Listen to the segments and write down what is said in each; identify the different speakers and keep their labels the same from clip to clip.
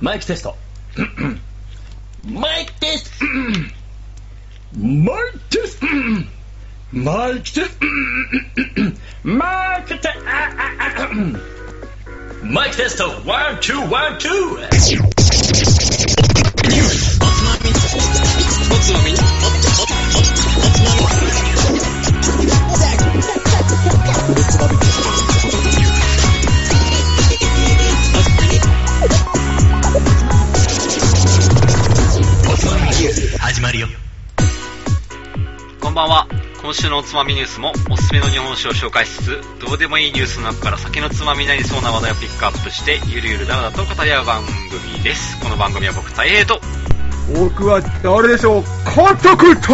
Speaker 1: マイクテスト。マイクテスト。マイクテスト。マイクテスト。マイクテスト。マイクテスト。ワン、ツー、ワン、ツー。
Speaker 2: 始まるよ
Speaker 3: こんばんは。今週のおつまみニュースもおすすめの日本酒を紹介しつつ、どうでもいいニュースの中から酒のつまみになりそうな話題をピックアップして、ゆるゆるだらだと語り合う番組です。この番組は僕、大平と、
Speaker 4: 僕は誰でしょう監督と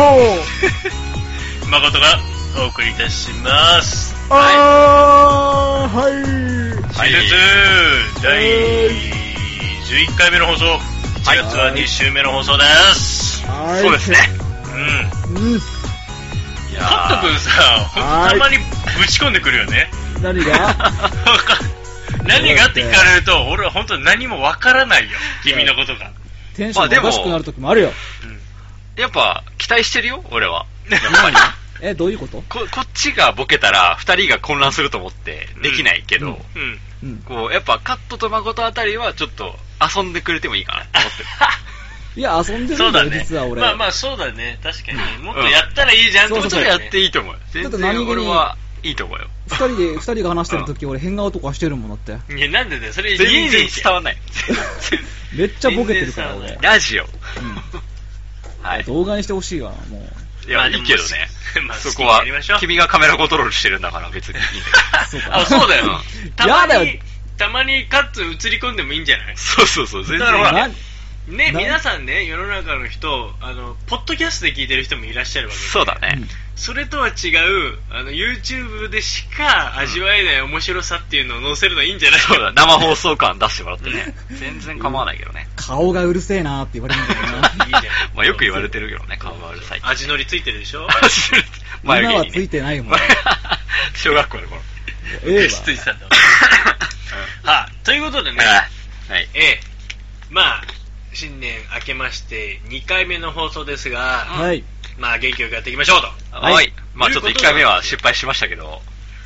Speaker 2: 誠がお送りいたします
Speaker 4: あーはい
Speaker 2: シーズ2第11回目の放送1
Speaker 3: はい
Speaker 2: 月は2週目の放送です
Speaker 4: はい
Speaker 3: そうですね。
Speaker 2: うん
Speaker 4: うん
Speaker 3: いや
Speaker 2: カット君さ
Speaker 4: は
Speaker 2: ほん
Speaker 4: ー
Speaker 2: と
Speaker 4: い
Speaker 2: たまにぶち込んでくるよね
Speaker 4: 何が
Speaker 2: わかん何がって聞かれると俺は本当に何もわからないよ君のことが
Speaker 4: テンションがおかしくなる時もあるよ
Speaker 3: ーやっぱ、期待してるよ、俺は。やっぱり。
Speaker 4: えどういうこと
Speaker 3: ここっちがボケたら、二人が混乱すると思って、できないけど、
Speaker 4: うん
Speaker 2: うん
Speaker 4: うん
Speaker 3: こう、やっぱカットと誠あたりは、ちょっと、遊んでくれてもいいかなと思ってる。
Speaker 4: いや遊んで
Speaker 2: そ
Speaker 4: る
Speaker 2: うん
Speaker 4: だ
Speaker 2: だ
Speaker 4: よ
Speaker 2: ね
Speaker 4: 実は俺
Speaker 2: まあまあそうだね確かにねもっとやったらいいじゃん
Speaker 3: も
Speaker 2: っ
Speaker 3: う
Speaker 2: て
Speaker 3: ちょっと
Speaker 2: ことだ
Speaker 3: や
Speaker 2: よ
Speaker 3: っ
Speaker 2: ね
Speaker 3: ていいと思うよ。
Speaker 4: ょ
Speaker 3: 全
Speaker 4: っと何気
Speaker 3: 然
Speaker 4: に
Speaker 3: 俺はいいと思うよ。
Speaker 4: 二人で二人が話してる時俺変顔とかしてるもんだって
Speaker 2: いやなんでだよそれ
Speaker 3: 全然
Speaker 2: 家で
Speaker 3: 伝わん ない。全然
Speaker 4: めっちゃボケてるから俺
Speaker 2: 全然
Speaker 3: ラジオ。はい。
Speaker 4: 動画にしてほしいわもう
Speaker 3: いや、
Speaker 2: まあ
Speaker 3: い
Speaker 2: で
Speaker 3: い
Speaker 2: も
Speaker 3: けどね。
Speaker 2: まあ
Speaker 3: そ
Speaker 2: 好き
Speaker 3: こ
Speaker 2: にや
Speaker 3: は
Speaker 2: りましょう、
Speaker 3: 君がカメラコントロールしてるんだから別にいいんだよ
Speaker 2: あ、そうだよ。た
Speaker 4: や
Speaker 2: ま
Speaker 4: だ
Speaker 2: に
Speaker 4: よ、
Speaker 2: たまにカッツ映り込んでもいいんじゃない
Speaker 3: そうそうそう、全然
Speaker 2: だからほら
Speaker 4: な
Speaker 2: ね、
Speaker 4: な
Speaker 2: 皆さんね、世の中の人、あの、ポッドキャストで聞いてる人もいらっしゃるわけで
Speaker 3: そうだね。
Speaker 2: それとは違う、あの、YouTube でしか味わえない面白さっていうのを載せるのいいんじゃない
Speaker 3: そうだ、生放送感出してもらってね。全然構わないけどね。
Speaker 4: 顔がうるせえなーって言われるんだよ
Speaker 2: いいじゃん。
Speaker 3: まあよく言われてるけどね、顔がうるさ いって。
Speaker 2: 味のりついてるでしょ
Speaker 4: な
Speaker 3: 眉毛
Speaker 4: 今
Speaker 3: にね
Speaker 4: はついてないもん
Speaker 3: 小学校の頃。
Speaker 4: ええ
Speaker 2: ついてた んだ。 はということでね、
Speaker 3: はい。
Speaker 2: ええ、まあ、新年明けまして2回目の放送ですが、
Speaker 4: わはい
Speaker 2: まあ元気よくやっていきましょうと。
Speaker 4: はい
Speaker 3: はい。まあちょっと
Speaker 2: という
Speaker 3: 1
Speaker 2: ことで
Speaker 3: 回目は失敗しましたけど、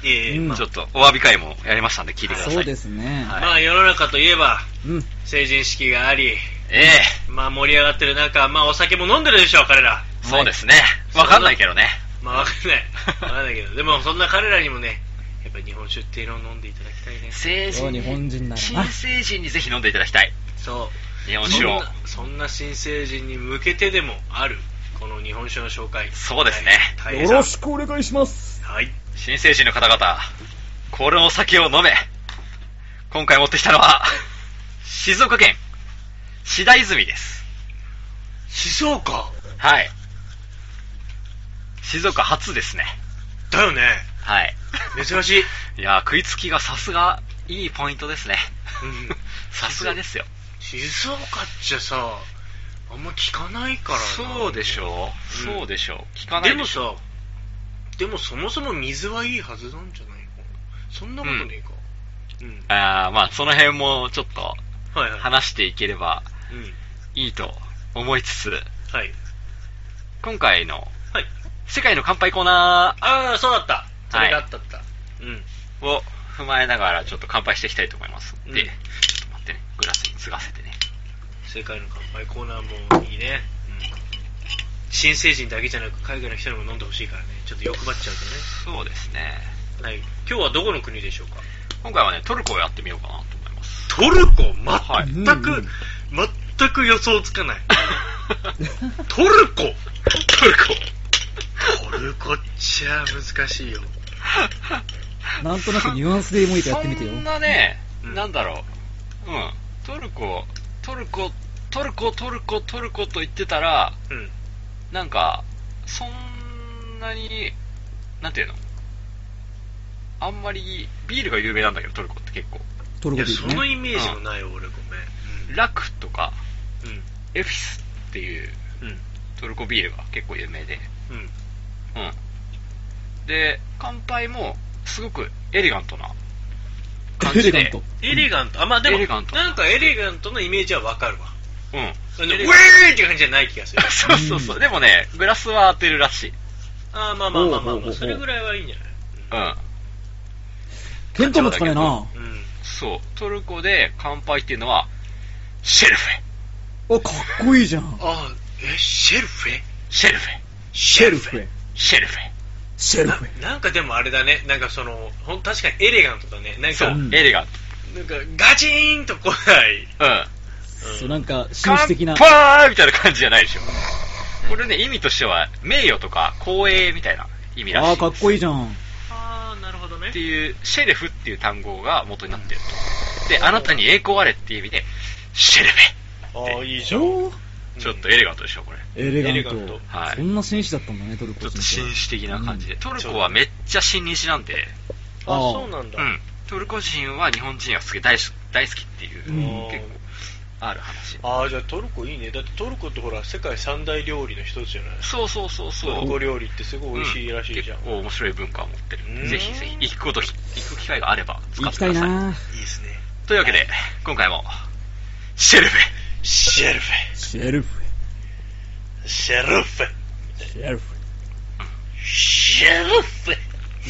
Speaker 2: ええ
Speaker 4: うん
Speaker 2: まあ
Speaker 3: ちょっとお詫び会もやりましたんで聞いてください。
Speaker 4: そうですね
Speaker 3: はい
Speaker 2: まあ世の中といえば、
Speaker 4: うん
Speaker 2: 成人式があり、
Speaker 3: ええ
Speaker 2: まあ盛り上がってる中、まあお酒も飲んでるでしょう、彼ら。
Speaker 3: そうですね。わかんないけどね。
Speaker 2: まあわかんない。わかんないけど、でもそんな彼らにもね、やっぱり日本酒っていうのを飲んでいただきたいね。
Speaker 3: 成人に
Speaker 4: 日本人なら
Speaker 3: 新
Speaker 4: な
Speaker 3: 成人にぜひ飲んでいただきたい。
Speaker 2: そう。
Speaker 3: 日本
Speaker 2: そん
Speaker 3: 酒を。
Speaker 2: なそんな新成人に向けてでもある、この日本酒の紹介。
Speaker 3: そうですね
Speaker 2: はい
Speaker 4: よろしくお願いします
Speaker 2: はい。
Speaker 3: 新成人の方々、これのお酒を飲め。今回持ってきたのは、静岡県、志田泉です。
Speaker 2: 静岡
Speaker 3: はい。静岡初ですね。
Speaker 2: だよね。
Speaker 3: はい。
Speaker 2: 珍しい。
Speaker 3: いやー、食いつきがさすが、いいポイントですね
Speaker 2: うん。
Speaker 3: さすがですよ。
Speaker 2: 静岡ってさ、あんま聞かないからな。
Speaker 3: そうでしょう。
Speaker 2: うん
Speaker 3: そうでしょう。聞かな
Speaker 2: で
Speaker 3: い
Speaker 2: も
Speaker 3: しょ。
Speaker 2: さ、でもそもそも水はいいはずなんじゃないのそんなことねえか。うん。
Speaker 3: あーまあ、その辺もちょっと
Speaker 2: はいはい。
Speaker 3: 話していければ
Speaker 2: うん。
Speaker 3: いいと思いつつ、
Speaker 2: はい。
Speaker 3: 今回の
Speaker 2: はい。
Speaker 3: 世界の乾杯コーナ
Speaker 2: ああ、そうだった。それがあったった。うん。
Speaker 3: ーを踏まえながらちょっと乾杯していきたいと思います。
Speaker 2: うん
Speaker 3: で、ちょっと待ってね、グラスに継がせてね。
Speaker 2: 世界の乾杯コーナーもいいね。うん。新成人だけじゃなく、海外の人にも飲んでほしいからね。ちょっと欲張っちゃう
Speaker 3: そうですね。
Speaker 2: とね。はい。今日はどこの国でしょうか
Speaker 3: 今回はね、トルコをやってみようかなと思います。
Speaker 2: トルコ
Speaker 3: はい
Speaker 2: 全く、
Speaker 4: うん
Speaker 2: 全く予想つかない。トルコトルコトルコっちゃ難しいよ。
Speaker 4: なんとなくニュアンスでもいいからやってみてよ
Speaker 3: そんなね、
Speaker 2: うん
Speaker 3: なんだろう。うん。トルコ、トルコ、トルコ、トルコ、トルコと言ってたら、
Speaker 2: うん。
Speaker 3: なんか、そんなに、なんていうのあんまり、ビールが有名なんだけど、トルコって結構。
Speaker 4: トル
Speaker 2: い
Speaker 4: コ
Speaker 2: や、
Speaker 4: でいい
Speaker 2: そ
Speaker 4: よ
Speaker 2: の
Speaker 4: ね
Speaker 2: イメージもないよ、俺、ごめん。
Speaker 3: ラクとか、
Speaker 2: うん。
Speaker 3: エフィスっていう
Speaker 2: うん。
Speaker 3: トルコビールが結構有名で。
Speaker 2: うん。
Speaker 3: うん。で、乾杯も、すごくエレガントな感
Speaker 4: エ
Speaker 3: じ
Speaker 4: レ
Speaker 3: で。
Speaker 4: ガント。
Speaker 2: エレガント。あ、まあでも、
Speaker 3: エレガント
Speaker 2: なんかエレガントのイメージはわかるわ。
Speaker 3: うん。
Speaker 2: あのウ
Speaker 3: エレ
Speaker 2: ェーイ
Speaker 3: ガン
Speaker 2: って感じじゃない気がする
Speaker 3: ト。 そうそうそう。でもね、グラスは当てるらしい。
Speaker 2: あーまあまあまあま
Speaker 4: ほう
Speaker 2: あ、
Speaker 4: ほうほうほう
Speaker 2: それぐらいはいいんじゃない
Speaker 3: うん。
Speaker 4: 見当もつかねえな。
Speaker 2: うん。
Speaker 3: そう。トルコで乾杯っていうのは、シェルフェ。
Speaker 4: お、かっこいいじゃん。
Speaker 2: あーえ、シェルフェ
Speaker 3: シェルフェ。
Speaker 2: シェル
Speaker 4: フェ。
Speaker 3: シェルフェ。
Speaker 4: シェル
Speaker 2: な
Speaker 4: フェ。
Speaker 2: なんかでもあれだね、なんかその、ほん確かにエレガントだね。なん
Speaker 3: そ
Speaker 2: か、
Speaker 3: う、
Speaker 4: ん
Speaker 3: エレガン
Speaker 2: なんかガチーンと来ない。
Speaker 3: ト。うん。
Speaker 4: そう、なんか、
Speaker 3: 乾
Speaker 4: 紳士
Speaker 3: 杯
Speaker 4: 的な。
Speaker 3: みたいな感じじゃないでしょ。これね、意味としては、名誉とか光栄みたいな意味らしい。
Speaker 4: ああ、かっこいいじゃん。
Speaker 2: ああ、なるほどね
Speaker 3: っていう、シェレフっていう単語が元になってると。で、あなたに栄光あれっていう意味で、シェレフ
Speaker 2: ああ、いいじゃん。
Speaker 4: 超
Speaker 3: ェ。ちょっとエレガントでしょ、これ。
Speaker 4: エレガ
Speaker 2: エレ
Speaker 4: ン
Speaker 2: ガ
Speaker 4: ト。
Speaker 2: ント
Speaker 3: はい
Speaker 4: そんな紳士だったんだね、トルコ
Speaker 3: ちょっと
Speaker 4: 人
Speaker 3: 紳士的な感じで。トルコはめっちゃ親日なんで、
Speaker 2: あ
Speaker 4: あー
Speaker 2: そうなんだ。
Speaker 3: うん。トルコ人は日本人はすげえ大好き大好きっていう、
Speaker 4: うん
Speaker 3: 結構ある話。
Speaker 2: ああ、じゃあトルコいいね。だってトルコってほら、世界三大料理の一つじゃない
Speaker 3: そうそうそうそう。
Speaker 2: トルコ料理ってすごい美味しいらしいじゃん。
Speaker 3: うん結構面白い文化を持って
Speaker 2: う
Speaker 3: る。
Speaker 2: ん
Speaker 3: ぜひぜひ、行くこと、行く機会があれば使
Speaker 4: 行
Speaker 3: って
Speaker 4: き
Speaker 3: く
Speaker 4: たい
Speaker 3: ださい。
Speaker 4: な。
Speaker 2: いいですね。
Speaker 3: というわけで、今回も、シ ェルフェ。
Speaker 2: シェルフェ。
Speaker 4: シェルフ
Speaker 2: シェルフェ。
Speaker 4: ェ。シェルフ
Speaker 2: シェルフェ。
Speaker 4: ェ。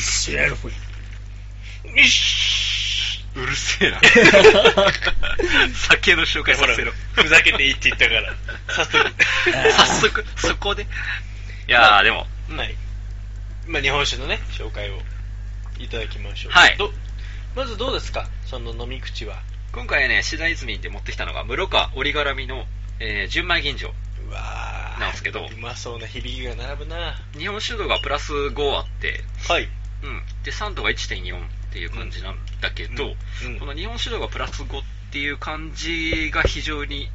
Speaker 4: シェルフェ。
Speaker 3: うるせ えな。酒の紹介させろ。
Speaker 2: ふざけていいって言ったから。早速。
Speaker 3: 早速、そこで。いやー、でも、
Speaker 2: はい。まあ、日本酒のね、紹介をいただきましょう。
Speaker 3: はい
Speaker 2: どまずどうですかその飲み口は。
Speaker 3: 今回ね、シダイズミで持ってきたのが、室川折り絡みの、えー、純米吟醸。
Speaker 2: うわ
Speaker 3: なんすけど
Speaker 2: うまそうな響きが並ぶな
Speaker 3: 日本酒度がプラス5あって、
Speaker 2: はい。
Speaker 3: うん。で、酸度が1.4っていう感じなんだけど、
Speaker 2: うんうん
Speaker 3: この日本酒度がプラス5っていう感じが非常に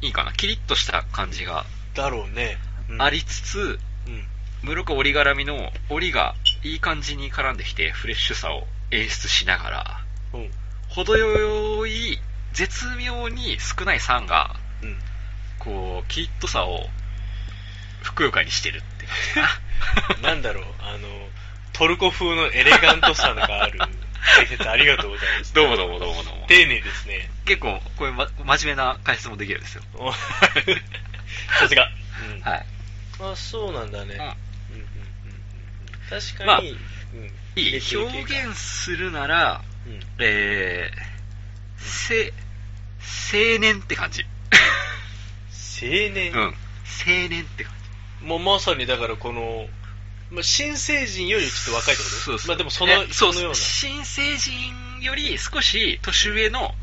Speaker 3: いいかな。キリッとした感じが
Speaker 2: だろうね。うん
Speaker 3: ありつつ、
Speaker 2: うん。
Speaker 3: 室子折り絡みの折りがいい感じに絡んできてフレッシュさを演出しながら
Speaker 2: うん。
Speaker 3: 程よい絶妙に少ない酸が
Speaker 2: うん。
Speaker 3: こうキリッとさをふくよかにしてるって感じか
Speaker 2: な んだろう、あの、トルコ風のエレガントさがある解説ありがとうございます。
Speaker 3: どうもどうもどうもどうも
Speaker 2: 丁寧です ね。
Speaker 3: 結構これ、ま、真面目な解説もできるんですよ
Speaker 2: おさすが。うん
Speaker 3: はい
Speaker 2: あ、そうなんだね。
Speaker 3: うん
Speaker 2: うんうんうん確かに、
Speaker 3: まあ
Speaker 2: うん
Speaker 3: い
Speaker 2: でき
Speaker 3: い
Speaker 2: ると
Speaker 3: 表
Speaker 2: いうか
Speaker 3: 現するなら
Speaker 2: うん
Speaker 3: えー、せ青年って感じ
Speaker 2: 青
Speaker 3: う
Speaker 2: 年
Speaker 3: ん、青年って感じ
Speaker 2: もうまさにだからこの、まあ、新成人よりちょっと若いってこと
Speaker 3: そうそう
Speaker 2: まあでもその
Speaker 3: えそ
Speaker 2: そ
Speaker 3: う
Speaker 2: のような。
Speaker 3: 新成人より少し年上の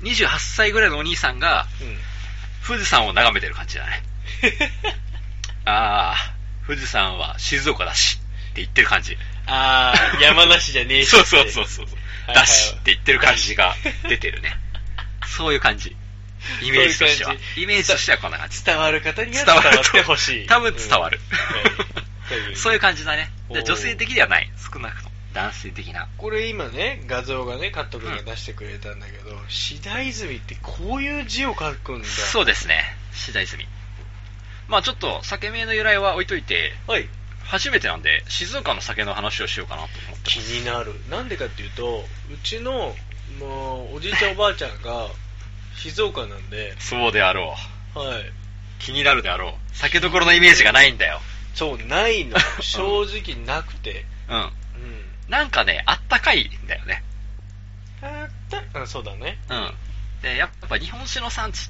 Speaker 2: うん
Speaker 3: 28歳ぐらいのお兄さんが
Speaker 2: うん
Speaker 3: 富士山を眺めてる感じだねああ富士山は静岡だしって言ってる感じ
Speaker 2: あー、山梨じゃねえし。
Speaker 3: そうそうそうそう、
Speaker 2: はいはい
Speaker 3: だしって言ってる感じ が出てるねそういう感じイメージとしては
Speaker 2: そういう感じ
Speaker 3: イメージとしてはこんな感じ
Speaker 2: 伝わる方には
Speaker 3: 伝
Speaker 2: 伝わ
Speaker 3: わると
Speaker 2: ってほしい。
Speaker 3: 多分伝わる、
Speaker 2: うんはい
Speaker 3: そういう感じだね
Speaker 2: おー
Speaker 3: で女性的ではない少なくとも男性的な
Speaker 2: これ今ね、画像がね、カット君が出してくれたんだけど、シダイズミってこういう字を書くんだ。
Speaker 3: そうですね、シダイズミ。まあちょっと酒名の由来は置いといて、
Speaker 2: はい。
Speaker 3: 初めてなんで、静岡の酒の話をしようかなと思って
Speaker 2: 気になる。なんでかっていうと、うちの、もう、おじいちゃんおばあちゃんが、静岡なんで、
Speaker 3: ます。そうであろ
Speaker 2: はい。
Speaker 3: う。気になるであろう。酒どころのイメージがないんだよ。
Speaker 2: そう、ないの。正直なくて。
Speaker 3: うん。
Speaker 2: うん。
Speaker 3: なんかね、あったかいんだよね。
Speaker 2: あった。あそうだね。
Speaker 3: うん。で、やっぱ日本酒の産地っ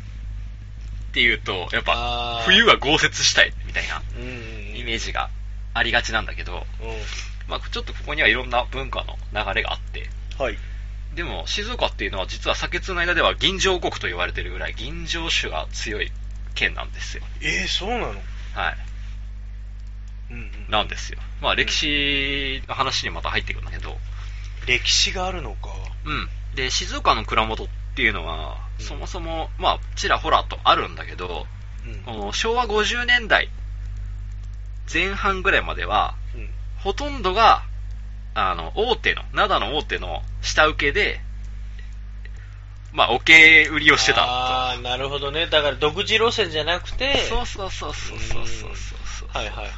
Speaker 3: ていうと、やっ
Speaker 2: あ
Speaker 3: ぱ
Speaker 2: ー
Speaker 3: 冬は豪雪したいみたいな
Speaker 2: うんうんうん。
Speaker 3: イメージがありがちなんだけど、
Speaker 2: う
Speaker 3: まあちょっとここにはいろんな文化の流れがあって、
Speaker 2: ん。はい。
Speaker 3: でも静岡っていうのは実は酒通の間では銀醸国と言われてるぐらい銀醸酒が強い県なんですよ
Speaker 2: えー、そうなの
Speaker 3: はい
Speaker 2: うんうん。
Speaker 3: なんですよまあ歴史の話にまた入ってくるんだけど
Speaker 2: 歴史があるのか。
Speaker 3: うんで静岡の蔵元っていうのは
Speaker 2: うん
Speaker 3: そもそもまあちらほらとあるんだけど
Speaker 2: うん。
Speaker 3: この昭和50年代前半ぐらいまでは
Speaker 2: うん。
Speaker 3: ほとんどがあの大手の灘の大手の下請けでまあ桶売りをしてた
Speaker 2: ああ、なるほどね。だから独自路線じゃなくて、
Speaker 3: そうそうそうそうそうそうそうそう
Speaker 2: はいはいはいはいはい。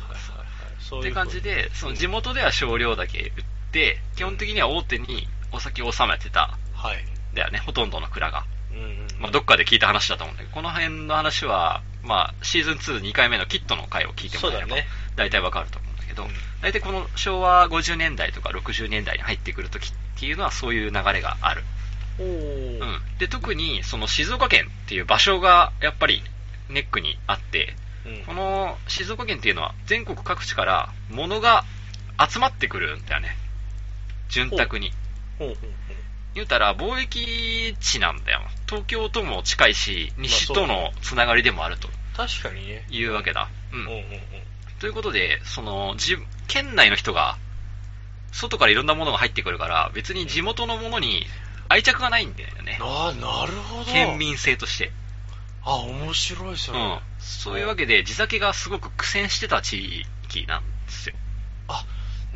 Speaker 2: そう
Speaker 3: っ
Speaker 2: い
Speaker 3: て
Speaker 2: う
Speaker 3: 感じで、その地元では少量だけ売って、基本的には大手にお酒を収めてた、
Speaker 2: はい
Speaker 3: んだよね、ほとんどの蔵が。
Speaker 2: うんうん
Speaker 3: まあ、どっかで聞いた話だと思うんだけど、この辺の話は、まあ、シーズン2、2回目のキットの回を聞いてもらえれ
Speaker 2: そうだ
Speaker 3: ば
Speaker 2: ね、
Speaker 3: 大体わかると思うんだけど、
Speaker 2: うん
Speaker 3: 大体この昭和50年代とか60年代に入ってくるときっていうのは、そういう流れがある。
Speaker 2: おー
Speaker 3: うん、で、特に、その静岡県っていう場所が、やっぱりネックにあって、
Speaker 2: うん
Speaker 3: この静岡県っていうのは全国各地から物が集まってくるんだよね潤沢に
Speaker 2: ほうほうほ
Speaker 3: 言うたら貿易地なんだよ東京とも近いし
Speaker 2: あ
Speaker 3: 西とのつながりでもあると
Speaker 2: う確かにね
Speaker 3: いうわけだ、う
Speaker 2: うんうん
Speaker 3: ん、
Speaker 2: うん
Speaker 3: ということでそのじ県内の人が外からいろんなものが入ってくるから別に地元のものに愛着がないんだよね
Speaker 2: あなるほど
Speaker 3: 県民性として
Speaker 2: あ面白いそれ、
Speaker 3: うん、そういうわけで地酒がすごく苦戦してた地域なんですよ、
Speaker 2: あ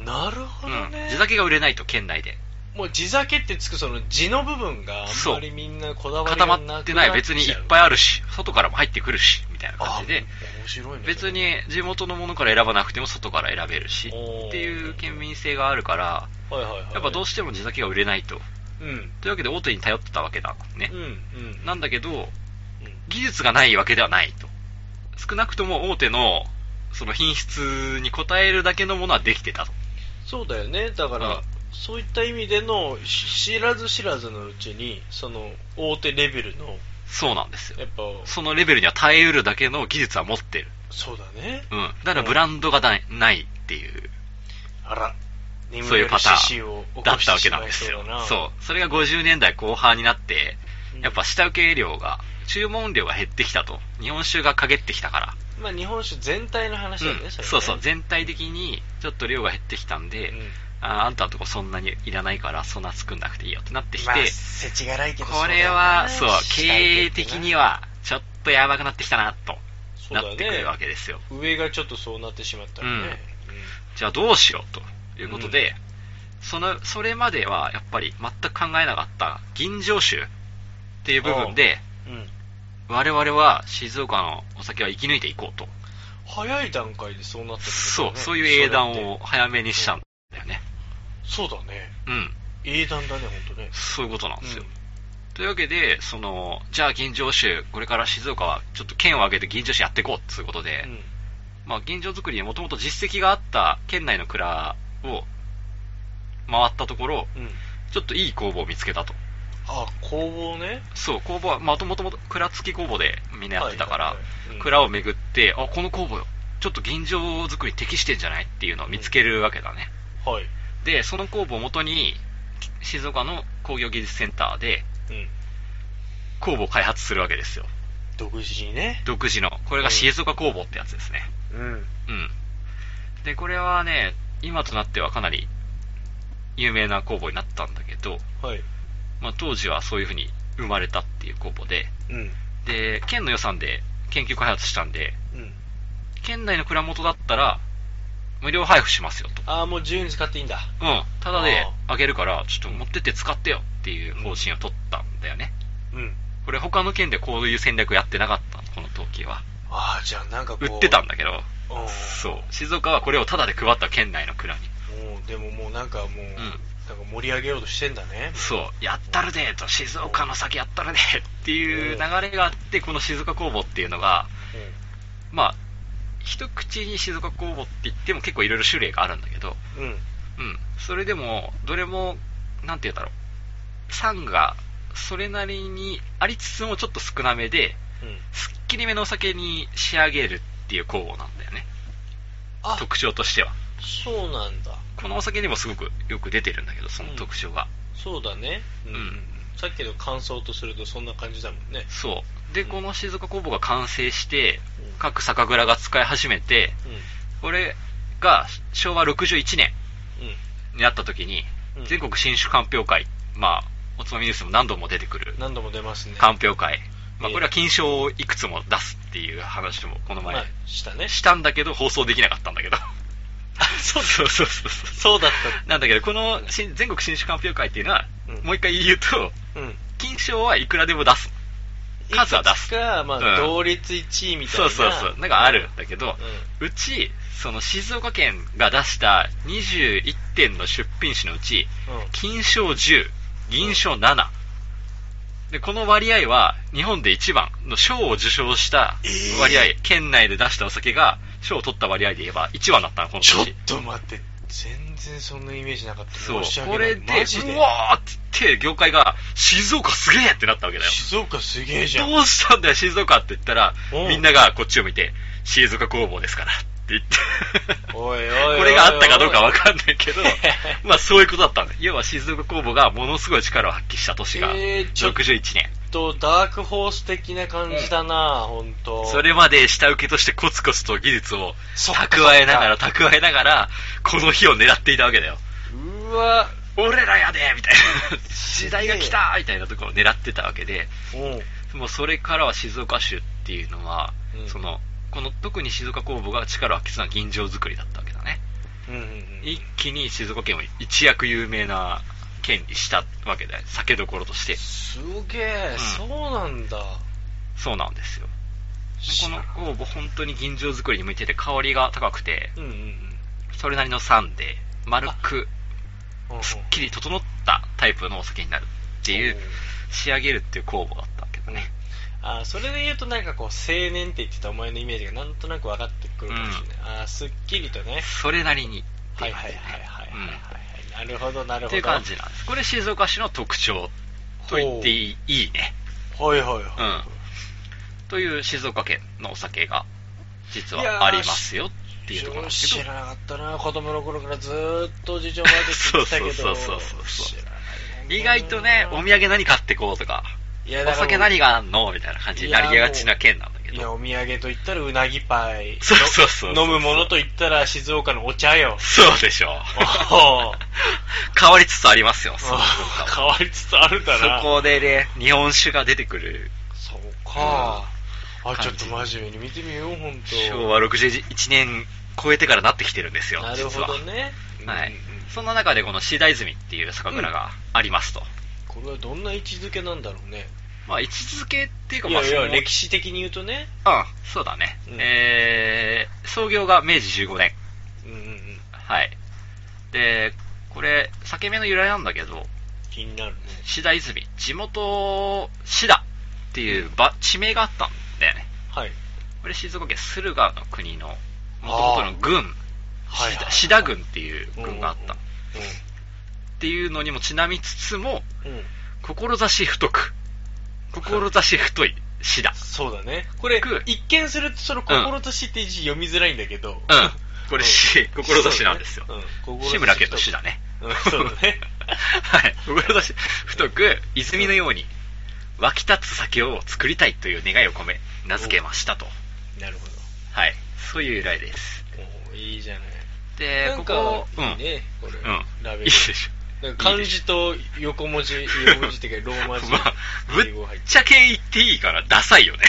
Speaker 2: なるほど
Speaker 3: う
Speaker 2: ね
Speaker 3: ん、地酒が売れないと県内で
Speaker 2: もう地酒ってつくその地の部分があんまりみんなこだわり
Speaker 3: 固
Speaker 2: が
Speaker 3: ま
Speaker 2: なく
Speaker 3: ってない別にいっぱいあるし外からも入ってくるしみたいな
Speaker 2: あ
Speaker 3: 感じで
Speaker 2: 面白いね
Speaker 3: 別に地元のものから選ばなくても外から選べるし
Speaker 2: おー
Speaker 3: っていう県民性があるから
Speaker 2: はいはいはい
Speaker 3: やっぱどうしても地酒が売れないと
Speaker 2: うんうん
Speaker 3: というわけで大手に頼ってたわけだね
Speaker 2: うんうん
Speaker 3: なんだけど
Speaker 2: うん
Speaker 3: 技術がないわけではないと少なくとも大手のその品質に応えるだけのものはできてたと
Speaker 2: そうだよねだから、
Speaker 3: うん
Speaker 2: そういった意味でのし知らず知らずのうちにその大手レベルの
Speaker 3: そうなんですよ
Speaker 2: やっぱ
Speaker 3: そのレベルには耐えうるだけの技術は持ってる
Speaker 2: そうだね
Speaker 3: うんだからブランドがないないっていう
Speaker 2: あら眠
Speaker 3: そういう
Speaker 2: れる
Speaker 3: パターン
Speaker 2: 獅子を起
Speaker 3: だ
Speaker 2: こ
Speaker 3: っ
Speaker 2: した
Speaker 3: わ
Speaker 2: て
Speaker 3: け
Speaker 2: し
Speaker 3: なん
Speaker 2: ま
Speaker 3: で
Speaker 2: い
Speaker 3: す
Speaker 2: そ
Speaker 3: よ
Speaker 2: うだな。
Speaker 3: そう。それが50年代後半になって、
Speaker 2: うん
Speaker 3: やっぱ下請け量が、注文量が減ってきたと。日本酒が陰ってきたから。
Speaker 2: まあ日本酒全体の話だよね、
Speaker 3: うん
Speaker 2: れね
Speaker 3: そうそう。全体的にちょっと量が減ってきたんで、
Speaker 2: うん
Speaker 3: ああんたのとこそんなにいらないから、そんな作んなくていいよってなってきて、
Speaker 2: まあ世知辛いけど
Speaker 3: これは、そう、経営的に
Speaker 2: は
Speaker 3: は、ちょっとやばくなってきたな、と、なってくるわけですよ。
Speaker 2: 上がちょっとそうなってしまったらね、
Speaker 3: うん
Speaker 2: うん
Speaker 3: じゃあどうしようということで、そのそれまではやっぱり全く考えなかった吟醸酒っていう部分で
Speaker 2: うん
Speaker 3: 我々は静岡のお酒は生き抜いていこうと、
Speaker 2: 早い段階でそうなってくる
Speaker 3: そう
Speaker 2: よね
Speaker 3: そういう英断
Speaker 2: それっ
Speaker 3: を
Speaker 2: て
Speaker 3: 早めにしたんだよね
Speaker 2: そうだね
Speaker 3: うん
Speaker 2: 英断だね本当ね
Speaker 3: そういうことなんですよ、
Speaker 2: うん
Speaker 3: というわけでそのじゃあ吟醸酒これから静岡はちょっと県を挙げて吟醸酒やっていこうっていうことで、
Speaker 2: うん
Speaker 3: まあ、現状作りにもともと実績があった県内の蔵を回ったところ
Speaker 2: うん
Speaker 3: ちょっといい工房を見つけたと
Speaker 2: あ工房ね
Speaker 3: そう、工房は、まあ、もともと蔵付き工房でみんなやってたから、
Speaker 2: はいはいはいうん
Speaker 3: 蔵を巡って、あ、この工房よ。ちょっと現状作りに適してんじゃないっていうのを見つけるわけだね。
Speaker 2: はい
Speaker 3: で、その工房をもとに、静岡の工業技術センターで
Speaker 2: うん
Speaker 3: 工房を開発するわけですよ。
Speaker 2: 独自にね
Speaker 3: 独自の。これが静岡工房ってやつですね。
Speaker 2: うん
Speaker 3: うん。で、これはね、今となってはかなり有名な工房になったんだけど、
Speaker 2: はい
Speaker 3: まあ、当時はそういうふうに生まれたっていう工房で、
Speaker 2: うん
Speaker 3: で、県の予算で研究開発したんで、
Speaker 2: うん
Speaker 3: 県内の蔵元だったら、無料配布しますよと。
Speaker 2: ああもう自由に使っていいんだ
Speaker 3: うん。ただで
Speaker 2: あ
Speaker 3: あげるから、ちょっと持ってって使ってよっていう方針を取ったんだよね。
Speaker 2: うん
Speaker 3: これ他の県でこういう戦略やってなかったのこの時は。
Speaker 2: ああじゃあなんかこう
Speaker 3: 売ってたんだけど、
Speaker 2: うん
Speaker 3: そう。静岡はこれをタダで配った県内の蔵に。
Speaker 2: もうでももうなんかもう、
Speaker 3: ん
Speaker 2: なんか盛り上げようとしてんだね
Speaker 3: そう。やったるでーと、静岡の先やったるでーっていう流れがあって、この静岡工房っていうのが、まあ、一口に静岡工房って言っても結構いろいろ種類があるんだけど、
Speaker 2: うんうん
Speaker 3: うん、それでも、どれも、なんて言うんだろう、酸がそれなりにありつつもちょっと少なめで、
Speaker 2: うん
Speaker 3: すっきりめのお酒に仕上げるっていう酵母なんだよね、
Speaker 2: あ
Speaker 3: 特徴としては。
Speaker 2: そうなんだ
Speaker 3: このお酒にもすごくよく出てるんだけど、その特徴が。
Speaker 2: そうだねうん、
Speaker 3: うん
Speaker 2: さっきの感想とするとそんな感じだもんね
Speaker 3: そう。
Speaker 2: う
Speaker 3: で、
Speaker 2: ん
Speaker 3: この静岡酵母が完成して
Speaker 2: うん、
Speaker 3: 各酒蔵が使い始めて、これが昭和61年
Speaker 2: うん
Speaker 3: になった時に、
Speaker 2: うん
Speaker 3: 全国新酒鑑評会、まあ、おつまみニュースも何度も出てくる
Speaker 2: 何度も出ますね
Speaker 3: 鑑評会、まあ、
Speaker 2: ええ
Speaker 3: これは金賞をいくつも出すっていう話もこの前
Speaker 2: まあしたね
Speaker 3: したんだけど放送できなかったんだけどそう そうそうそう
Speaker 2: そうだっ
Speaker 3: なんだけどこの新全国新酒鑑評会っていうのは、
Speaker 2: うん
Speaker 3: もう一回言うと
Speaker 2: たうん
Speaker 3: 金賞はいくらでも出す
Speaker 2: い
Speaker 3: 数は出
Speaker 2: くつ
Speaker 3: す。
Speaker 2: か、ま
Speaker 3: う
Speaker 2: あ、
Speaker 3: ん
Speaker 2: 同率1位みたい
Speaker 3: そ
Speaker 2: な。
Speaker 3: うそうそう。なんかあるんだけど、うち、その静岡県が出した21点の出品種のうち、
Speaker 2: うん。うん。
Speaker 3: 金賞10、銀賞7。で、この割合は、日本で一番の賞を受賞した割合、県内で出したお酒が、賞を取った割合で言えば1番だったの、この
Speaker 2: ちょっ
Speaker 3: 年。
Speaker 2: と待って、全然そんなイメージなかった。
Speaker 3: そう
Speaker 2: 申し。訳
Speaker 3: こ
Speaker 2: ない
Speaker 3: れで、
Speaker 2: マジで
Speaker 3: う。わーって言って、業界が、静岡すげえってなったわけだよ。
Speaker 2: 静岡すげえじゃん。
Speaker 3: どうしたんだよ、静岡って言ったら
Speaker 2: うん、
Speaker 3: みんながこっちを見て、静岡工房ですからって言って、
Speaker 2: おいおいおいおい
Speaker 3: これがあったかどうかわかんない けど、まあそういうことだったんだ。要は静岡工房がものすごい力を発揮した年が、
Speaker 2: えーちょ
Speaker 3: 61年。
Speaker 2: と、ダークホース的な感じだな、ほんと。
Speaker 3: それまで下請けとしてコツコツと技術を
Speaker 2: そっか
Speaker 3: 蓄えながら蓄えながら、この日を狙っていたわけだよ。
Speaker 2: うわ、
Speaker 3: 俺らやでみたいな。時代が来たみたいなところを狙ってたわけで、
Speaker 2: うん。
Speaker 3: もうそれからは静岡州っていうのは、
Speaker 2: うん
Speaker 3: そのこの特に静岡工房が力を発揮するのは吟醸作りだったわけだね
Speaker 2: うんうんうん
Speaker 3: 一気に静岡県を一躍有名な県にしたわけだよ酒どころとして
Speaker 2: すげえ、
Speaker 3: うん
Speaker 2: そうなんだ。
Speaker 3: そうなんですよ
Speaker 2: 知
Speaker 3: で
Speaker 2: らん
Speaker 3: この工房本当に吟醸作りに向いてて香りが高くて
Speaker 2: うんうんうん
Speaker 3: それなりの酸で丸く
Speaker 2: うんうん。
Speaker 3: すっきり整ったタイプのお酒になるっていう仕上げるっていう工房だったわけだね
Speaker 2: あーそれで言うとなんかこう青年って言ってたお前のイメージがなんとなく分かってくるかもしれない、ああーすっきりとね
Speaker 3: それなりに
Speaker 2: はいはいはいはいはいはい、はいなるほどなるほど
Speaker 3: っていう感じなんです。これ静岡市の特徴と言っていいいいね。
Speaker 2: はいはいは
Speaker 3: う
Speaker 2: い、
Speaker 3: ん。という静岡県のお酒が実
Speaker 2: いや
Speaker 3: は
Speaker 2: ー
Speaker 3: ありますよっていうところなんです
Speaker 2: 知
Speaker 3: け
Speaker 2: ら
Speaker 3: ど、
Speaker 2: なかったな子供の頃からずーっとおじいちゃんおばあちゃんって言ってたけど
Speaker 3: そうそうそうそうそう
Speaker 2: 知らないな
Speaker 3: 意外とね、お土産何買ってこうとか、
Speaker 2: いや
Speaker 3: お
Speaker 2: だから
Speaker 3: 酒何があんのみたいな感じになりがちな県なんだけ
Speaker 2: いや
Speaker 3: ど。
Speaker 2: お土産と言ったらうなぎパイ
Speaker 3: そうそうそう
Speaker 2: の飲むものと言ったら静岡のお茶よ
Speaker 3: そうでしょう。
Speaker 2: おー
Speaker 3: 変わりつつありますよ、その文化は
Speaker 2: 変わりつつあるんだな
Speaker 3: そこでね、日本酒が出てくる
Speaker 2: そうか、あちょ
Speaker 3: 感
Speaker 2: っ
Speaker 3: じ
Speaker 2: と真面目に見てみよう本
Speaker 3: 昭和61年超えてからなってきてるんです
Speaker 2: 当
Speaker 3: よ、
Speaker 2: なる
Speaker 3: 実
Speaker 2: ほ
Speaker 3: は。
Speaker 2: どね
Speaker 3: はい
Speaker 2: うんうんうん。
Speaker 3: そんな中でこのシダイズミっていう酒蔵がありますと。
Speaker 2: これはどんな位置づけなんだろうね
Speaker 3: まあ、位置づけっていうか、
Speaker 2: い
Speaker 3: まあ、
Speaker 2: やいや
Speaker 3: その
Speaker 2: 歴史的に言うとね
Speaker 3: うん、そうだね。
Speaker 2: うん
Speaker 3: えー、創業が明治15年。
Speaker 2: うんうんうん
Speaker 3: はい。で、これ、酒名の由来なんだけど、
Speaker 2: 気になるね
Speaker 3: シダイズミ、地元、シダっていう場地名があったんだよね。
Speaker 2: はい
Speaker 3: これ静岡県駿河の国の、
Speaker 2: あー
Speaker 3: 元々の郡、
Speaker 2: はい
Speaker 3: シ
Speaker 2: はい
Speaker 3: ダシダ郡っていう郡があった。
Speaker 2: う
Speaker 3: っ
Speaker 2: ん
Speaker 3: ていうのにもちなみつつも、
Speaker 2: うんうん
Speaker 3: 志太く志太い詩 だ
Speaker 2: そうだねこれ
Speaker 3: く
Speaker 2: 一見するとその「志」って字読みづらいんだけど
Speaker 3: うんこれ詩志なんですよ
Speaker 2: そうだねうん
Speaker 3: 志村けんの詩だね
Speaker 2: うんそう だね
Speaker 3: はい志太く泉のように湧き立つ酒を作りたいという願いを込め名付けましたと
Speaker 2: なるほ
Speaker 3: はいそういう由来です
Speaker 2: どおーいいじゃない
Speaker 3: で
Speaker 2: なん
Speaker 3: こ
Speaker 2: か
Speaker 3: こ
Speaker 2: いいねこれ
Speaker 3: うん、うん、
Speaker 2: ラ
Speaker 3: いいで
Speaker 2: ベル
Speaker 3: し
Speaker 2: なんか漢字と横文字、横文字っていうかロ ー
Speaker 3: ょま
Speaker 2: マ字。
Speaker 3: あぶ
Speaker 2: 英語入
Speaker 3: っ
Speaker 2: って
Speaker 3: ちゃけ言っていいからダサいよね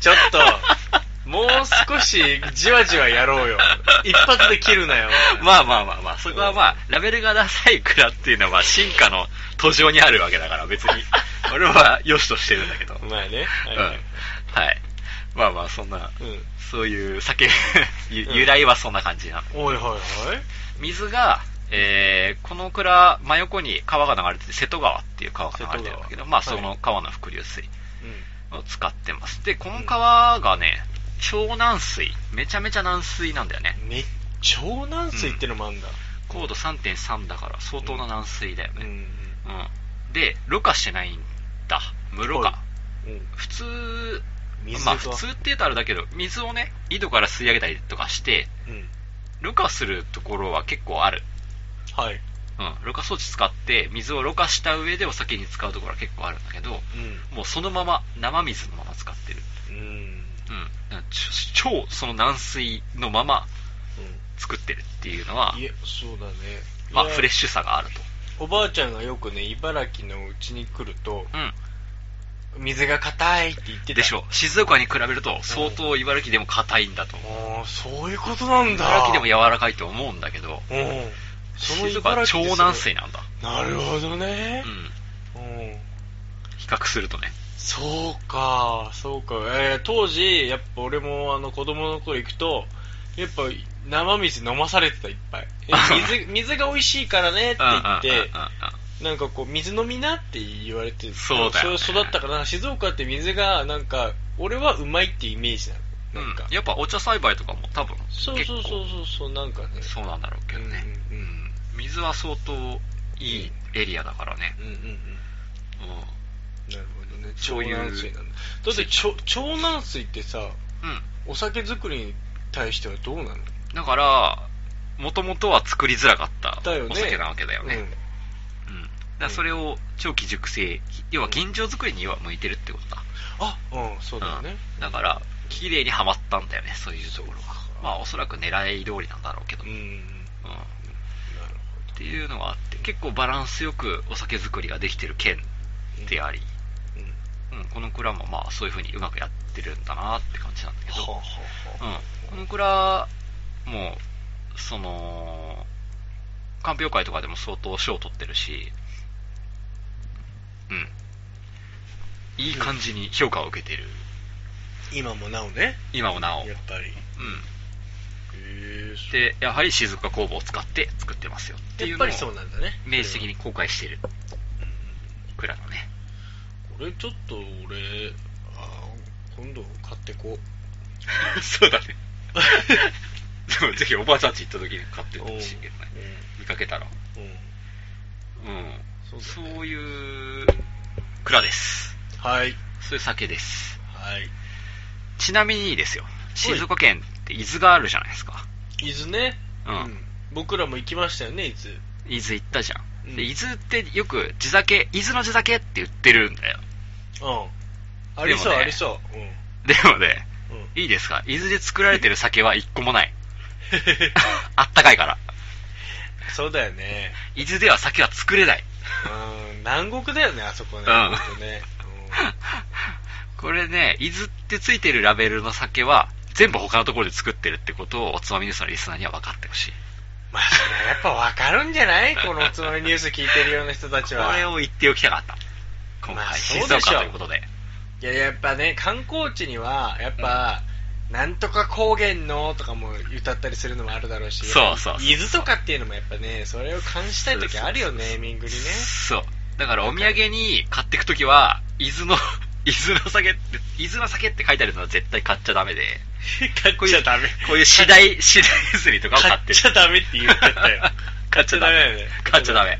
Speaker 2: ちょっと、 もう少しじわじわやろうよ。一発で切るなよ。
Speaker 3: まあまあまあまあ、そこはまあ、ラベルがダサい蔵っていうのはまあ進化の途上にあるわけだから別 に、俺は良しとしてるんだけど。うん。
Speaker 2: まあね。はいはい
Speaker 3: はい。まあまあ、そんな、
Speaker 2: う
Speaker 3: そういう 酒、ゆ由来はそんな感じなの。
Speaker 2: ん。おいはいはい。
Speaker 3: 水が、えーこの蔵、真横に川が流れてて、瀬戸川っていう川が流れてるんだけど、
Speaker 2: 瀬戸川
Speaker 3: まあその川の伏流水
Speaker 2: う
Speaker 3: を使ってます。で、この川がね、超軟水、めちゃめちゃ軟水なんだよね。
Speaker 2: ん。め、超軟水ってのもあんだ。
Speaker 3: 高度3.3だから相当な軟水だよね。
Speaker 2: うん。
Speaker 3: うん、で、ろ過してないんだ、無ろ
Speaker 2: は
Speaker 3: 過。
Speaker 2: うん。
Speaker 3: 普通、
Speaker 2: 水
Speaker 3: まあ
Speaker 2: が
Speaker 3: 普通って言うとあれだけど、水をね、井戸から吸い上げたりとかして、
Speaker 2: うん。
Speaker 3: ろ過するところは結構ある。
Speaker 2: はい。
Speaker 3: うん、ろ過装置使って、水をろ過した上でお酒に使うところは結構あるんだけど、
Speaker 2: う
Speaker 3: もうそのまま、生水のまま使ってる。
Speaker 2: ん。うん。
Speaker 3: うん、ちょ超その軟水のまま作ってるっていうのは
Speaker 2: うん。い、や、そうだね。
Speaker 3: まあフレッ
Speaker 2: シ
Speaker 3: シュさがあると。
Speaker 2: ュ。おばあちゃんがよくね、茨城のうちに来ると、
Speaker 3: うん。
Speaker 2: 水が硬いって言ってた。
Speaker 3: でしょう。静岡に比べると相当茨城でも硬いんだと思う。
Speaker 2: ああ、そういうことなんだ。
Speaker 3: 茨城でも柔らかいと思うんだけど、
Speaker 2: うん。その
Speaker 3: 静岡は
Speaker 2: 茨城
Speaker 3: 超
Speaker 2: って
Speaker 3: 軟水なんだ。
Speaker 2: なるほどね
Speaker 3: う。ん。
Speaker 2: うん。
Speaker 3: 比較するとね。
Speaker 2: そうか、そうか。えー当時、やっぱ俺もあの子供の頃行くと、やっぱ生水飲まされてた、いっぱい。え 水水が美味しいからねって言って、なんかこう、水飲みなって言われて、
Speaker 3: そうだよね
Speaker 2: そう育ったから、静岡って水が、なんか、俺はうまいってイメージな
Speaker 3: う
Speaker 2: の。なんんか。
Speaker 3: やっぱお茶栽培とかも多分
Speaker 2: そう
Speaker 3: 結
Speaker 2: そ
Speaker 3: 構
Speaker 2: うそうそうそう、なんかね。
Speaker 3: そうなんだろうけどね、
Speaker 2: うんうんうん
Speaker 3: うん水は相当いいエリアだからね
Speaker 2: う、んうんうん。
Speaker 3: うん
Speaker 2: なるほどね。
Speaker 3: そう
Speaker 2: 長
Speaker 3: いう
Speaker 2: 南水なんだ。だって、ちょ長南水ってさ、
Speaker 3: う
Speaker 2: お酒作りに対してはどうなの
Speaker 3: ん、だからもともとは作りづらかった
Speaker 2: だよね。
Speaker 3: お酒なわけだよね、
Speaker 2: う
Speaker 3: うん
Speaker 2: ん
Speaker 3: だからそれを長期熟成要は現状作りには向いてるってことだ、
Speaker 2: あ、うん、そうだよね。
Speaker 3: うんだから綺麗にはまったんだよねそういうところ
Speaker 2: そうか
Speaker 3: はまあおそらく狙い通りなんだろうけど、
Speaker 2: うん。
Speaker 3: うん
Speaker 2: なるほ
Speaker 3: っていうのがあって結構バランスよくお酒作りができてる県であり、
Speaker 2: ど。うん。
Speaker 3: うん、この蔵もまあそういうふうにうまくやってるんだなって感じなんだけど、
Speaker 2: はあは
Speaker 3: うん、この蔵もその鑑評会とかでも相当賞を取ってるしうんいい感じに評価を受けてる、
Speaker 2: 今もなおね。
Speaker 3: 今もなお、うん
Speaker 2: やっ、ぱり。へえ
Speaker 3: でやはり静岡工房を使って作ってますよってい
Speaker 2: や
Speaker 3: う
Speaker 2: っ
Speaker 3: の
Speaker 2: ぱ
Speaker 3: を
Speaker 2: りそうなんだね。
Speaker 3: 明示的に公開してる
Speaker 2: うん。
Speaker 3: 蔵だ ね
Speaker 2: これちょっと俺、あー今度買ってこう。
Speaker 3: そうだね でもぜひおばあちゃんち行った時に買ってほしいけどね見かけたら
Speaker 2: うん。うん。
Speaker 3: うん
Speaker 2: そ
Speaker 3: そうう
Speaker 2: だね
Speaker 3: いう蔵です
Speaker 2: はい。
Speaker 3: そういう酒です
Speaker 2: はい。
Speaker 3: ちなみにですよ静岡県って伊豆があるじゃないですか
Speaker 2: 伊豆ね。
Speaker 3: うん
Speaker 2: 僕らも行きましたよね、伊豆。
Speaker 3: 伊豆行ったじゃん、
Speaker 2: うん
Speaker 3: で伊豆ってよく地酒伊豆の地酒って言ってるんだよ
Speaker 2: うん。ありそう、
Speaker 3: でもね
Speaker 2: ありそう。うん。
Speaker 3: でもね
Speaker 2: うん。
Speaker 3: いいですか伊豆で作られてる酒は一個もない あったかいから
Speaker 2: そうだよね。
Speaker 3: 伊豆では酒は作れない
Speaker 2: うん。南国だよね、あそこね。
Speaker 3: うん
Speaker 2: ほんとね。
Speaker 3: これね伊豆ってついてるラベルの酒は全部他のところで作ってるってことをおつまみニュースのリスナーには分かってほしい
Speaker 2: まあ、それやっぱわかるんじゃないこのおつまみニュース聞いてるような人たちは。
Speaker 3: これを言っておきたかった今
Speaker 2: まあ
Speaker 3: 回
Speaker 2: そう
Speaker 3: 静
Speaker 2: でしょう
Speaker 3: 岡ということで
Speaker 2: いや、やっぱね、観光地には、やっぱ、なんとか高原のとかも歌ったりするのもあるだろうし、
Speaker 3: そうそうそう
Speaker 2: 伊豆とかっていうのもやっぱね、それを感じたい時あるよね、ネーミングにね。
Speaker 3: そう。だからお土産に買ってくときは、伊豆の、 伊豆の酒って、伊豆の酒って書いてあるのは絶対買っちゃダメで、
Speaker 2: 買
Speaker 3: こういう、
Speaker 2: ダメ。
Speaker 3: こういう次第、次第すりとかを買
Speaker 2: 買
Speaker 3: って
Speaker 2: っちゃダメって言っちゃったよ。
Speaker 3: 買っちゃダメ。買っちゃダメ。
Speaker 2: はい、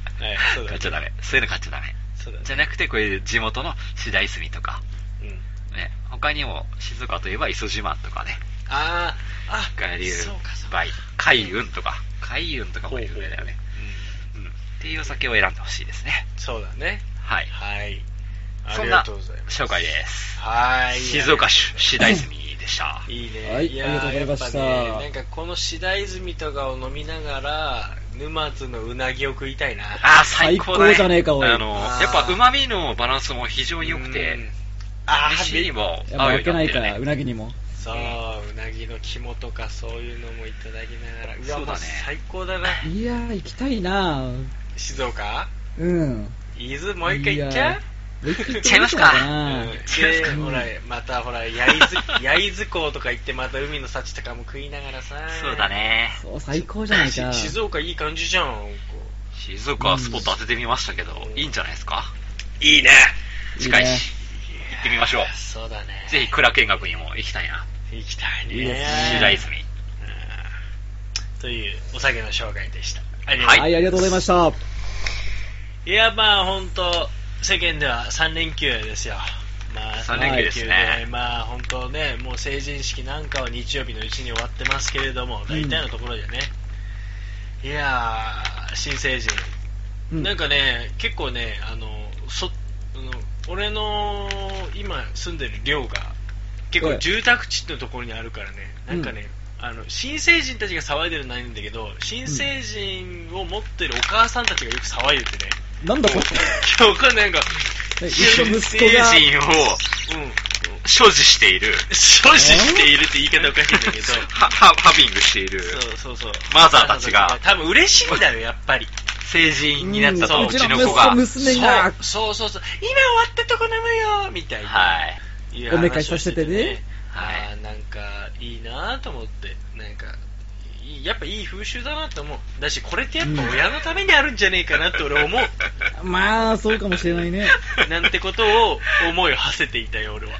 Speaker 2: そうだ、ね。
Speaker 3: 買っちゃダメ。そういうの買っちゃダメ。
Speaker 2: そうだね。
Speaker 3: じゃなくて、こういう地元の次第すりとか、
Speaker 2: うん。
Speaker 3: ね、他にも静岡といえば磯島とかね、
Speaker 2: あー、あ、
Speaker 3: 我流
Speaker 2: そうか、そうか。
Speaker 3: バイ、海運とか、海運とかも有名だよね。
Speaker 2: う
Speaker 3: うん。っていうお酒を選んでほしいですね。
Speaker 2: ん。そうだね。
Speaker 3: はい。
Speaker 2: はい。あ
Speaker 3: そん
Speaker 2: り
Speaker 3: な
Speaker 2: がとうございます。
Speaker 3: 紹介です。
Speaker 2: はい。
Speaker 3: 静岡市市大住でした。
Speaker 2: いいね。
Speaker 4: はい
Speaker 2: やー
Speaker 4: ありがとうございました
Speaker 2: やっぱね、なんかこの白大泉とかを飲みながら、沼津のうなぎを食いたいな。
Speaker 3: あー最高だ、ね、
Speaker 4: 最高じゃねえかおい
Speaker 3: あの
Speaker 2: あー
Speaker 3: やっぱ旨味のバランスも非常に良くて
Speaker 2: うん、あー
Speaker 3: 飯にも
Speaker 4: やっぱ
Speaker 3: 合うよう
Speaker 4: 負
Speaker 3: に
Speaker 4: け
Speaker 3: な
Speaker 4: な
Speaker 3: っ
Speaker 4: い
Speaker 3: てる
Speaker 4: から、う
Speaker 3: ね
Speaker 4: なぎにも。
Speaker 2: そう、うなぎの肝とかそういうのもいただきながら。うわ、
Speaker 3: そう
Speaker 2: も
Speaker 3: だね
Speaker 2: う最高だな。
Speaker 4: いやー、行きたいなぁ。
Speaker 2: 静岡
Speaker 4: うん。
Speaker 2: 伊豆もう一回行っちゃ
Speaker 4: や
Speaker 2: う
Speaker 4: ーもう一回行っ
Speaker 3: ちゃいますか
Speaker 4: てみた
Speaker 2: う
Speaker 4: な
Speaker 2: んで、ほら、またほら、焼津、焼津港とか行って、また海の幸とかも食いながらさ。
Speaker 3: そうだ。ね
Speaker 4: そう、最高じゃない
Speaker 2: し
Speaker 4: か。
Speaker 2: 静岡いい感じじゃん。こ
Speaker 3: 静岡はスポット当ててみましたけど、
Speaker 2: うん
Speaker 3: いいんじゃないですか
Speaker 2: ういいね。
Speaker 3: 近い
Speaker 4: いいね
Speaker 3: し行ってみましょう
Speaker 2: そうだね。
Speaker 3: ぜひ蔵見学にも行きたいな
Speaker 2: 行きたいね。
Speaker 4: いいですね
Speaker 3: 市大住
Speaker 2: というお酒の紹介でした。ありがとうございま
Speaker 4: はい、ありがとうございました。
Speaker 2: す。いや、まあ本当世間では3連休ですよ。まあ、
Speaker 3: 三
Speaker 4: 連休
Speaker 3: ですね
Speaker 2: まあ本当ね、もう成人式なんかは日曜日のうちに終わってますけれども、大体のところでね。いやー、新成人。
Speaker 4: うん
Speaker 2: なんかね、結構ね、あの、そ、あの俺の今住んでる寮が、結
Speaker 4: は
Speaker 2: 構
Speaker 4: い
Speaker 2: 住宅地のところにあるからね、なんかね、あの、新成人たちが騒いでるのはないんだけど、新成人を持ってるお母さんたちがよく騒いでてね、
Speaker 4: なんだこれ。
Speaker 2: 今日かんないなんか、
Speaker 4: うちの息子
Speaker 3: 成
Speaker 4: が、
Speaker 3: 人を
Speaker 2: うん、
Speaker 3: 所持している
Speaker 2: 所持しているって言い方おかしいんだけど、
Speaker 3: ハハハビングしている
Speaker 2: そうそうそう。
Speaker 3: マザーたちが
Speaker 2: マザー多分嬉しいんだよ、やっぱり。
Speaker 3: 成人になった
Speaker 2: う
Speaker 3: と、
Speaker 2: ん
Speaker 3: うちの子が。
Speaker 4: うちの娘が
Speaker 2: そうそうそうそう今終わったとこなのよみたいな、
Speaker 3: はい。
Speaker 2: い
Speaker 4: おめかしさせてね
Speaker 2: は
Speaker 3: はい
Speaker 2: い、あーなんかいいなと思ってなんかいいやっぱいい風習だなと思うだしこれってやっぱ親のためにあるんじゃねえかなって 俺思う、
Speaker 4: まあ、そうかもしれないね。
Speaker 2: なんてことを思いを馳せていたよ俺は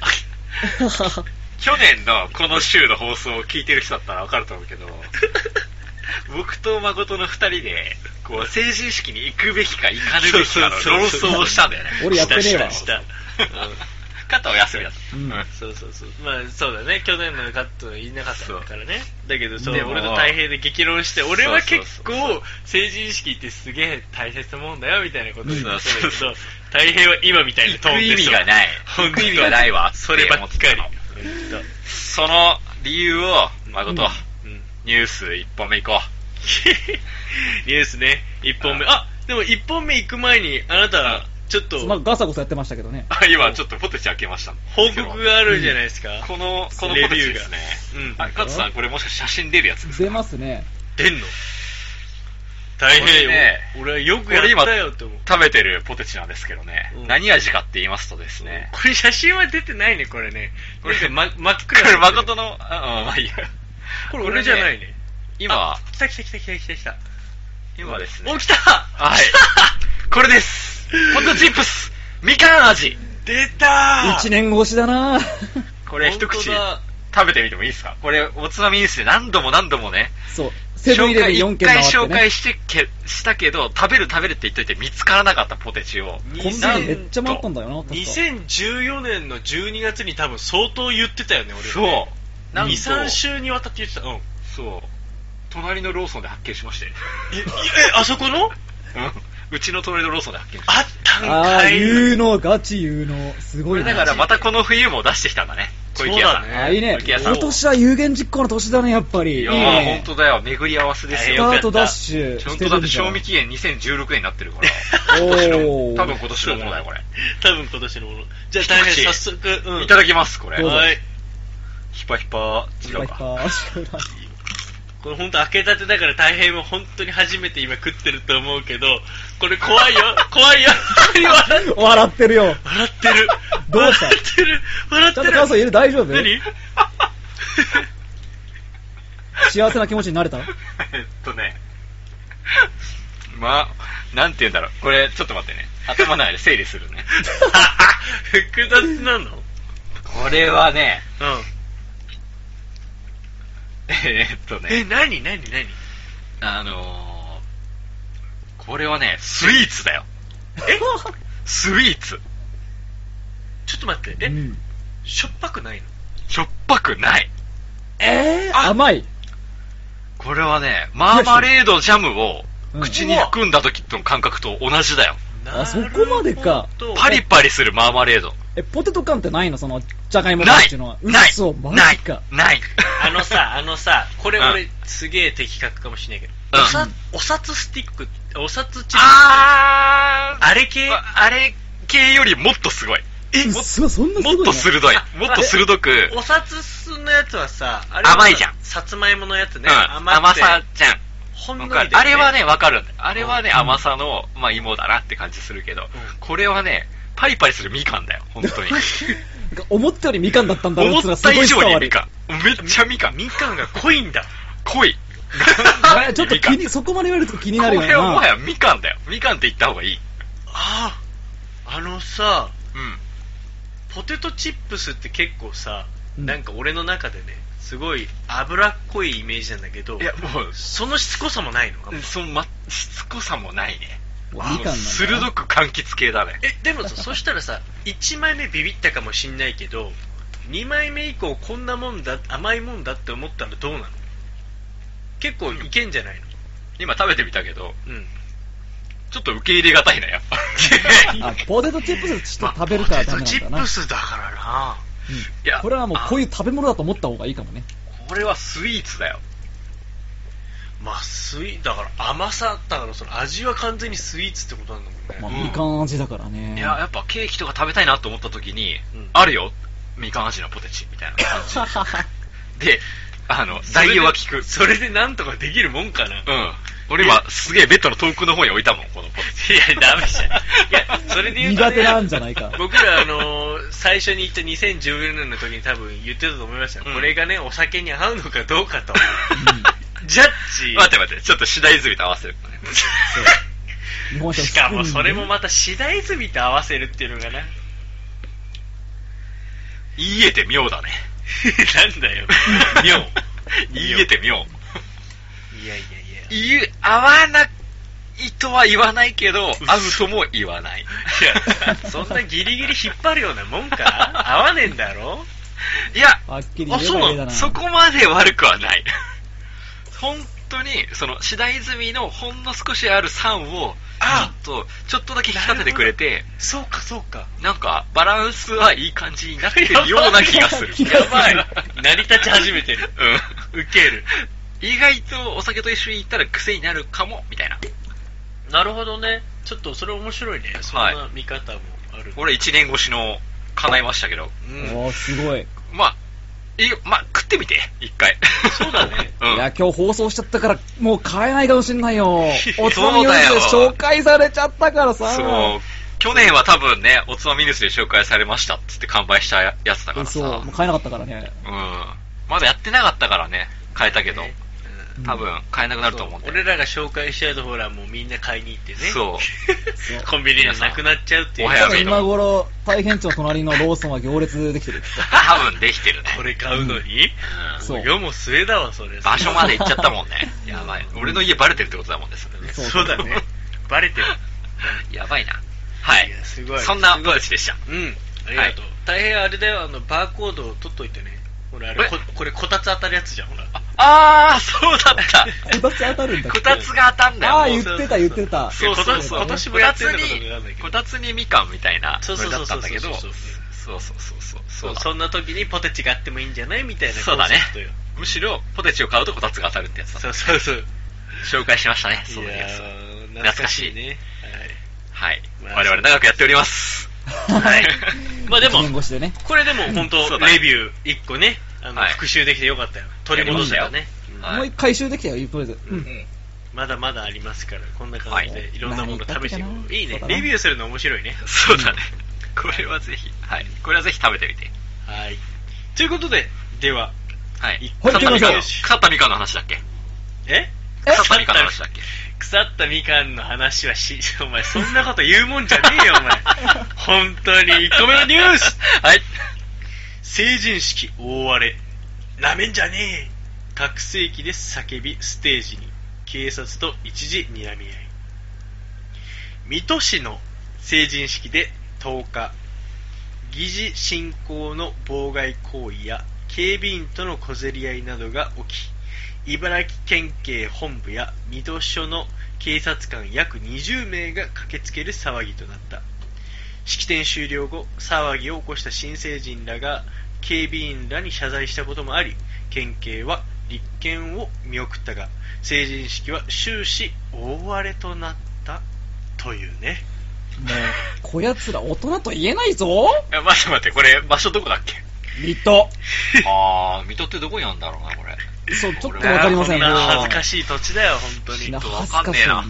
Speaker 3: 去年のこの週の放送を聞いてる人だったらわかると思う けど、僕と誠の二人で、こう、成人式に行くべきか行かぬべきかの
Speaker 2: そう
Speaker 3: 論
Speaker 2: そうそう
Speaker 3: 争をしたんだよね。
Speaker 4: 俺やってねえわ
Speaker 3: したしたした肩を休みだっ
Speaker 4: うん
Speaker 3: た。
Speaker 2: そうそうそうまあそうだね去年のカットいなかったからねだけどそう
Speaker 3: でも
Speaker 2: 俺と太平で激論して俺は
Speaker 3: そう
Speaker 2: 結
Speaker 3: そう
Speaker 2: 構
Speaker 3: そう
Speaker 2: 成人式ってすげえ大切なもんだよみたいなこと言ってたんだ
Speaker 3: そう
Speaker 2: け
Speaker 3: そ
Speaker 2: ど太平は今みたいなトーン
Speaker 3: 行
Speaker 2: で
Speaker 3: く
Speaker 2: し
Speaker 3: 意味
Speaker 2: ょ
Speaker 3: がない。
Speaker 2: 本
Speaker 3: 行
Speaker 2: 当
Speaker 3: く
Speaker 2: に
Speaker 3: 意味がないわ。
Speaker 2: そればっかり
Speaker 3: って思ってたその理由を、誠、
Speaker 2: うん
Speaker 3: ニュース一本目行こう。
Speaker 2: ニュースね1本目あでも1本目行く前にあなたちょっと
Speaker 4: まあ、ガサゴサやってましたけどね。
Speaker 3: あ、今ちょっとポテチ開けました。
Speaker 2: 報告があるじゃないですか
Speaker 3: この、このポ
Speaker 2: レ
Speaker 3: テ
Speaker 2: ビュ
Speaker 3: チ
Speaker 2: ー
Speaker 3: で
Speaker 2: が
Speaker 3: すね。
Speaker 2: うん
Speaker 3: あ、カツさん、これもしかして写真出るやつですか
Speaker 4: 出ますね。
Speaker 2: 出んの大
Speaker 3: これ
Speaker 2: 変よ
Speaker 3: ね
Speaker 2: 俺はよくやったよって思う
Speaker 3: 食べてるポテチなんですけどね、
Speaker 2: うん
Speaker 3: 何味かって言いますとですね、
Speaker 2: これ写真は出てないねこれね
Speaker 3: これ
Speaker 2: なんかま真っ
Speaker 3: これ
Speaker 2: 暗
Speaker 3: 誠の、ああまあいいや。
Speaker 2: これ俺じゃないね
Speaker 3: 今
Speaker 2: あ、来た来た来た来た来た来た
Speaker 3: 今ですね
Speaker 2: お。来た
Speaker 3: はい。これです。ポテトチップス、みかん味。
Speaker 2: 出た
Speaker 4: 一年越し だな
Speaker 3: これ一口
Speaker 2: 本当だ
Speaker 3: 食べてみてもいいですかこれおつまみニュースで何度も何度もね、
Speaker 4: そう。セブンイレブン4軒回って、ね。
Speaker 3: 紹介一回紹介してけしたけど、食べる食べるって言っといて見つからなかったポテチを。
Speaker 4: コンビニめっちゃ回ったんだよな、確か
Speaker 2: 2014年の12月に多分相当言ってたよね俺
Speaker 3: そう。なんと
Speaker 2: 23週にわたって言ってたうん
Speaker 3: そう。隣のローソンで発見しまして。
Speaker 2: ええあそこの
Speaker 3: うんうちの隣のローソンで発見しました。
Speaker 2: あったん
Speaker 4: ああ、
Speaker 2: かい
Speaker 4: 有能、ガチ有能。す
Speaker 3: こ
Speaker 4: ごい
Speaker 3: れ
Speaker 4: な。
Speaker 3: だからまたこの冬も出してきたんだね。小池屋さん。
Speaker 2: そうだね
Speaker 4: あ、いいね。
Speaker 3: 小池屋さん。
Speaker 4: 今年は有言実行の年だね、やっぱり。いい
Speaker 3: いや
Speaker 4: ね。
Speaker 3: 本当だよ。巡り合わせです
Speaker 4: ス
Speaker 3: よ。
Speaker 4: タートダッ
Speaker 3: ュ。
Speaker 4: シュ
Speaker 3: ちゃ
Speaker 4: し
Speaker 3: ん
Speaker 4: て
Speaker 3: とだっ
Speaker 4: るん
Speaker 3: て
Speaker 4: じゃ
Speaker 3: 賞
Speaker 4: ん
Speaker 3: 味。期限2016年になってるから。
Speaker 4: おー
Speaker 3: 多分今年のものだよ、これ。
Speaker 2: 多分今年のものじゃあ大
Speaker 3: 一
Speaker 2: 変
Speaker 3: 口
Speaker 2: 早速うん
Speaker 3: いただきます、これ。
Speaker 4: どうぞ
Speaker 2: はい
Speaker 3: ヒパヒパ、
Speaker 4: いっ
Speaker 3: 違
Speaker 4: ぱ
Speaker 3: う
Speaker 4: いいっ
Speaker 3: か。
Speaker 4: ぱい違うな
Speaker 2: これ本当開けたてだから大変も本当に初めて今食ってると思うけどこれ怖 いよ怖いよ本当に笑っ
Speaker 4: 笑ってるよ。
Speaker 2: 笑ってる
Speaker 4: どうした
Speaker 2: 笑ってる笑っ
Speaker 4: ちゃ
Speaker 2: て
Speaker 4: んと
Speaker 2: る
Speaker 4: 母さんいる大 丈夫
Speaker 2: 何
Speaker 4: 幸せな気持ちになれた
Speaker 3: えっとね。まあ、なんて言うんだろう。これ、ちょっと待ってね。頭の中で整理する ね。
Speaker 2: 複雑なのうん
Speaker 3: これはね、えっと
Speaker 2: え
Speaker 3: ね、
Speaker 2: 何何何
Speaker 3: あのー、これはね、スイーツだよ。
Speaker 2: え
Speaker 3: スイーツ。
Speaker 2: ちょっと待って
Speaker 4: う
Speaker 2: え
Speaker 4: ん
Speaker 2: しょっぱくないの
Speaker 3: しょっぱくない。
Speaker 4: えー
Speaker 2: あ
Speaker 4: 甘い。
Speaker 3: これはね、マーマレードジャムを
Speaker 4: うん
Speaker 3: 口に含んだ時の感覚と同じだよ。
Speaker 4: あそこまでか
Speaker 2: なるほど
Speaker 3: パリパリするマーマレード。
Speaker 4: え、ポテト缶ってないのその、じゃがいも缶っ
Speaker 3: ない
Speaker 4: ていうのは。
Speaker 3: ない
Speaker 4: 嘘、マ
Speaker 3: ない
Speaker 4: ジか。
Speaker 3: ない
Speaker 2: あのさ、あのさ、これ俺
Speaker 3: うん
Speaker 2: すげえ的確かもしれないけ
Speaker 3: う
Speaker 2: ど、
Speaker 3: ん
Speaker 2: おさ、お札スティック、お札チップ
Speaker 3: あー
Speaker 2: あれ系
Speaker 3: あれ系よりもっとすごい。
Speaker 4: え、そそんなすごい
Speaker 3: もっ
Speaker 4: の
Speaker 3: と鋭い。もっと鋭く、
Speaker 2: お札のやつはさ、あれ
Speaker 3: 甘いじゃん
Speaker 2: さつまいものやつね。
Speaker 3: うん、
Speaker 2: く
Speaker 3: 甘
Speaker 2: て
Speaker 3: さじゃん。
Speaker 2: ほんの
Speaker 3: わ
Speaker 2: り
Speaker 3: か
Speaker 2: だよ
Speaker 3: るあれは、ね、わかるんだよあれはね、
Speaker 4: うん
Speaker 3: 甘さの、まあ、芋だなって感じするけど、
Speaker 2: ん
Speaker 3: これはね、パリパリするみかんだよ、本当に。
Speaker 4: なんか思ったよりみかんだったんだろう
Speaker 3: 思
Speaker 4: つうの
Speaker 3: っ
Speaker 4: はすご
Speaker 3: た
Speaker 4: い
Speaker 3: 以上
Speaker 4: 伝
Speaker 3: に
Speaker 4: わ
Speaker 3: み
Speaker 4: る。
Speaker 3: かん。めっちゃみかん。
Speaker 2: みかんが濃いんだ。
Speaker 3: 濃い。
Speaker 4: え ーちょっと気に、そこまで言われると気になるよ
Speaker 3: これはもは
Speaker 4: な。
Speaker 3: やみかんだよ。みかんって言った方がいい。
Speaker 2: ああ、あのさ、
Speaker 3: うん。
Speaker 2: ポテトチップスって結構さ、
Speaker 4: うん
Speaker 2: なんか俺の中でね、すごい脂っこいイメージなんだけど、
Speaker 3: いや、もう、
Speaker 2: そのしつこさもないの
Speaker 3: そのま、しつこさもないね。
Speaker 4: みかんなんだ。
Speaker 3: 鋭く柑橘系だね。
Speaker 2: え でもさそしたらさ1枚目ビビったかもしんないけど2枚目以降こんなもんだ甘いもんだって思ったらどうなの結構いけんじゃないの
Speaker 3: 今食べてみたけど、
Speaker 2: うん
Speaker 3: ちょっと受け入れがたいな、やっ ぱ。
Speaker 4: あ、ポテトチップスちょっと食べるからダメなん
Speaker 2: チ
Speaker 4: だ
Speaker 2: ッ
Speaker 4: な。うん
Speaker 2: プスだからない
Speaker 3: や
Speaker 4: これはもうこういう食べ物だと思った方がいいかもね。
Speaker 3: これはスイーツだよ。
Speaker 2: まあスイだから甘さだからその味は完全にスイーツってことなんだもんね、
Speaker 4: まあ、
Speaker 3: うん
Speaker 4: みかん味だからね。
Speaker 3: いや、やっぱケーキとか食べたいなと思った時に、
Speaker 2: うん
Speaker 3: あるよ、みかん味のポテチみたいな感じ。で、あの、
Speaker 2: それで
Speaker 3: 代用は効く。
Speaker 2: それでなんとかできるもんかな
Speaker 3: うん。俺今、すげえベッドの遠くの方に置いたもん、このポッ
Speaker 2: いや、 ダメじゃん。いや、それで言うと、
Speaker 4: 苦
Speaker 2: ね、
Speaker 4: 手なんじゃないか
Speaker 2: 僕ら、あのー最初に言った2014年の時に多分言ってたと思いましたよ、
Speaker 3: うん
Speaker 2: これがね、お酒に合うのかどうかと。ジャッジ。
Speaker 3: ド。待って待って、ちょっとシダイズミと合わせるからね。
Speaker 4: もうちょっと
Speaker 2: しかも、それもまた、次第済みと合わせるっていうのがな。
Speaker 3: 言 い得て妙だね。
Speaker 2: なんだよ。
Speaker 3: 妙。 言い得て妙。
Speaker 2: いやいやいや。
Speaker 3: 言う、合わないとは言わないけど、合うとも言わない。い
Speaker 2: いや、 そんなギリギリ引っ張るようなもんか合わねえんだろ
Speaker 3: いや、
Speaker 4: はっきり言
Speaker 3: あ、
Speaker 4: えば
Speaker 3: そう
Speaker 4: 言え
Speaker 3: な
Speaker 4: だ
Speaker 3: の
Speaker 4: な
Speaker 3: そこまで悪くはない。本当に、その、シダイズミのほんの少しある酸を、
Speaker 2: あ
Speaker 3: ちょっと、ちょっとだけ引き立ててくれて、
Speaker 2: そうか、そうか。
Speaker 3: なんか、バランスはいい感じになってるような気がする。
Speaker 2: やばい。成り立ち始めてる。
Speaker 3: うん。ウケる。意外とお酒と一緒に行ったら癖になるかも、みたいな。
Speaker 2: なるほどね。ちょっとそれ面白いね。そんな見方もある。
Speaker 3: 俺1年越しの叶いましたけど、
Speaker 2: うん。
Speaker 4: おーすごい。
Speaker 3: まあ、いいよまあ、食ってみて、一回。
Speaker 2: そうだね
Speaker 3: うん
Speaker 4: いや、今日放送しちゃったから、もう買えないかもしんない よ。おつまみニ
Speaker 3: そ
Speaker 4: ュース
Speaker 3: うだ
Speaker 4: で
Speaker 3: よ
Speaker 4: 紹介されちゃったからさ。
Speaker 3: そう。去年は多分ね、おつまみニュースで紹介されましたっつって完売したやつだからさ。
Speaker 4: そう。もう買えなかったからね。
Speaker 3: うん。まだやってなかったからね、買えたけど。
Speaker 2: ね
Speaker 4: うん
Speaker 3: 多分、買えなくなると思うんで。
Speaker 2: 俺らが紹介しちゃうとほらもうみんな買いに行ってね
Speaker 3: そう
Speaker 2: コンビニでなくなっちゃうっていう
Speaker 3: お早めに
Speaker 4: 今頃、大変地の隣のローソンは行列できてる。
Speaker 3: 多分できてるね。
Speaker 2: これ買うのに、
Speaker 3: うん
Speaker 4: そう
Speaker 2: 世も末だわそれ
Speaker 3: 場所まで行っちゃったもんね。やばい。俺の家バレてるってことだもんね、それね
Speaker 4: そう
Speaker 2: そうだねバレてる
Speaker 3: やばいな。はい
Speaker 2: や。すごい
Speaker 3: そんなポジでした。
Speaker 2: うんありがとう、大変あれだよあのバーコードを取っといてねほらあれ
Speaker 3: え
Speaker 2: ここれこたつ当たるやつじゃんほら
Speaker 3: あー、そうだ った。
Speaker 4: こたつ当たるんだっけ
Speaker 3: こたつが当たんだよ。
Speaker 4: ああ、
Speaker 3: も
Speaker 4: 言
Speaker 3: う
Speaker 4: ってた言ってた。
Speaker 3: そうそうそう。
Speaker 2: 今年もやってんのかどうかわかんないけど
Speaker 3: こたつに、こたつにみかんみたいな、
Speaker 2: そうそう
Speaker 3: れだ
Speaker 2: そう
Speaker 3: ったん
Speaker 2: そう
Speaker 3: だけど、
Speaker 2: そうそう
Speaker 3: そうそうそうそう。
Speaker 2: そ
Speaker 3: そううだ
Speaker 2: そんな時にポテチがあってもいいんじゃないみたいな
Speaker 3: そうだね
Speaker 2: コンセプトよ
Speaker 3: むしろ、ポテチを買うとこたつが当たるってやつだ。
Speaker 2: そうそうそう
Speaker 3: 紹介しましたね、そう
Speaker 2: い
Speaker 3: いう
Speaker 2: や
Speaker 3: やつ。
Speaker 2: ー懐
Speaker 3: 懐
Speaker 2: か
Speaker 3: か
Speaker 2: し
Speaker 3: し
Speaker 2: い
Speaker 3: い
Speaker 2: ねは
Speaker 3: は
Speaker 2: い
Speaker 3: い。
Speaker 2: まあ
Speaker 3: 我々長くやっております。はい。
Speaker 2: まあでも
Speaker 4: 一年越しでね。
Speaker 2: これでも本
Speaker 3: そ
Speaker 2: 当、
Speaker 3: うだね
Speaker 2: レビュー1個ね、あの
Speaker 3: はい
Speaker 2: 復習できてよかったよ。取り戻せたね。
Speaker 3: はい
Speaker 4: もう一回収できたよ、とりあえず。うん。
Speaker 2: まだまだありますから、こんな感じ
Speaker 3: は
Speaker 2: で
Speaker 4: い
Speaker 2: いろんなもの食べて
Speaker 4: 何食べ
Speaker 2: いこ
Speaker 4: たか
Speaker 2: う。
Speaker 4: ない
Speaker 2: いね
Speaker 4: そうだ。な
Speaker 2: レビューするの面白いね。
Speaker 3: そうだね。これはぜひ、はい。これはぜひ食べてみて。
Speaker 2: はい。ということで、では、
Speaker 3: はい。
Speaker 4: はい
Speaker 3: 腐ったみかんの、
Speaker 2: 行ってみましょう
Speaker 3: 腐ったみかんの話だっけ
Speaker 2: え
Speaker 4: え
Speaker 3: 腐ったみかんの話だっけ
Speaker 2: 腐ったみかんの話はし、お前そんなこと言うもんじゃねえよ、お前。 本当に、1個目のニュース
Speaker 3: はい。
Speaker 2: 成人式大荒れ。なめんじゃねえ拡声器で叫びステージに。警察と一時睨み合い。水戸市の成人式で10日、議事進行の妨害行為や警備員との小競り合いなどが起き、茨城県警本部や水戸署の警察官約20名が駆けつける騒ぎとなった。式典終了後、騒ぎを起こした新成人らが警備員らに謝罪したこともあり、県警は立件を見送ったが、成人式は終始大荒れとなったというね。
Speaker 4: もう、こやつら大人と言えないぞ
Speaker 3: え待って待って、これ、場所どこだっけ
Speaker 4: 水戸。
Speaker 3: あー、水戸ってどこにあるんだろうな、これ。
Speaker 4: そう、ちょっとわかりません
Speaker 2: こんな恥ずか
Speaker 4: し
Speaker 2: しい土地だよ、本当に。
Speaker 4: な
Speaker 3: ちょっと
Speaker 4: 恥
Speaker 3: わ
Speaker 4: ず
Speaker 3: かん
Speaker 4: か
Speaker 3: ね
Speaker 4: しい
Speaker 3: えな。
Speaker 4: な
Speaker 3: うん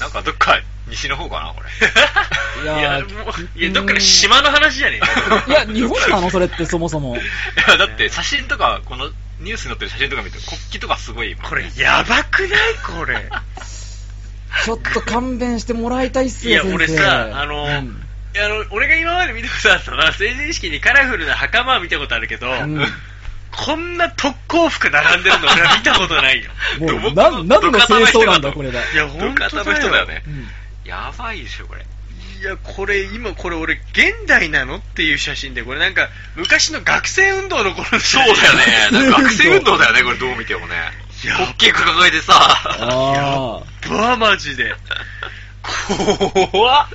Speaker 3: なんかどっか西の方か な、これ。
Speaker 4: い
Speaker 2: いや、
Speaker 4: や
Speaker 2: もういやどっかの島の話じゃねえか
Speaker 4: いや、日本なのそれってそもそも。
Speaker 3: いや、だって写真とか、このニュースに載ってる写真とか見て、国旗とかすごいもんね。
Speaker 2: これ、やばくない これ。
Speaker 4: ちょっと勘弁してもらいたいっす
Speaker 2: いや
Speaker 4: よ、先生。
Speaker 2: 俺さあの
Speaker 4: うん
Speaker 2: いやあの俺が今まで見たことあったのは、成人式にカラフルな袴は見たことあるけど、
Speaker 4: うん
Speaker 2: こんな特攻服並んでるの俺は見たことないよ。
Speaker 4: もう、
Speaker 3: 僕
Speaker 4: なん、なんの清掃なんだ、
Speaker 3: ど
Speaker 4: こ
Speaker 3: か
Speaker 4: れだ。
Speaker 2: いや、
Speaker 3: ど
Speaker 2: 本
Speaker 3: か
Speaker 2: 当
Speaker 3: た
Speaker 2: だ
Speaker 3: の
Speaker 2: よ。
Speaker 3: 人だよね
Speaker 4: う。ん
Speaker 3: やばいでしょ、これ。
Speaker 2: いや、これ、今、これ俺、現代なのっていう写真で、これなんか、昔の学生運動の頃の写
Speaker 3: そう
Speaker 2: 真
Speaker 3: だよね。なんか学生運動だよね、これどう見てもね。
Speaker 2: や
Speaker 3: 国旗掲げてさ。
Speaker 4: ああ。
Speaker 2: ばあ、マジで。怖っ。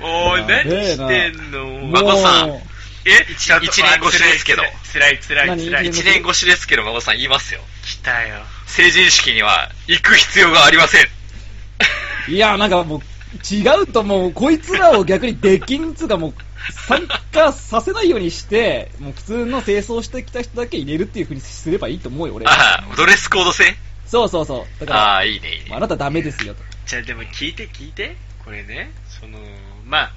Speaker 2: おい、
Speaker 4: や
Speaker 2: 何
Speaker 4: べえな
Speaker 2: してんの
Speaker 3: ま誠さん
Speaker 4: もう
Speaker 2: え
Speaker 3: 一一年越しですけど
Speaker 2: つらいつらいつらい
Speaker 4: 何
Speaker 2: つ
Speaker 3: 一
Speaker 2: らい。
Speaker 3: 年越しですけど、孫さん言いますよ。
Speaker 2: 来たよ。
Speaker 3: 成人式には行く必要がありません。
Speaker 4: いや、なんかもう、違うともう、こいつらを逆にできんつうかもう、参加させないようにして、もう普通の清掃してきた人だけ入れるっていうふうにすればいいと思うよ、俺は。
Speaker 3: ああ、ドレスコード制
Speaker 4: そうそうそう。だ
Speaker 3: あ
Speaker 4: か
Speaker 3: あ、いいね、いい
Speaker 4: ら、
Speaker 3: ね
Speaker 4: あ。なたダメですよと。
Speaker 2: じゃあでも聞いて聞いてこれねそのまあ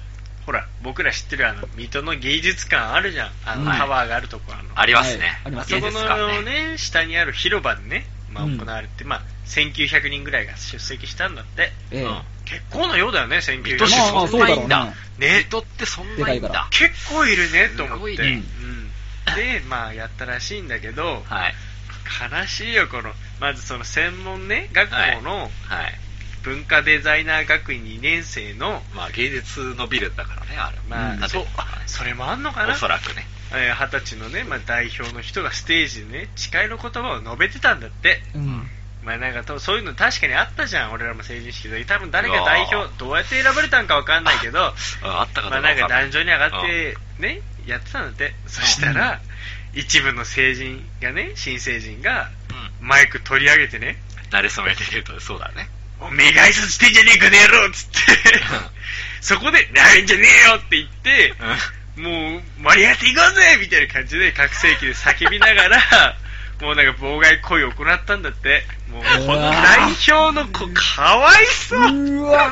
Speaker 2: ほら僕ら知ってるあの水戸の芸術館あるじゃんあの、
Speaker 4: うん
Speaker 2: タワーがあるとこあの
Speaker 3: ありますね
Speaker 4: はい。ありま
Speaker 2: あ
Speaker 4: す
Speaker 2: そ
Speaker 3: 芸
Speaker 2: こ
Speaker 3: 術
Speaker 2: の
Speaker 3: 館ね。
Speaker 2: ね下にある広場でね、まあ、
Speaker 4: うん
Speaker 2: 行われて、まあ、1900人ぐらいが出席したんだって
Speaker 4: ええ。
Speaker 3: うん
Speaker 2: 結構なようだよね1900人
Speaker 3: 水戸市
Speaker 4: まあまあ
Speaker 3: そんないん
Speaker 4: そうだろうね
Speaker 3: だ。
Speaker 2: ね
Speaker 3: 水戸ってそんないん
Speaker 4: でかいか
Speaker 3: だ。
Speaker 2: 結構いるねと思って、
Speaker 3: すごいね
Speaker 2: うん、でまあやったらしいんだけど
Speaker 3: はい。
Speaker 2: 悲しいよこのまずその専門ね学校の
Speaker 3: はい。
Speaker 2: 文化デザイナー学院2年生の
Speaker 3: まあ、芸術のビルだからね、あれ。
Speaker 2: まあ、
Speaker 3: うん
Speaker 2: そうあそれもあんのかな
Speaker 3: おそらくね。
Speaker 2: えー二十歳のね、まあ、代表の人がステージでね誓いの言葉を述べてたんだって
Speaker 4: うん。
Speaker 2: まあなんか多分そういうの確かにあったじゃん俺らも成人式で多分誰が代
Speaker 3: うわ
Speaker 2: 表どうやって選ばれたんかわかんないけど
Speaker 3: うんあったかどうかわ
Speaker 2: まあ
Speaker 3: か
Speaker 2: なんん
Speaker 3: ない
Speaker 2: か壇上に上がってねやってたんだってそしたら一部の成人がね新成人が
Speaker 3: う
Speaker 2: マイク取り上げてね
Speaker 3: ん。慣れそめてると、そうだね。
Speaker 2: おめえが挨拶してんじゃねえこの野郎っつって、そこで、なめんじゃねえよって言って、もう、盛り上がっていこうぜみたいな感じで、拡声器で叫びながら、もうなんか妨害行為を行ったんだって。もう、この代表の子、 かわいそう
Speaker 4: うわ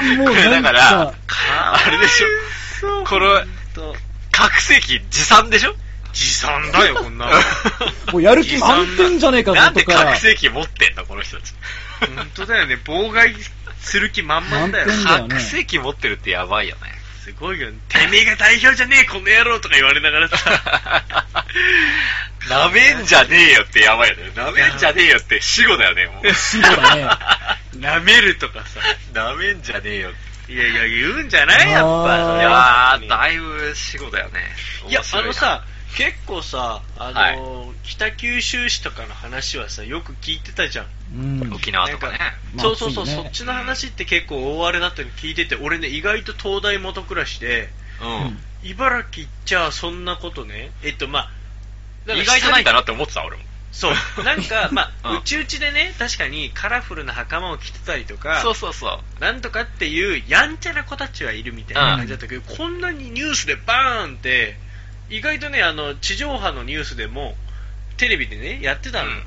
Speaker 4: ー、もう
Speaker 3: これ
Speaker 4: な
Speaker 3: だ
Speaker 4: ん
Speaker 3: から
Speaker 4: か、、
Speaker 3: あれでしょ
Speaker 2: ょ
Speaker 3: この、拡声器持参でしょ
Speaker 2: 持参だよ、こ んなの。
Speaker 4: もうやる気満点じゃねえか、
Speaker 3: なん
Speaker 4: ず
Speaker 3: で
Speaker 4: っとから
Speaker 3: 拡。声器持ってんだ、この人たち。
Speaker 2: 本当だよね、妨害する気満々だ
Speaker 4: 満
Speaker 2: よ。
Speaker 4: 点だよね
Speaker 3: 拡声器持ってるってやばいよね。
Speaker 2: すごいよね。てめえが代表じゃねえ、この野郎とか言われながらさ。
Speaker 3: なめんじゃねえよってやばいよね。なめんじゃねえよって死語だよね、もう。
Speaker 4: 死語だね。
Speaker 2: 舐めるとかさ。
Speaker 3: なめんじゃねえよって。
Speaker 2: いやいや、言うんじゃないやっ
Speaker 4: あー
Speaker 2: ぱ。
Speaker 3: いやー、
Speaker 2: だ
Speaker 3: だいぶ死語だよね。
Speaker 2: いや
Speaker 3: 面、白
Speaker 2: あ
Speaker 3: な
Speaker 2: のさ、結構さ、あのー北九州市とかの話はさ、よく聞いてたじゃん。
Speaker 4: うん。
Speaker 3: 沖縄とかね。
Speaker 4: まあ
Speaker 2: そうそうそう、
Speaker 4: そうね
Speaker 2: そっちの話って結構大荒れだったの聞いてて、俺ね、意外と東大元暮らしで、
Speaker 3: うん。
Speaker 2: 茨城行っちゃそんなことね、えっと、まあ、
Speaker 3: 意外じゃないんだ
Speaker 2: な。
Speaker 3: なって思ってた、俺も。
Speaker 2: そう、なんか、まあ、
Speaker 3: うん
Speaker 2: うちうちでね、確かにカラフルな袴を着てたりとか、
Speaker 3: そうそうそう。
Speaker 2: なんとかっていうやんちゃな子たちはいるみたいな感じだったけど、こんなにニュースでバーンって意外とねあの地上波のニュースでもテレビでねやってたの、
Speaker 3: うん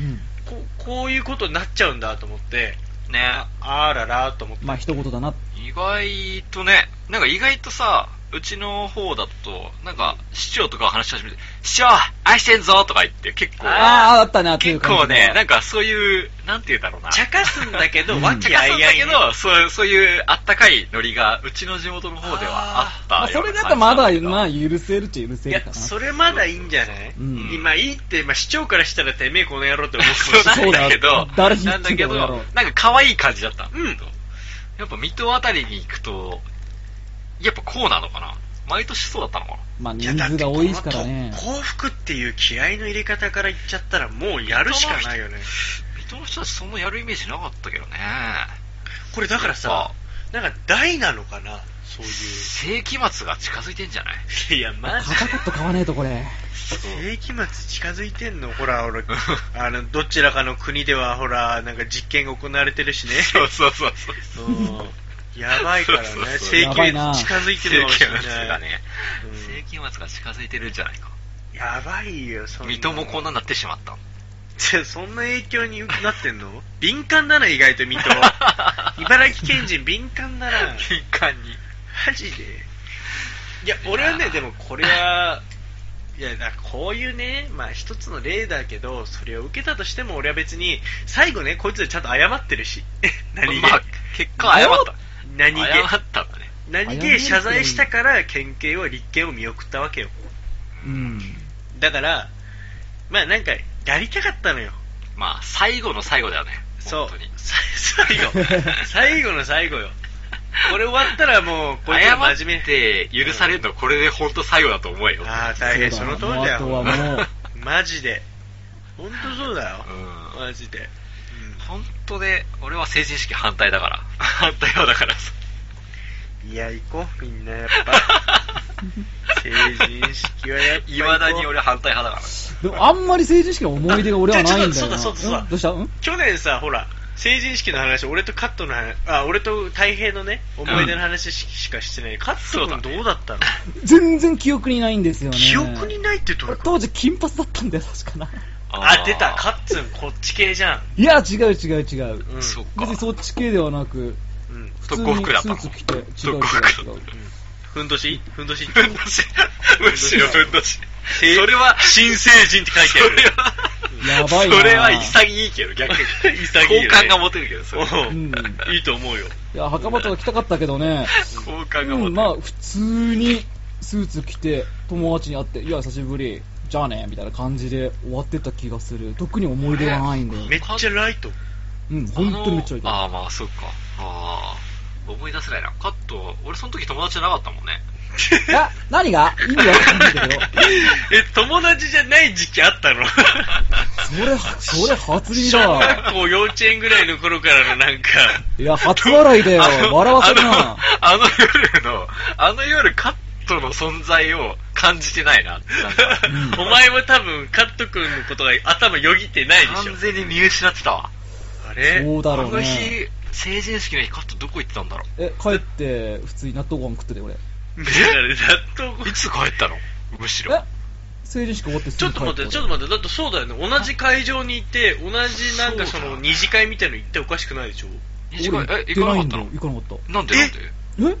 Speaker 4: うん。
Speaker 2: ここういうことになっちゃうんだと思って
Speaker 3: ね
Speaker 2: あららと思って、
Speaker 4: まあ、一言だな。
Speaker 3: 意外とね、なんか意外とさ、うちの方だと、なんか、市長とかが話し始めて、市長、愛してんぞとか言って、結構、
Speaker 4: ああ、あったな、っていう
Speaker 3: 結
Speaker 4: 感じ
Speaker 3: 構ね、なん
Speaker 4: か、
Speaker 3: かそういう、なんて言うんだろうな。
Speaker 2: 茶化すんだけど
Speaker 4: うん
Speaker 2: 和
Speaker 3: 茶
Speaker 2: 気
Speaker 3: 化
Speaker 2: あ
Speaker 3: すん
Speaker 2: い
Speaker 3: だ
Speaker 2: あい
Speaker 3: け
Speaker 2: ね
Speaker 3: ど、そうそういうあったかいノリが、うちの地元の方ではあった
Speaker 4: ま
Speaker 3: よ
Speaker 4: あ、
Speaker 3: うな
Speaker 4: それだとまだ
Speaker 3: 感じ、
Speaker 4: ま
Speaker 3: な
Speaker 4: あ、
Speaker 3: んだ
Speaker 4: 許せるっちゃ許せ
Speaker 2: い
Speaker 4: る
Speaker 2: や
Speaker 4: かな。
Speaker 2: それまだいいんじゃない、
Speaker 4: うん
Speaker 2: 今いいって、まあ、市長からしたらてめえこの野郎って思う
Speaker 3: けど
Speaker 2: かもし
Speaker 3: そう
Speaker 2: れ
Speaker 4: だ
Speaker 3: な
Speaker 2: な
Speaker 3: いんだけど、
Speaker 4: 誰ひっついて
Speaker 3: なんだけど、
Speaker 4: もや
Speaker 3: な
Speaker 4: ろうん
Speaker 3: か可愛い感じだった。
Speaker 2: うん
Speaker 3: やっぱ水戸あたりに行くと、やっぱこうなのかな毎年そうだったのかな
Speaker 4: まあ、
Speaker 2: い
Speaker 4: 人
Speaker 2: やだっ
Speaker 4: 数
Speaker 2: て
Speaker 4: が多いですからね。
Speaker 2: この幸福っていう気合の入れ方から言っちゃったらもうやるしかないよね
Speaker 3: 水戸の人たちそんなやるイメージなかったけどね。
Speaker 2: これだから
Speaker 3: やっ
Speaker 2: さなんか大なのかなそうい
Speaker 3: 世紀末が近づいてんじゃないう
Speaker 2: いやマジ
Speaker 4: カタカット買わねえと、これ。
Speaker 2: 世紀末近づいてんのほ ら俺あのどちらかの国ではほらなんか実験が行われてるしね
Speaker 3: そうそうそうそう。
Speaker 2: うんやばいからね
Speaker 3: そうそうそう
Speaker 2: 世紀末
Speaker 4: やばいな
Speaker 2: 近づいて
Speaker 3: 世
Speaker 2: るかも
Speaker 3: 紀
Speaker 2: し
Speaker 3: 末
Speaker 2: れな
Speaker 3: が
Speaker 2: い
Speaker 3: ね、
Speaker 2: うん
Speaker 3: 世紀末が近づいてるんじゃないか。
Speaker 2: やばいよそんな
Speaker 3: 水戸もこんなになってしまった。
Speaker 2: ちょそんな影響になってんの敏感だな意外 と水戸茨城県人敏感だな
Speaker 3: 敏感に。
Speaker 2: マジでいや俺はねでもこれはいやだからこういうね、まあ、一つの例だけどそれを受けたとしても俺は別に最後ねこいつらちゃんと謝ってるし 何気、
Speaker 3: まあ、結果謝った。
Speaker 2: 何気
Speaker 3: 謝ったんだね。
Speaker 2: 何
Speaker 4: 謝る
Speaker 2: 気謝罪したから県警は立件を見送ったわけよ
Speaker 4: うん。
Speaker 2: だからまあなんかやりたかったのよ
Speaker 3: まあ、最後の最後だよね。
Speaker 2: そう
Speaker 3: 本当に。
Speaker 2: さ最 後最後の最後よ これ終わったらもうこいつら
Speaker 3: 謝
Speaker 2: 真面
Speaker 3: っ
Speaker 2: 目
Speaker 3: て許されるのこれで本当最後だと思えよ。
Speaker 2: ああ大変その通りだよ
Speaker 4: そうだなあとはもう、
Speaker 2: マジで。本当そうだよ
Speaker 3: う。ん
Speaker 2: マジで。
Speaker 3: 本当で、俺は成人式反対だから。反対派だからさ。
Speaker 2: いや、行こう、みんな、やっぱ。成人式はやっぱ行こう。
Speaker 3: いまだに俺反対派だか
Speaker 4: でも、あんまり成人式の思い出が俺はないんだよな。
Speaker 2: あちょっとそうだそうだそうだ
Speaker 4: んどうしたん
Speaker 2: 去年さ、ほら、成人式の話、俺とカットの話、あ、俺と太平のね、思い出の話ししかしてない。カット君どうだったの、
Speaker 4: 全然記憶にないんですよね。
Speaker 2: 記憶にないってどういうこと
Speaker 4: 当時金髪だったんだよ、確かな。
Speaker 2: あ、出た、カッツン、こっち系じゃん。
Speaker 4: いや、違う違う違う。
Speaker 2: うん。
Speaker 3: そっか
Speaker 4: 別にそっち系ではなく、
Speaker 2: うん。
Speaker 4: 普通
Speaker 3: 特
Speaker 4: に
Speaker 3: 攻服だっ
Speaker 4: ス
Speaker 3: たの
Speaker 4: ーツ着て、違う
Speaker 3: 特攻服
Speaker 4: 違う違う。
Speaker 2: ふんどしふんどし
Speaker 3: ふんどし。むしろふんどし。それは、
Speaker 2: 新成人って書いてある。
Speaker 4: やばいな
Speaker 3: それは潔いけど、逆に。
Speaker 2: 潔いよね
Speaker 3: 好感が持てるけど、それ。
Speaker 2: おう
Speaker 4: うん
Speaker 2: いいと思うよ。
Speaker 4: いや、袴とか着たかったけどね、
Speaker 3: 好感が持て
Speaker 4: う
Speaker 3: る。
Speaker 4: ん、まあ、普通にスーツ着て、友達に会って、いや、久しぶり、じゃあね、みたいな感じで終わってた気がする。特に思い出はないんだよ。
Speaker 2: めっちゃライト。
Speaker 4: うん、本当にめっちゃいい。
Speaker 3: ああ、まあ、そっか。ああ。思い出せないな。カット、俺その時友達じゃなかったもんね。
Speaker 4: いや、何が意味わかんないんだけ ど。
Speaker 2: え、友達じゃない時期あったの
Speaker 4: それ、それ初耳だ
Speaker 2: 小
Speaker 4: わ。
Speaker 2: 学校幼稚園ぐらいの頃からのなんか、
Speaker 4: いや、初笑いだよ。笑わせるな。
Speaker 3: あのあの夜の、あの夜カットの存在を感じてないな。なんか
Speaker 2: お前も多分カット君のことが頭よぎってないでしょ
Speaker 3: 完。全に見失ってたわ。
Speaker 2: あれ
Speaker 4: そうだ
Speaker 3: あ
Speaker 4: ろう
Speaker 3: の
Speaker 4: ね。
Speaker 3: 日、成人式の日カットどこ行ってたんだろ
Speaker 4: え、帰って、普通に納豆ご飯食ってたよ、俺。
Speaker 2: だから納 豆
Speaker 3: う。いつ帰ったのむしろ
Speaker 4: え。成人式終わってす
Speaker 2: ちょ
Speaker 4: ぐ
Speaker 2: っ
Speaker 4: 帰
Speaker 2: と待って、ちょっと
Speaker 4: っ
Speaker 2: 待って、だってそうだよね。同じ会場にいて、同じなんかその二次会みたいの行っておかしくないでしょ
Speaker 3: 二
Speaker 4: て
Speaker 3: 次
Speaker 4: 俺
Speaker 3: 会
Speaker 4: 行っ
Speaker 3: え、
Speaker 4: て
Speaker 3: 行か
Speaker 4: な
Speaker 3: ないかっ
Speaker 4: んだ
Speaker 3: た
Speaker 4: よ。
Speaker 3: の
Speaker 4: 行かなかった。
Speaker 3: なんでなんで
Speaker 4: え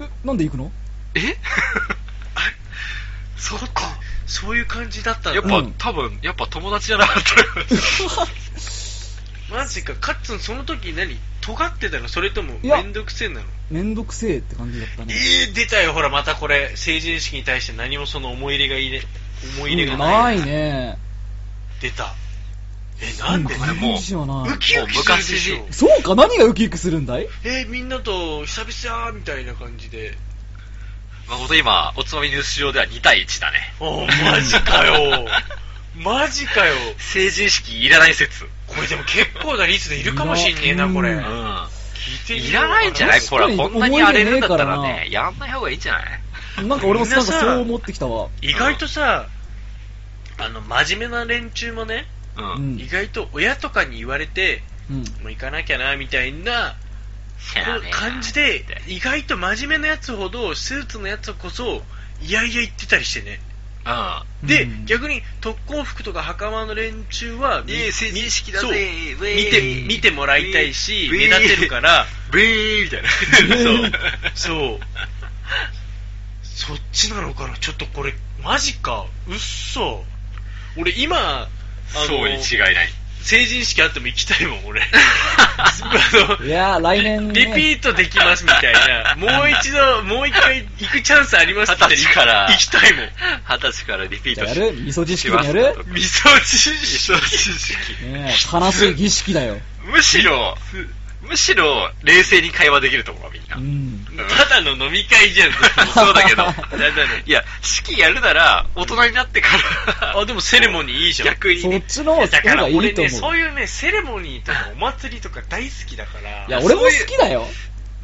Speaker 4: え、なんで行くの
Speaker 3: えそっか。
Speaker 2: そういう感じだったの
Speaker 3: やっぱ、
Speaker 4: うん
Speaker 3: 多分、やっぱ友達じゃなかった。
Speaker 2: マジか、カッツンその時何尖ってたのそれとも
Speaker 4: いや
Speaker 2: めんどくせえなの
Speaker 4: めんどくせえって感じだったね。
Speaker 2: えー、出たよ、ほら、またこれ、成人式に対して何もその思い入れが入れ、思い入れ
Speaker 4: う
Speaker 2: が
Speaker 4: ん
Speaker 2: な。
Speaker 4: ないいね。
Speaker 2: 出た。え、なんで
Speaker 4: う
Speaker 2: だよ
Speaker 3: れもう
Speaker 4: 感じはな
Speaker 2: ウ
Speaker 4: い。
Speaker 2: キウキするでしょ
Speaker 3: もう。
Speaker 4: そうか、何がウキウキするんだい
Speaker 2: えーみんなと久々みたいな感じで。
Speaker 3: 誠今、おつまみニュース上では2対1だね。
Speaker 2: おマジか よ。マジかよ。
Speaker 3: 成人式いらない説。
Speaker 2: これでも結構な率でいるかもしんねえな、これ。
Speaker 4: う
Speaker 2: 聞
Speaker 4: ん
Speaker 2: いてみよう
Speaker 3: いらないんじゃない
Speaker 4: 確
Speaker 3: ほ、
Speaker 4: からに
Speaker 3: こんなに荒れるんだったら
Speaker 4: 思い出ねえからな
Speaker 3: ね、やんない方がいいんじゃない
Speaker 4: なんか俺も
Speaker 2: みん
Speaker 4: な
Speaker 2: なんさ
Speaker 4: かそう思ってきたわ。
Speaker 2: 意外とさ、あの、真面目な連中もね、
Speaker 3: う。
Speaker 4: うんん
Speaker 2: 意。外と親とかに言われて、
Speaker 4: うん。
Speaker 2: もう行かなきゃな、みたいな、
Speaker 3: い
Speaker 2: こ
Speaker 3: や
Speaker 2: う
Speaker 3: ね
Speaker 2: 感じで、意外と真面目なやつほど、スーツのやつこそ、いやいや言ってたりしてね。
Speaker 3: う
Speaker 2: で、
Speaker 4: うん
Speaker 2: 逆に特攻服とか袴の連中は、
Speaker 3: ん。
Speaker 2: み
Speaker 3: いい成人式だぜ
Speaker 2: そう
Speaker 3: ウェ
Speaker 2: 見
Speaker 3: ー
Speaker 2: て、
Speaker 3: イ
Speaker 2: 見てもらいたいし、
Speaker 3: ウェ
Speaker 2: 目
Speaker 3: イ
Speaker 2: 立てるから、
Speaker 3: ブイーみたいな。
Speaker 2: そう。そう。そっちなのかなちょっとこれ、マジか。うっそ。俺今、あ
Speaker 3: そうに
Speaker 2: の、
Speaker 3: 違いない。
Speaker 2: 成人式あっても行きたいもん、俺。あの
Speaker 4: いやー、来年、ね。
Speaker 2: リピートできますみたいな、もう一度、もう一回行くチャンスありますって
Speaker 3: 二十歳から
Speaker 2: 行きたいもん。
Speaker 3: 二十歳からリピー
Speaker 4: じゃ
Speaker 3: ト
Speaker 4: あや
Speaker 3: し
Speaker 4: る味噌知識でもやる
Speaker 3: します
Speaker 2: 味噌
Speaker 3: 一
Speaker 2: 汁
Speaker 3: 緒成人式
Speaker 4: ねえ悲しい儀式だよ。
Speaker 3: むしろ、むしろ、冷静に会話できると思う、みんな
Speaker 4: う。ん。
Speaker 2: ただの飲み会じゃん。
Speaker 3: そうだけ ど。
Speaker 4: た
Speaker 2: だの
Speaker 3: いや、式やるなら、大人になってから。
Speaker 2: あ、でもセレモニーいいじゃん。
Speaker 3: 逆に
Speaker 4: そ
Speaker 3: ね、
Speaker 4: っちの方
Speaker 2: だから
Speaker 4: がい
Speaker 2: 俺
Speaker 4: いと
Speaker 2: ね、
Speaker 4: 思。
Speaker 2: そうういうね、セレモニーとかお祭りとか大好きだから。
Speaker 4: いや、俺も好きだよ。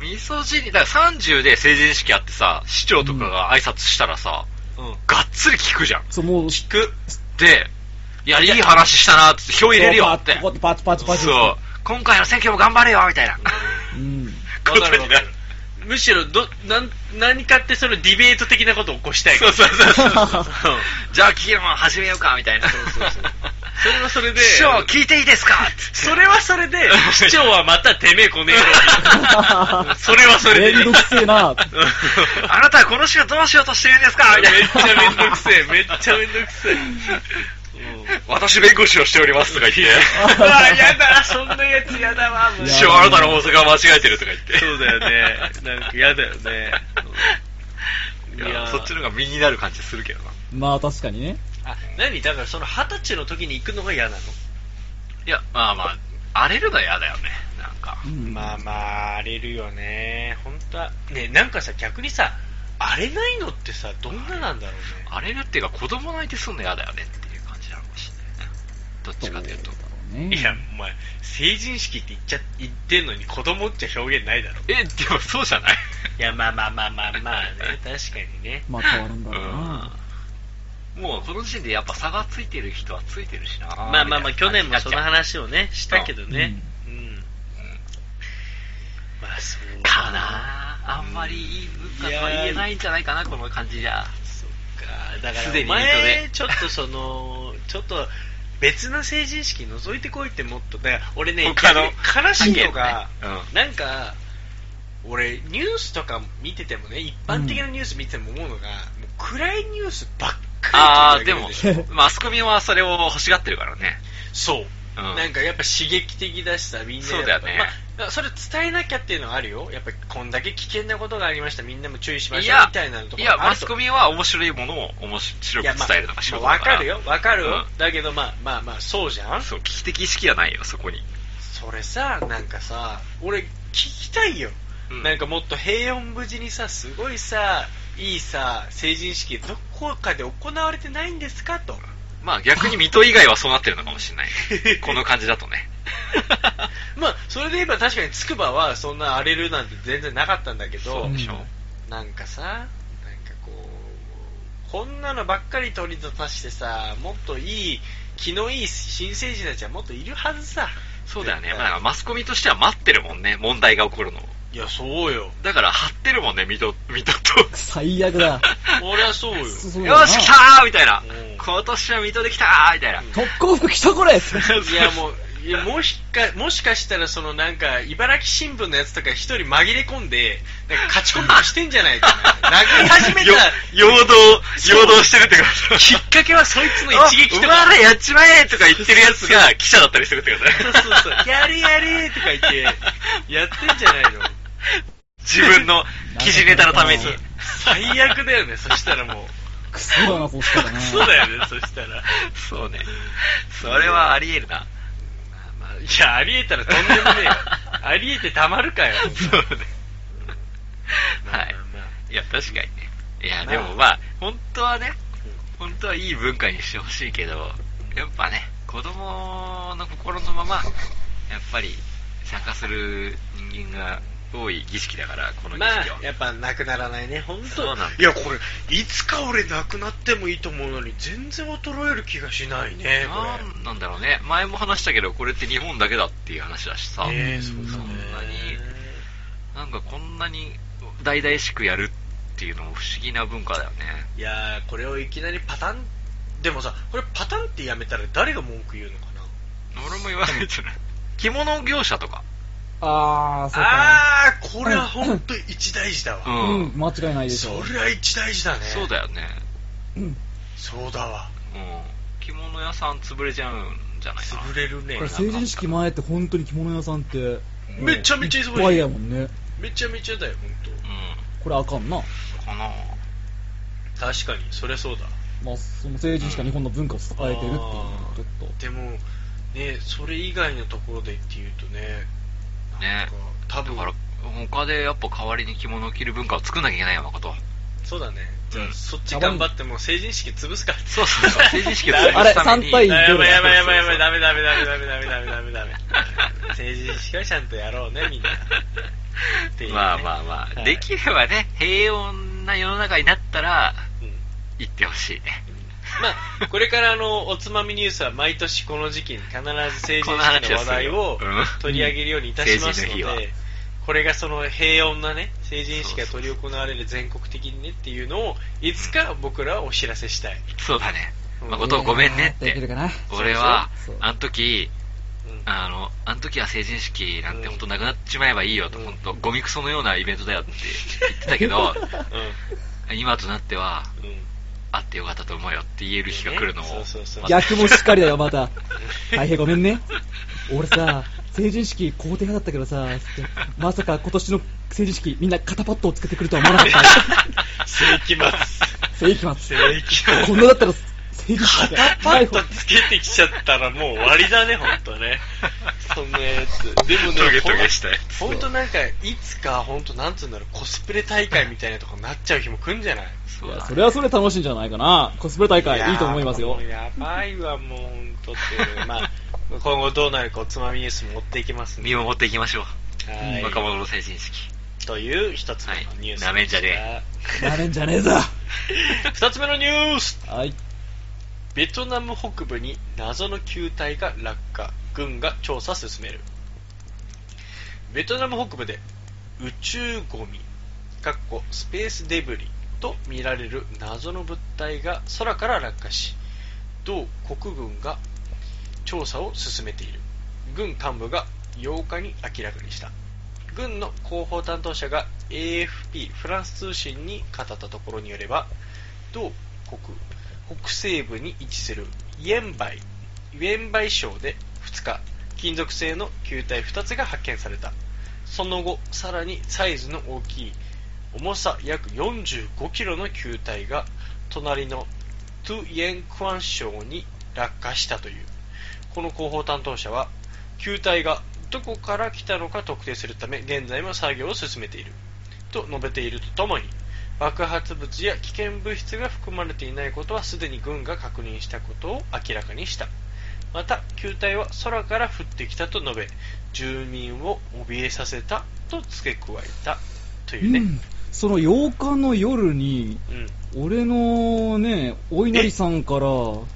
Speaker 3: 味噌汁、だから30で成人式あってさ、市長とかが挨拶したらさ、
Speaker 2: うん。
Speaker 3: がっつり聞くじゃん。
Speaker 4: そう、もう、
Speaker 2: 聞く。
Speaker 3: で、いや、いい話したな、つって票入れるよって。
Speaker 4: そうパチパチパチパチ。
Speaker 3: そう。今回の選挙も頑張れよ、みたい な。
Speaker 4: うん。
Speaker 2: わかる
Speaker 3: こ
Speaker 2: わ
Speaker 3: とに
Speaker 2: か
Speaker 3: な
Speaker 2: る。むしろど、なん、何かってそのディベート的なことを起こしたいか
Speaker 3: そ
Speaker 2: ら
Speaker 3: うそうそうそう
Speaker 2: う
Speaker 3: そ
Speaker 2: ん
Speaker 3: う。じゃあ、企業も始めようか、みたいな。
Speaker 2: そうそうそうそれはそれで、
Speaker 3: 市長、聞いていいですかつって
Speaker 2: それはそれで、市長はまたてめえこ ねえろ。それはそれ
Speaker 4: め
Speaker 2: で。
Speaker 4: んどくせ えな。
Speaker 3: あなたはこの人をどうしようとしてるんですか
Speaker 2: あ
Speaker 3: み
Speaker 2: め
Speaker 3: た
Speaker 2: っ
Speaker 3: いな。
Speaker 2: ちゃめんどくせえ、めっちゃめんどくせえ。
Speaker 3: 私弁護士をしておりますとか言って。
Speaker 2: うわ、やだ、そんなやつやだわ、もう。
Speaker 4: い
Speaker 3: 師匠、あなたの法則は間違えてるとか言って。
Speaker 2: そうだよね。なんかやだよね。
Speaker 3: い
Speaker 2: いや
Speaker 3: や、そっちの方が身になる感じするけどな。
Speaker 4: まあ確かにね。
Speaker 2: あ、何だからその二十歳の時に行くのが嫌なの
Speaker 3: いや、まあまあ、荒れるのは嫌だよね。なんか。
Speaker 4: うん。
Speaker 2: まあまあ、荒れるよね。本当は。ね、なんかさ、逆にさ、荒れないのってさ、どんななんだろうね。
Speaker 3: 荒れるっていうか、子供泣いてすんの嫌だよねっていう感じなのかもしれないね。どっちかというと。
Speaker 4: ね。
Speaker 2: いや、お前、成人式って言っちゃ、言ってんのに子供っちゃ表現ないだろ。
Speaker 3: え、でもそうじゃない
Speaker 2: いや、まあまあまあまあ まあね、確かにね。
Speaker 4: まあ変わるんだろうな。
Speaker 3: うん。もう、この時点でやっぱ差がついてる人はついてるしな。
Speaker 2: まあまあまあ、去年もその話をね、したけどね。うん。まあ、そう
Speaker 3: かなあんまりいい文化とは言えないんじゃないかな、この感じじゃ。
Speaker 2: そっか。だから、
Speaker 3: すでに
Speaker 2: お前
Speaker 3: 認め
Speaker 2: ちょっとその、ちょっと、別の成人式覗いてこいってもっとだから俺ね
Speaker 3: 他の
Speaker 2: 逆に悲しいのが、
Speaker 3: 他県ね
Speaker 2: なんか俺ニュースとか見ててもね一般的なニュース見てても思うのが、もう暗いニュースばっ
Speaker 3: あ
Speaker 2: か
Speaker 3: あ、
Speaker 2: り
Speaker 3: で
Speaker 2: 取り上げる
Speaker 3: も
Speaker 2: でしょ、
Speaker 3: マスコミはそれを欲しがってるからね。
Speaker 2: そう、
Speaker 3: うん
Speaker 2: なんかやっぱ刺激的だしさみんな
Speaker 3: そうだよね
Speaker 2: やっぱまあ、それ伝えなきゃっていうのはあるよやっぱりこんだけ危険なことがありましたみんなも注意しま
Speaker 3: い
Speaker 2: しょう
Speaker 3: や
Speaker 2: みたいなのと、か
Speaker 3: いや、
Speaker 2: あ
Speaker 3: マ
Speaker 2: る
Speaker 3: ス
Speaker 2: と
Speaker 3: コミは面白いものを面白く伝えるのが仕事
Speaker 2: いやま
Speaker 3: だ
Speaker 2: あまあ
Speaker 3: から。
Speaker 2: わかるよわかるよ、
Speaker 3: うん
Speaker 2: だけどまあまあまあそうじゃん
Speaker 3: そう、危機的意識はないよ、そこに。
Speaker 2: それさなんかさ俺聞きたいよ、
Speaker 3: うん
Speaker 2: なんかもっと平穏無事にさすごいさいいさ成人式どこかで行われてないんです かと
Speaker 3: まあ逆に水戸以外はそうなってるのかもしれない。 この感じだとね。
Speaker 2: まあそれで言えば確かに筑波はそんな荒れるなんて全然なかったんだけど
Speaker 3: そうでしょ。
Speaker 2: なんかさなんかこうこんなのばっかり取り立たしてさもっといい気のいい新成人たちはもっといるはずさ
Speaker 3: そうだよね。
Speaker 2: 絶
Speaker 3: ま
Speaker 2: 対
Speaker 3: あだからマスコミとしては待ってるもんね、問題が起こるのを。
Speaker 2: いやそうよ
Speaker 3: だから張ってるもんね、水 戸、水戸
Speaker 4: 最悪だ。
Speaker 2: そりゃそうよ
Speaker 4: そ
Speaker 3: と。
Speaker 4: うだ な
Speaker 3: よし、来たーみたいな
Speaker 2: うん。
Speaker 3: 今年は水戸で来たーみたいな。
Speaker 4: 特攻服着たこれ
Speaker 2: いやもういやもしかもしかしたらそのなんか茨城新聞のやつとか一人紛れ込んでなんか勝ち込みとかしてんじゃないかな殴り始めた
Speaker 3: よ 陽動、陽動してるってこと
Speaker 2: きっかけはそいつの
Speaker 3: あ
Speaker 2: 一撃と
Speaker 3: お前
Speaker 2: から
Speaker 3: やっちまえとか言ってるやつが記者だったりするってことだね
Speaker 2: そうそうそうやれやれとか言ってやってんじ ゃないの
Speaker 3: 自分の記事ネタのために。
Speaker 4: そう
Speaker 2: 最悪だよねそしたらもう
Speaker 4: クソだな、こうしたらね。
Speaker 2: そうだよねそしたら
Speaker 3: そうね。それはあり得るな。
Speaker 2: まあいやありえたらとんでもねえよありえてたまるかよ
Speaker 3: そうね。はい。いや、確かにね。いや、でもまあ、本当はね、本当はいい文化にしてほしいけど、やっぱね、子供の心のまま、やっぱり参加する人間が多い儀式だから、この儀
Speaker 2: まあ
Speaker 3: 式は。、
Speaker 2: やっぱなくならないね、本当
Speaker 3: そうなんだ
Speaker 2: いや、これ、いつか俺なくなってもいいと思うのに、全然衰える気がしないね、こ
Speaker 3: なんなんだろうね。前も話したけど、これって日本だけだっていう話だしさ。
Speaker 2: れ。ねえそうだね
Speaker 3: そんなになんかこんなに大々しくやるっていうのも不思議な文化だよね。
Speaker 2: いやー、これをいきなりパタン、でもさ、これパタンってやめたら誰が文句言うのかな
Speaker 3: 俺も言わないとね。着物業者とか。
Speaker 4: あー、そうか。
Speaker 2: あー、これは本当一大事だ
Speaker 3: う
Speaker 2: わ。
Speaker 3: ん。
Speaker 4: うん、間違いないでしょ
Speaker 2: そ。りゃ一大事だね。
Speaker 3: そうだよね。
Speaker 4: うん
Speaker 2: そうだわ。
Speaker 3: うん。着物屋さん潰れちゃうんじゃないかな。
Speaker 2: 潰れるね
Speaker 4: これ。成人式前って本当に着物屋さんって。
Speaker 2: めちゃめちゃ忙しい
Speaker 4: い。いっぱいやもんね。
Speaker 2: めちゃめちゃだよ、本
Speaker 3: う
Speaker 4: これあかんな。
Speaker 3: ん。かな
Speaker 2: 当。確かに、そりゃそうだ。
Speaker 4: まあ、その成人式は日本の文化を伝えてるっていうのはちょっと。
Speaker 2: でもねそれ以外のところでっていうとねなん
Speaker 3: ね
Speaker 2: か。
Speaker 3: だ
Speaker 2: 多分
Speaker 3: から、他でやっぱ代わりに着物を着る文化を作んなきゃいけないのかと。
Speaker 2: そうだねじゃあ、
Speaker 3: うん
Speaker 2: そっち頑張ってもう成人式潰すか
Speaker 3: そうそう そう。成人式を潰
Speaker 4: あれ
Speaker 3: すために。
Speaker 4: 三対
Speaker 2: やばいやばいやばいやばいやばい
Speaker 3: そうそうそう
Speaker 2: ダメダメダメダメダメダメダメダ メ成人式はちゃんとやろうねみんなっていうね
Speaker 3: まあまあまあ、
Speaker 2: はい
Speaker 3: できればね、平穏な世の中になったら、
Speaker 2: うん
Speaker 3: 行ってほしいね。
Speaker 2: まあこれからあのおつまみニュースは毎年この時期に必ず成人
Speaker 3: この話
Speaker 2: 式
Speaker 3: を
Speaker 2: の
Speaker 3: する
Speaker 2: 話題を
Speaker 3: うん
Speaker 2: 取り上げるようにいたします
Speaker 3: 成
Speaker 2: ので、
Speaker 3: 人の日は
Speaker 2: これがその平穏なね成人式が取り行われる全国的にねっていうのをいつか僕らはお知らせしたい、
Speaker 3: そうだね。
Speaker 2: うん
Speaker 3: 誠ごめんねっ
Speaker 4: でき
Speaker 3: て。
Speaker 4: るかな。
Speaker 3: 俺は
Speaker 4: そうそう、
Speaker 3: あの時、
Speaker 2: うん
Speaker 3: あの、あの時は成人式なんて本当なくなっちまえばいいよと、
Speaker 2: うん
Speaker 3: 本当ゴミクソのようなイベントだよって言ってたけ ど、今となっては、
Speaker 2: うん うん
Speaker 3: あってよかったと思うよって言える日が来るのを。
Speaker 2: そうそうそう
Speaker 4: 逆もしっかりだよ、ま た。大変ごめんね。俺さ、成人式肯定派だったけどさ、つってまさか今年の成人式みんな肩パッドをつけてくるとは思わなか った。
Speaker 2: 世 紀末
Speaker 4: 正義末。
Speaker 2: 世紀末
Speaker 4: こんなだったら、成人式
Speaker 2: 肩パッとつけてきちゃったらもう終わりだね、ほんとね。そんなやつ。でもね、
Speaker 3: トゲトゲしたやつ
Speaker 2: ほんとなんか、いつかほんとなんつうんだろう、コスプレ大会みたいなとこになっちゃう日も来んじゃない
Speaker 3: そ
Speaker 4: いう
Speaker 3: だ
Speaker 4: や、
Speaker 3: ね
Speaker 4: それはそれ楽しいんじゃないかな。コスプレ大
Speaker 2: やー
Speaker 4: 会、いいと思いますよ
Speaker 2: もう。やばいわ、もうほんとっていう。まあ、今後どうなるかおつまみニュース持っていきますんで
Speaker 3: 見守っていきましょ
Speaker 2: は
Speaker 3: う。
Speaker 2: い
Speaker 3: 若者の成人式。
Speaker 2: という一つ目のニュースでした。
Speaker 3: はいなめんじゃね
Speaker 4: なめんじゃねえぞ。
Speaker 2: 二つ目のニュース
Speaker 4: はい。
Speaker 2: ベトナム北部に謎の球体が落下軍が調査進めるベトナム北部で宇宙ゴミかっこスペースデブリと見られる謎の物体が空から落下し同国軍が調査を進めている軍幹部が8日に明らかにした軍の広報担当者が AFP フランス通信に語ったところによれば同国北西部に位置するイエンバイイエンバイ省で2日金属製の球体2つが発見されたその後さらにサイズの大きい重さ約45キロの球体が隣のトゥイエンクアン省に落下したというこの広報担当者は球体がどこから来たのか特定するため現在も作業を進めていると述べているとともに爆発物や危険物質が含まれていないことはすでに軍が確認したことを明らかにしたまた球体は空から降ってきたと述べ住民を怯えさせたと付け加えたというね、
Speaker 4: うんその8日の夜に、
Speaker 2: うん
Speaker 4: 俺のね、お稲荷さんから
Speaker 3: お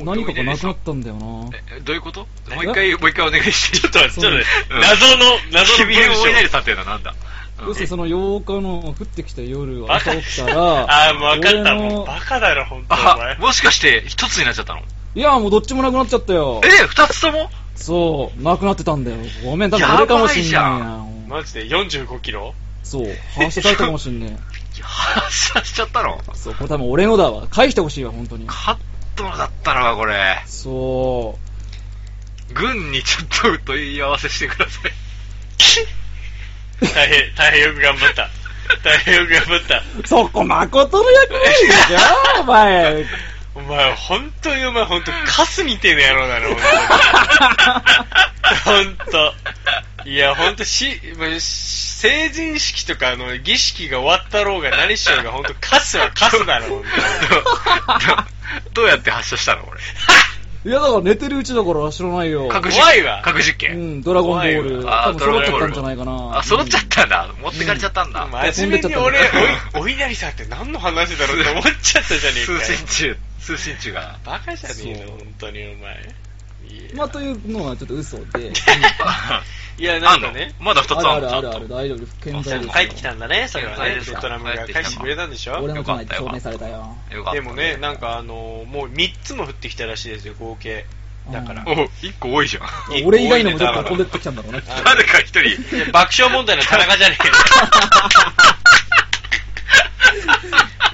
Speaker 3: お
Speaker 4: 何かがなくなっ
Speaker 3: ど
Speaker 4: たんだよな
Speaker 3: う。いうえどういうこともう一回、もう一回お願いして。
Speaker 2: ちょっと待って、ちょっと待って
Speaker 3: うん
Speaker 2: 謎の、謎の
Speaker 3: 君のお稲荷
Speaker 2: 文章。
Speaker 3: さんっていうのはなんだ
Speaker 4: 要するにその8日の降ってきた夜
Speaker 2: バ
Speaker 4: 朝
Speaker 2: カ
Speaker 4: 起きたら、
Speaker 2: あー、もう分かった。
Speaker 4: 俺
Speaker 2: も
Speaker 4: の
Speaker 2: うバカだろ、本当にお前
Speaker 3: あ、。もしかして、一つになっちゃったの
Speaker 4: いや、もうどっちもなくなっちゃったよ
Speaker 3: え。二つとも
Speaker 4: そう、なくなってたんだよ。ごめん、多分
Speaker 3: やばい
Speaker 4: 俺かもしんねえ
Speaker 3: じゃ。
Speaker 4: なん
Speaker 2: マジで45キロ
Speaker 4: そう、発射されたかもしんね
Speaker 3: 発射しちゃったの
Speaker 4: え。そう、これ多分俺のだわ。返してほしいわ、本当に。
Speaker 3: 勝ったのだったらこれ。
Speaker 4: そ
Speaker 3: 軍にちょっと問い合わせしてください。
Speaker 2: 大変、大変よく頑張った。大変よく頑張った。
Speaker 4: う。そこ、誠の役割でしょ、お前。
Speaker 2: お前、本当にお前、本当カスみてえな野郎だな、本当に。本 当。いや、本当し、まあし成人式とか、あの、儀式が終わったろうが何しようが、本当カスはカスだろ、本
Speaker 3: どどうやって発射したのこれ。
Speaker 4: いや、だから寝てるうちだから知らないよ。
Speaker 3: 核
Speaker 2: 怖いわ
Speaker 3: 核実
Speaker 4: う
Speaker 3: 験。
Speaker 4: ん、ドラゴンボール。
Speaker 2: 怖い
Speaker 3: わ
Speaker 4: 多分揃っちゃったんじ
Speaker 3: ドラゴ
Speaker 4: ゃな
Speaker 3: ン
Speaker 4: い
Speaker 3: ボ
Speaker 4: かな。
Speaker 3: あ、揃っちゃ
Speaker 4: っ
Speaker 3: ったんだ。持ってかれちゃったん だ。
Speaker 2: 当に。真面目に俺、おい お稲荷さんって何の話だろうって思っちゃったじゃねえかよ
Speaker 3: 通。信中、通信中が。
Speaker 2: バカじゃねえ
Speaker 4: そ
Speaker 2: の、
Speaker 4: う
Speaker 2: 本当にお前。いや、
Speaker 4: まあ、というのはちょっと嘘 で。
Speaker 2: いや なんかね
Speaker 3: あん、のまだ二つ
Speaker 4: あ
Speaker 3: あ
Speaker 4: るあ
Speaker 3: るの
Speaker 4: る
Speaker 3: ちゃんと
Speaker 4: あるある、大丈夫。健
Speaker 2: ちゃ
Speaker 4: 在
Speaker 2: ん
Speaker 4: で
Speaker 2: と
Speaker 4: す
Speaker 2: 帰ってきたんだね、それは
Speaker 3: 帰
Speaker 2: ね
Speaker 3: っ。てき
Speaker 2: ベ
Speaker 3: た
Speaker 2: トナムが
Speaker 3: 帰ってきた
Speaker 2: 返してくれたんでしょ
Speaker 4: 俺の
Speaker 3: よか
Speaker 4: 前
Speaker 3: っ
Speaker 4: で
Speaker 3: たよ
Speaker 4: 証明されたよ。
Speaker 3: よかった。
Speaker 2: でもね、なんかあのもう3つも降ってきたらしいですよ、合計。だから。
Speaker 3: お、一個多いじゃん。
Speaker 2: いや
Speaker 4: 俺以外のも
Speaker 2: 多
Speaker 4: どっ
Speaker 2: いね
Speaker 4: か飛んで ってきたんだろうな。
Speaker 2: あ
Speaker 3: 誰か一人。
Speaker 2: いや爆笑問題の田中じゃねえか。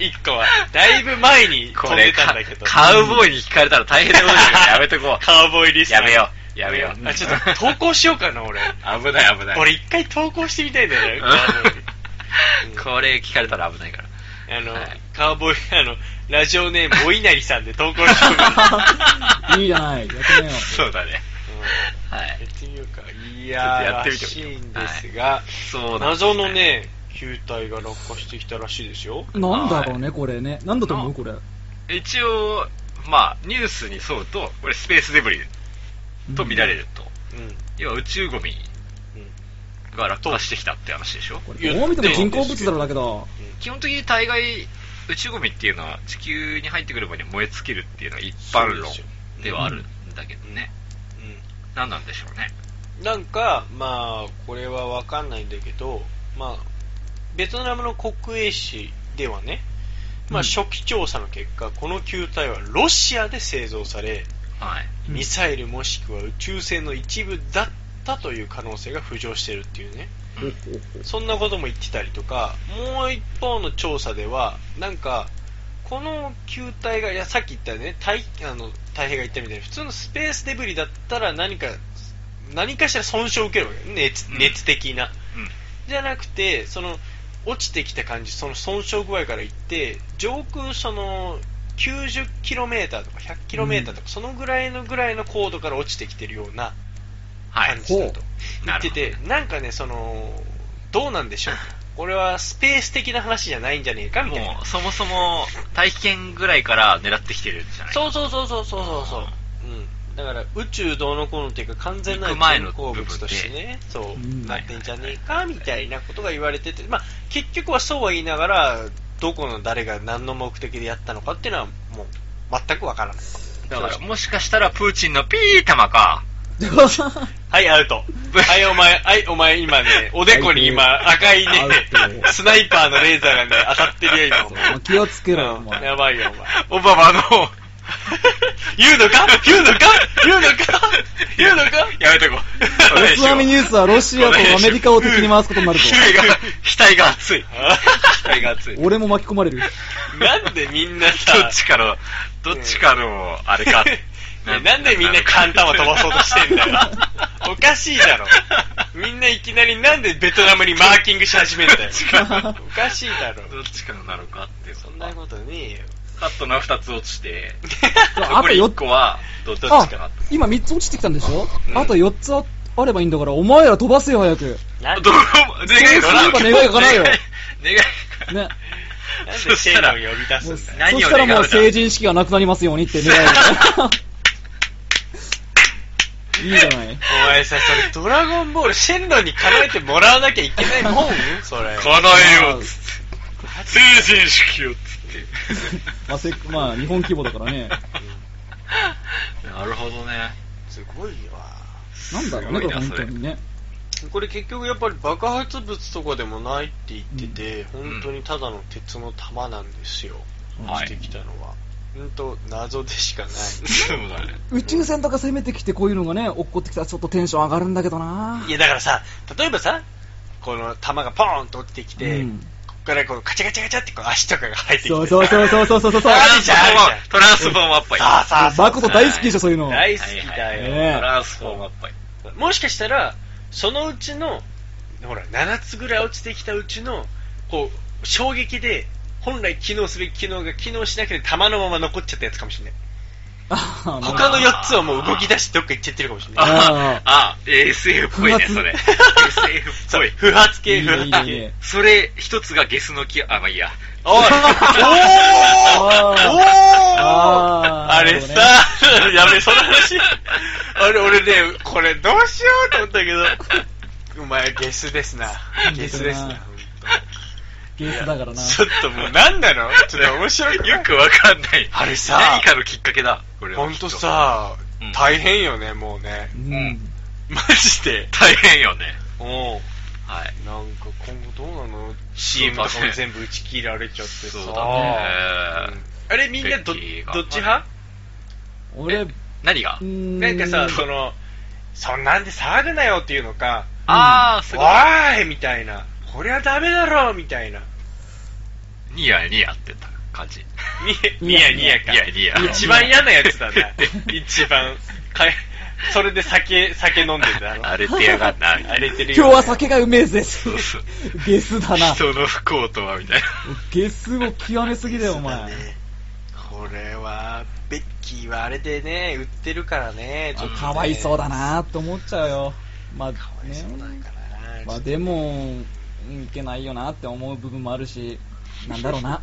Speaker 2: 1個は。だいぶ前に飛
Speaker 3: こ
Speaker 2: んで
Speaker 3: れ、
Speaker 2: たん
Speaker 3: カ
Speaker 2: だけど。
Speaker 3: カウボーイに聞かれたら大変なことだからやめとこう。
Speaker 2: カウボーイリスナー
Speaker 3: やめよう。やめよう。
Speaker 2: あ、ちょっと投稿しようか な、俺。
Speaker 3: 危ない危ない。
Speaker 2: 俺一回投稿してみたいんだよね、 カウボーイ。
Speaker 3: うん これ聞かれたら危ないから。
Speaker 2: あの、
Speaker 3: はい
Speaker 2: カウボーイ、あの、ラジオネーム、お稲荷さんで投稿しよ うかな。
Speaker 4: いいじゃない。やってみよ
Speaker 3: そうだね。
Speaker 2: うん
Speaker 3: はい
Speaker 2: や。ってみようか。
Speaker 3: ち
Speaker 2: い
Speaker 3: ょっとや
Speaker 2: や
Speaker 3: っ
Speaker 2: ー、
Speaker 3: て
Speaker 2: ら
Speaker 3: みて
Speaker 2: し
Speaker 3: もいい
Speaker 2: い
Speaker 3: よ
Speaker 2: んですが、
Speaker 3: そうなんです
Speaker 2: 謎の。ね、球体が落下してきたらしいですよ。
Speaker 4: う。なんだろうね、これね。なんだと思う これ。
Speaker 3: 一応、まあ、ニュースに沿うと、これスペースデブリと見られると。
Speaker 2: うん。
Speaker 3: 要は宇宙ゴミ
Speaker 2: うん。
Speaker 3: が落下してきたって話でしょ。
Speaker 4: これ、どう見ても人工物だろうだけど。
Speaker 3: 基本的に大概、宇宙ゴミっていうのは地球に入ってくる前に燃え尽きるっていうのが一般論
Speaker 2: そうですよ
Speaker 3: ではあるんだけどね。何なんでしょうね。
Speaker 2: うん。なんか、まあ、これはわかんないんだけど、まあ、ベトナムの国営紙ではね、まあ、
Speaker 4: うん
Speaker 2: 初期調査の結果、この球体はロシアで製造され、
Speaker 3: はい。
Speaker 4: うん
Speaker 2: ミサイルもしくは宇宙船の一部だったという可能性が浮上してるっていうね
Speaker 4: ほうほうほう
Speaker 2: そんなことも言ってたりとかもう一方の調査ではなんかこの球体がいやさっき言ったね太あの太平が言ったみたいに普通のスペースデブリだったら何か何かしら損傷を受けるわけ熱
Speaker 3: うん
Speaker 2: 熱的な、
Speaker 3: うん。
Speaker 2: じゃなくてその落ちてきた感じその損傷具合から言って上空その 90km とか 100km とか、
Speaker 4: う
Speaker 2: そのぐらいのぐらいの高度から落ちてきてるような
Speaker 3: はい
Speaker 2: 感。じだと言
Speaker 3: な
Speaker 2: って
Speaker 3: るほど
Speaker 2: て、なんかねそのどうなんでしょうかこれはスペース的な話じゃないんじゃねえかみたいな
Speaker 3: もう、そもそも、大気圏ぐらいから狙ってきてるんじゃない
Speaker 2: そうそうそうそうそうそうそううんだから宇宙どうのこうのっていうか完全な
Speaker 3: 行く前の
Speaker 2: 人工物としてねそう、
Speaker 4: うん
Speaker 2: なってんじゃねえかみたいなことが言われてて、まあ、結局はそうは言いながらどこの誰が何の目的でやったのかっていうのはもう全くわからない
Speaker 3: だから、もしかしたらプーチンのピー玉か。
Speaker 2: はいアウトはいお前はいお前今ねおでこに今赤いね
Speaker 4: アウト
Speaker 2: スナイパーのレーザーがね当たってるよ今お前
Speaker 4: 気をつけろよ、お
Speaker 2: うん
Speaker 4: 前。
Speaker 2: やばいよお
Speaker 3: オ
Speaker 2: 前
Speaker 3: バマの
Speaker 2: 言うのか言うのか言うのか言うのか
Speaker 3: やめとこう。
Speaker 4: おつまみニュースはロシアとアメリカを敵に回すこと になるぞ。
Speaker 3: 額が、額が熱い。額が熱い。ど
Speaker 4: 俺も巻き込まれる。
Speaker 2: なんでみんな
Speaker 3: っ
Speaker 2: さ、
Speaker 3: ちから、どっちからも、あれか。
Speaker 2: ねなんでみんな缶玉飛ばそうとしてんだよ。おかしいだろ。みんないきなりなんでベトナムにマーキングし始めたよ。おかしいだろ。
Speaker 3: どっちからなのかっていう。
Speaker 2: そんなことねえよ。
Speaker 3: カットが2つ落ちて、
Speaker 4: あ
Speaker 3: 残
Speaker 4: と
Speaker 3: り1
Speaker 4: 4
Speaker 3: 個は、どっちかな
Speaker 4: あ
Speaker 3: と。、
Speaker 4: 今3つ落ちてきたんでしょあと4つああればいいんだから、お前ら飛ばせよ、早く。
Speaker 2: なんで
Speaker 3: どうも、願いが
Speaker 4: そうすれば願いが叶うよ
Speaker 3: 願い
Speaker 4: ね。
Speaker 2: なんでシェイラを呼び出
Speaker 4: もうそ
Speaker 2: すんだよ。
Speaker 3: 何を願う
Speaker 4: したらもう成人式がなくなりますようにって願いいいじゃない。
Speaker 2: お前さ、それドラゴンボール、シェンロンに叶えてもらわなきゃいけないもんそれ。
Speaker 3: 叶えようっつって。成人式をっつ
Speaker 4: まあ、せっまあ、日本規模だから
Speaker 3: っ
Speaker 4: ね。
Speaker 3: て。なるほどね。
Speaker 2: すごいわ。
Speaker 4: なんだろうね、これ
Speaker 3: す
Speaker 4: 本
Speaker 3: ごいなそ
Speaker 4: 当
Speaker 3: れ
Speaker 4: にね。
Speaker 2: これ結局やっぱり爆発物とかでもないって言ってて、本当にただの鉄の玉なんですよ。
Speaker 3: は
Speaker 2: 落
Speaker 3: い
Speaker 2: ちてきたのは。本当謎でしかない。
Speaker 3: そうだね。
Speaker 4: 宇宙船とか攻めてきてこういうのがね、落っこってきたらちょっとテンション上がるんだけど ない
Speaker 2: やだからさ、例えばさ、この玉がポーンと落ちてきて、
Speaker 4: うん
Speaker 2: こっからこうガチャガチャガチャってこう足とかが入ってきて
Speaker 4: そうそうそうそうそうそうそう。
Speaker 3: ト
Speaker 2: あ
Speaker 3: ラ
Speaker 2: る
Speaker 3: ンス
Speaker 2: じ
Speaker 3: フォ
Speaker 2: ゃん
Speaker 3: ーマ
Speaker 2: ある
Speaker 3: ー、トランスフォーマーっぽい。
Speaker 2: さあさあさあ
Speaker 4: バコト大好きでしょ、そういうの。
Speaker 2: 大好きだよ、
Speaker 4: ね
Speaker 3: トランスフォーマーっぽい。
Speaker 2: もしかしたらそのうちのほら7つぐらい落ちてきたうちのこう衝撃で本来機能すべき機能が機能しなくて玉のまま残っちゃったやつかもしれない
Speaker 4: あー
Speaker 2: 他の4つはもう動き出してどっか行っちゃってるかもしれない
Speaker 4: あ
Speaker 3: あ
Speaker 4: ー
Speaker 3: あ、SF っぽいね、それ。
Speaker 2: そ
Speaker 3: SF
Speaker 2: う
Speaker 3: っぽい。
Speaker 2: 不発系
Speaker 4: いいね
Speaker 2: 不発
Speaker 4: いい
Speaker 2: 系
Speaker 4: ね
Speaker 3: それ、一つがゲスの木、あ、まあいいや。
Speaker 2: おいおーおー
Speaker 4: あー
Speaker 2: あれさ、やべえ、その話。あれ、俺ね、これどうしようと思ったけど、お前ゲスですな。ゲスですな。
Speaker 4: ゲースだからな。
Speaker 2: ちょっともう何なのちょっと面白い
Speaker 3: よくわかんない。
Speaker 2: あれさ
Speaker 3: 何かのきっかけだ、これは
Speaker 2: ほんと。さ
Speaker 3: うん、
Speaker 2: 大変よね、もうね。
Speaker 4: うん。
Speaker 2: マジで。
Speaker 3: 大変よね。
Speaker 2: おう
Speaker 3: はい。
Speaker 2: なんか今後どうなの ?CM とかも全部打ち切られちゃってさ。
Speaker 3: そうだね
Speaker 2: うんあれみんなど、どっ
Speaker 3: ベッキー
Speaker 2: ち
Speaker 3: が
Speaker 2: 派
Speaker 4: 俺、
Speaker 3: 何が
Speaker 2: なんかさ、そ
Speaker 4: の、
Speaker 2: の、そんなんで騒ぐなよっていうのか、
Speaker 3: あー、す
Speaker 2: お
Speaker 3: ごい。
Speaker 2: ーいみたいな、こりゃダメだろみたいな。
Speaker 3: ニヤニヤってた感じ。
Speaker 2: にニヤニヤか。
Speaker 3: ニヤニヤ。
Speaker 2: 一番嫌なやつだな。一番。かそれで酒、酒飲んでた の。
Speaker 3: 荒れてやがんな、みた
Speaker 2: 荒
Speaker 3: いな
Speaker 2: れてる
Speaker 4: 今
Speaker 2: よ。
Speaker 4: 日は酒がうめえぜ。
Speaker 3: そうそう。
Speaker 4: ゲスだな。
Speaker 3: 人の不幸とは、みたいな。
Speaker 4: ゲスを極めすぎだよ、お前。
Speaker 2: これは、ベッキーはあれでね、売ってるからね、ちょっとね
Speaker 4: かわいそうだ。なって思っちゃうよ。まあ、ね
Speaker 2: かわいそうだからな。
Speaker 4: まあでも、うんいけないよなって思う部分もあるし、なんだろうな。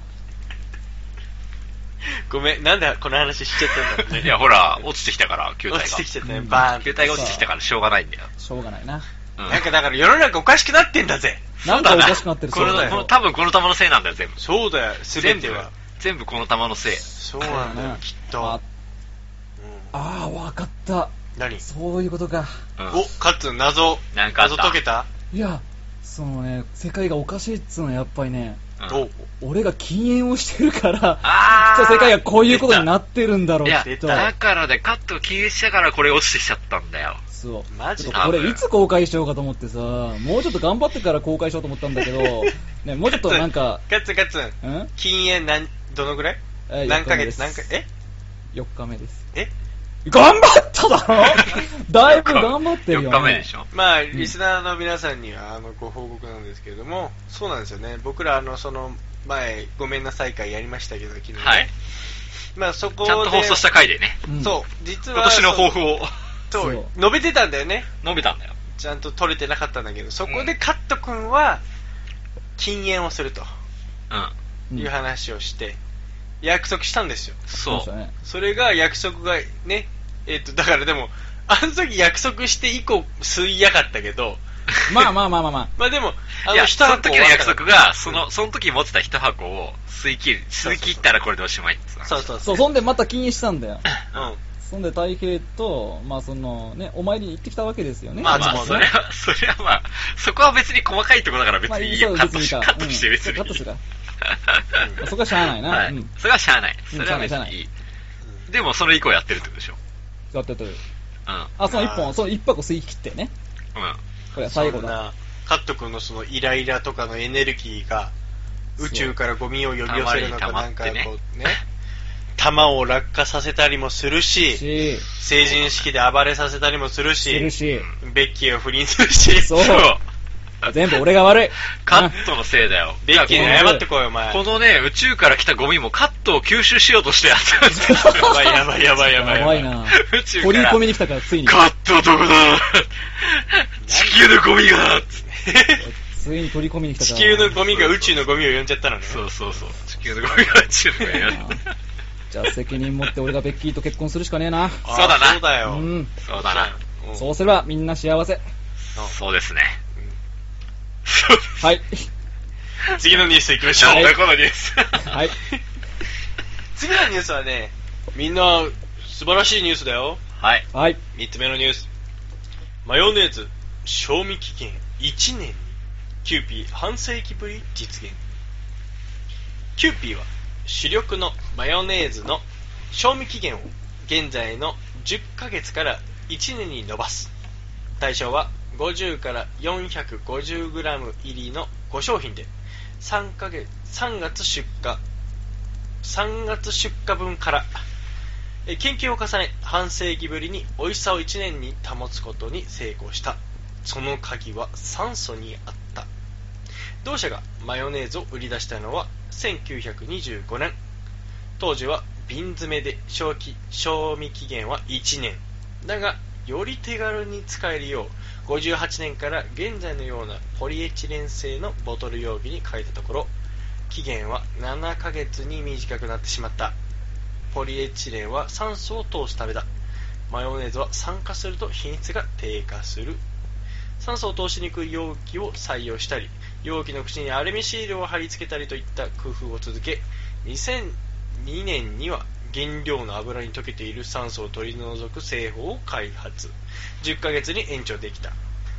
Speaker 2: ごめん、なんでこの話しちゃったんだろう
Speaker 3: い
Speaker 2: ね。
Speaker 3: や、ほら、落ちてきたから、球体が。
Speaker 2: 落ちてきちゃったね、
Speaker 4: うん
Speaker 2: バーンって
Speaker 3: 球体が落ちてきたからしょうがないんだよ。
Speaker 4: しょうがないな。
Speaker 3: う
Speaker 2: なんかだから世の中おかしくなってんだぜ。
Speaker 4: なんかおかしくなってる、
Speaker 3: これ
Speaker 4: そう
Speaker 3: だ
Speaker 4: だよ
Speaker 3: この多分この球のせいなんだよ、全部。
Speaker 2: そうだよ、すべ
Speaker 3: 全
Speaker 2: て
Speaker 3: 部
Speaker 2: は。
Speaker 3: 全部この球のせい。
Speaker 2: そうなんだよ、きっと
Speaker 4: あ。あー、わかった。
Speaker 2: 何
Speaker 4: そういうことか。
Speaker 3: うん
Speaker 2: お、カッツン謎。
Speaker 3: なんかあった
Speaker 2: 謎解けた
Speaker 4: いや、そのね、世界がおかしいっつうのはやっぱりね、
Speaker 3: うん
Speaker 2: どう
Speaker 4: 俺が禁煙をしてるから、
Speaker 3: あ
Speaker 4: じ
Speaker 3: ー
Speaker 4: ゃあ世界がこういうことになってるんだろう
Speaker 3: いや、
Speaker 4: きっと。
Speaker 3: だからね、カットを禁止したからこれ落ちてきちゃったんだよ。
Speaker 4: そう。
Speaker 2: マジ
Speaker 4: ちょっとこ
Speaker 3: 危な
Speaker 4: れ
Speaker 3: い
Speaker 4: いつ公開しようかと思ってさ、もうちょっと頑張ってから公開しようと思ったんだけど、 ね、もうちょっとなんか、
Speaker 2: カッツン、カッツン。
Speaker 4: ん
Speaker 2: 禁煙なん、どのぐらい
Speaker 4: え
Speaker 2: 何
Speaker 4: 四
Speaker 2: ヶ
Speaker 4: 日目で
Speaker 2: 月
Speaker 4: す
Speaker 2: 何ヶ月え
Speaker 4: ?4 日目です。
Speaker 2: え
Speaker 4: 頑張っただ ろだいぶ頑張ってるよ、ね。
Speaker 3: 4日目でしょ。
Speaker 2: まあ、リスナーの皆さんにはあのご報告なんですけれども、そうなんですよね、僕ら、あのその前、ごめんなさい会やりましたけど、昨日ね、
Speaker 3: はい。
Speaker 2: まあ、そこで、
Speaker 3: ちゃんと放送した回でね、
Speaker 4: うん
Speaker 2: そう、実は、
Speaker 3: 今年の抱負を
Speaker 2: そう
Speaker 4: そう
Speaker 2: 述べてたんだよね、
Speaker 3: 述べたんだよ。
Speaker 2: ちゃんと取れてなかったんだけど、そこ
Speaker 3: う
Speaker 2: で
Speaker 3: ん
Speaker 2: カット君は、禁煙をすると
Speaker 3: うん。
Speaker 4: うん
Speaker 2: いう話をして、約束したんですよ。
Speaker 4: そうで
Speaker 3: そ
Speaker 4: した
Speaker 3: う。
Speaker 4: ね。
Speaker 2: それが約束がね、えっと、だからでも、あの時約束して以降、吸いやがったけど、
Speaker 4: まあまあまあまあまあ。
Speaker 2: まあでも、あ
Speaker 3: い
Speaker 2: の、
Speaker 3: や、
Speaker 2: 一
Speaker 3: その
Speaker 2: 箱
Speaker 3: 時の
Speaker 2: 終わった
Speaker 3: 約
Speaker 2: から
Speaker 3: 束が、その、その時持ってた一箱を吸い切る、吸い切ったらこれでおしまいってさ
Speaker 2: そうそう
Speaker 4: そ、
Speaker 2: そうう。
Speaker 4: そんでまた禁煙したんだよ。
Speaker 2: うん。
Speaker 4: そんで太平と、まあそのね、お参りに行ってきたわけですよね。
Speaker 3: まあまあ、
Speaker 2: 松
Speaker 3: そ
Speaker 2: 本
Speaker 3: れ
Speaker 2: ね
Speaker 3: は、それはまあ、そこは別に細かいところだから別
Speaker 4: まあ
Speaker 3: にいい
Speaker 4: そ
Speaker 3: よ。
Speaker 4: う
Speaker 3: カッ
Speaker 4: 別
Speaker 3: ト
Speaker 4: にいい
Speaker 3: し
Speaker 4: か
Speaker 3: カットして別
Speaker 4: うん
Speaker 3: に。
Speaker 4: カットするか。まあそこはしゃあないな。
Speaker 3: はい
Speaker 4: うん。
Speaker 3: それはしゃあない。
Speaker 4: うん
Speaker 3: それは別にいい。でもそれ以降やってるってことでしょ。
Speaker 4: やっててる。
Speaker 3: うん。うん。
Speaker 4: あ、その一本、その一箱吸い切ってね。これは最後
Speaker 2: そん
Speaker 4: だ。
Speaker 2: なカット君のそのイライラとかのエネルギーが宇宙からゴミを呼び寄せるのか
Speaker 3: たま
Speaker 2: なん
Speaker 3: に
Speaker 2: か
Speaker 3: 溜
Speaker 2: こ
Speaker 3: ま
Speaker 2: う
Speaker 3: って
Speaker 2: ね
Speaker 3: ね
Speaker 2: 弾を落下させたりもするし
Speaker 4: し、
Speaker 2: 成人式で暴れさせたりもするし
Speaker 4: してるし。
Speaker 2: ベッキーを不倫するし
Speaker 4: そう全部俺が悪い。
Speaker 3: カットのせいだよ。
Speaker 2: ベッキーに
Speaker 3: いや
Speaker 2: 謝ってこいお前
Speaker 3: このこのね、宇宙から来たゴミもカットを吸収しようとしてやってるんですよ
Speaker 2: やばいやばいやばいやばい
Speaker 4: やばいな
Speaker 3: 宇宙
Speaker 4: 掘
Speaker 3: か
Speaker 4: り
Speaker 3: ら
Speaker 4: 込みに来たから、ついに。
Speaker 3: カットどこだ地球のゴミがつって
Speaker 4: ついに取り込みに来た
Speaker 2: 地
Speaker 4: から。
Speaker 2: 球のゴミが宇宙のゴミを呼んじゃったのね
Speaker 3: そうそうそう。地球のゴミが宇宙のゴミが
Speaker 4: じゃあ責任持って俺がベッキーと結婚するしかねえな。
Speaker 2: あー
Speaker 3: そうだな
Speaker 2: そうだ
Speaker 4: う
Speaker 2: よ、
Speaker 4: ん。
Speaker 3: そうだな。
Speaker 2: うん
Speaker 4: そうすればみんな幸せ。
Speaker 3: そうですね。そうです。
Speaker 4: はい。
Speaker 2: 次のニュース行きましょう
Speaker 3: なんだこのニュース。
Speaker 4: はい。
Speaker 2: 次のニュースはねみんな素晴らしいニュースだよ
Speaker 3: はい。
Speaker 4: はい。
Speaker 2: 3つ目のニュースマヨネーズ賞味期限1年にキューピー半世紀ぶり実現キューピーは主力のマヨネーズの賞味期限を現在の10ヶ月から1年に伸ばす対象は50から 450g 入りの5商品で3ヶ月3月出荷3月出荷分からえー研究を重ね半世紀ぶりに美味しさを1年に保つことに成功したその鍵は酸素にあった同社がマヨネーズを売り出したのは1925年当時は瓶詰めで賞味賞味期限は1年だがより手軽に使えるよう58年から現在のようなポリエチレン製のボトル容器に変えたところ期限は7ヶ月に短くなってしまったポリエチレンは酸素を通すためだマヨネーズは酸化すると品質が低下する酸素を通しにくい容器を採用したり容器の口にアルミシールを貼り付けたりといった工夫を続け2002年には原料の油に溶けている酸素を取り除く製法を開発10ヶ月に延長できた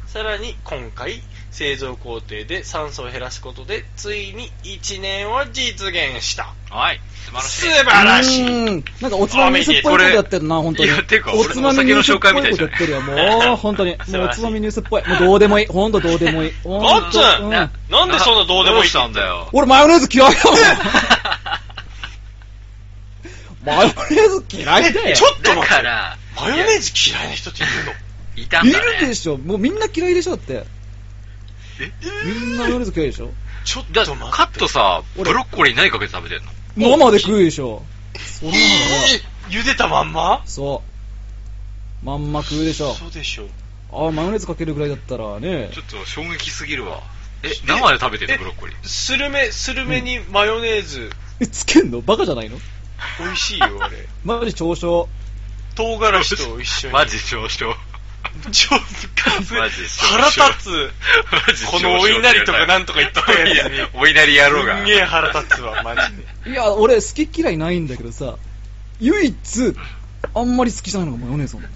Speaker 2: さらに今回製造工程で酸素を減らすことでついに1年を実現した
Speaker 3: はい。素晴らし
Speaker 2: 素
Speaker 3: い。
Speaker 2: 晴らしい
Speaker 4: うん。なんかおつまみニュースっぽいことやってるな、本当に。
Speaker 3: いやていうか
Speaker 4: おつまみニュースっぽいことやってる
Speaker 3: 俺お酒の
Speaker 4: よ、
Speaker 3: 紹介みたいじゃない
Speaker 4: もう、 本当に。
Speaker 2: 素晴
Speaker 4: もうお
Speaker 2: らしい
Speaker 4: つまみニュースっぽい。もうどうでもいい。ほんとどうでもいい。ほんと
Speaker 2: ガッツン
Speaker 4: うん
Speaker 2: ななんでそんなどうでもい
Speaker 3: ど
Speaker 2: いって
Speaker 3: うしたんだよ。
Speaker 4: 俺マヨネーズ嫌いだもん マヨネーズ嫌いだよ。
Speaker 2: ちょっと
Speaker 3: だ
Speaker 2: 待っ
Speaker 3: か
Speaker 2: て。
Speaker 3: ら、
Speaker 2: マヨネーズ嫌いな人っているの
Speaker 3: いたん
Speaker 4: い
Speaker 3: だね。
Speaker 4: るでしょ。もうみんな嫌いでしょ、だって。みんなマヨネーズ嫌いでしょ。
Speaker 2: ちょっ
Speaker 3: だ
Speaker 2: と待って。
Speaker 3: カットさ、ブ
Speaker 4: 俺
Speaker 3: ロッコリー何かけて食べてんの
Speaker 4: 生で食うでしょ。そんなの
Speaker 2: えー茹でたまんま
Speaker 4: そう。まんま食うでしょ。
Speaker 2: そうでしょ。
Speaker 4: ああ、マヨネーズかけるぐらいだったらね
Speaker 3: ち。ょっと衝撃すぎるわ。え、生で食べてんのブロッコリー。
Speaker 2: スルメ、スルメにマヨネーズ、
Speaker 4: えつけんのバカじゃないの
Speaker 2: 美味しいよ、あれ。
Speaker 4: マジ嘲笑。
Speaker 2: 唐辛子と一緒に。
Speaker 3: マジ少々。
Speaker 2: ちょっと
Speaker 3: マジ
Speaker 2: 腹
Speaker 3: 少々
Speaker 2: 立つ。 このお稲荷とかなんとか言っとったやつに
Speaker 3: いやお稲荷野郎が。
Speaker 2: すんげえ腹立つわ、マジで。
Speaker 4: いや、俺好き嫌いないんだけどさ、唯一、あんまり好きじゃないのがマヨネーズなの。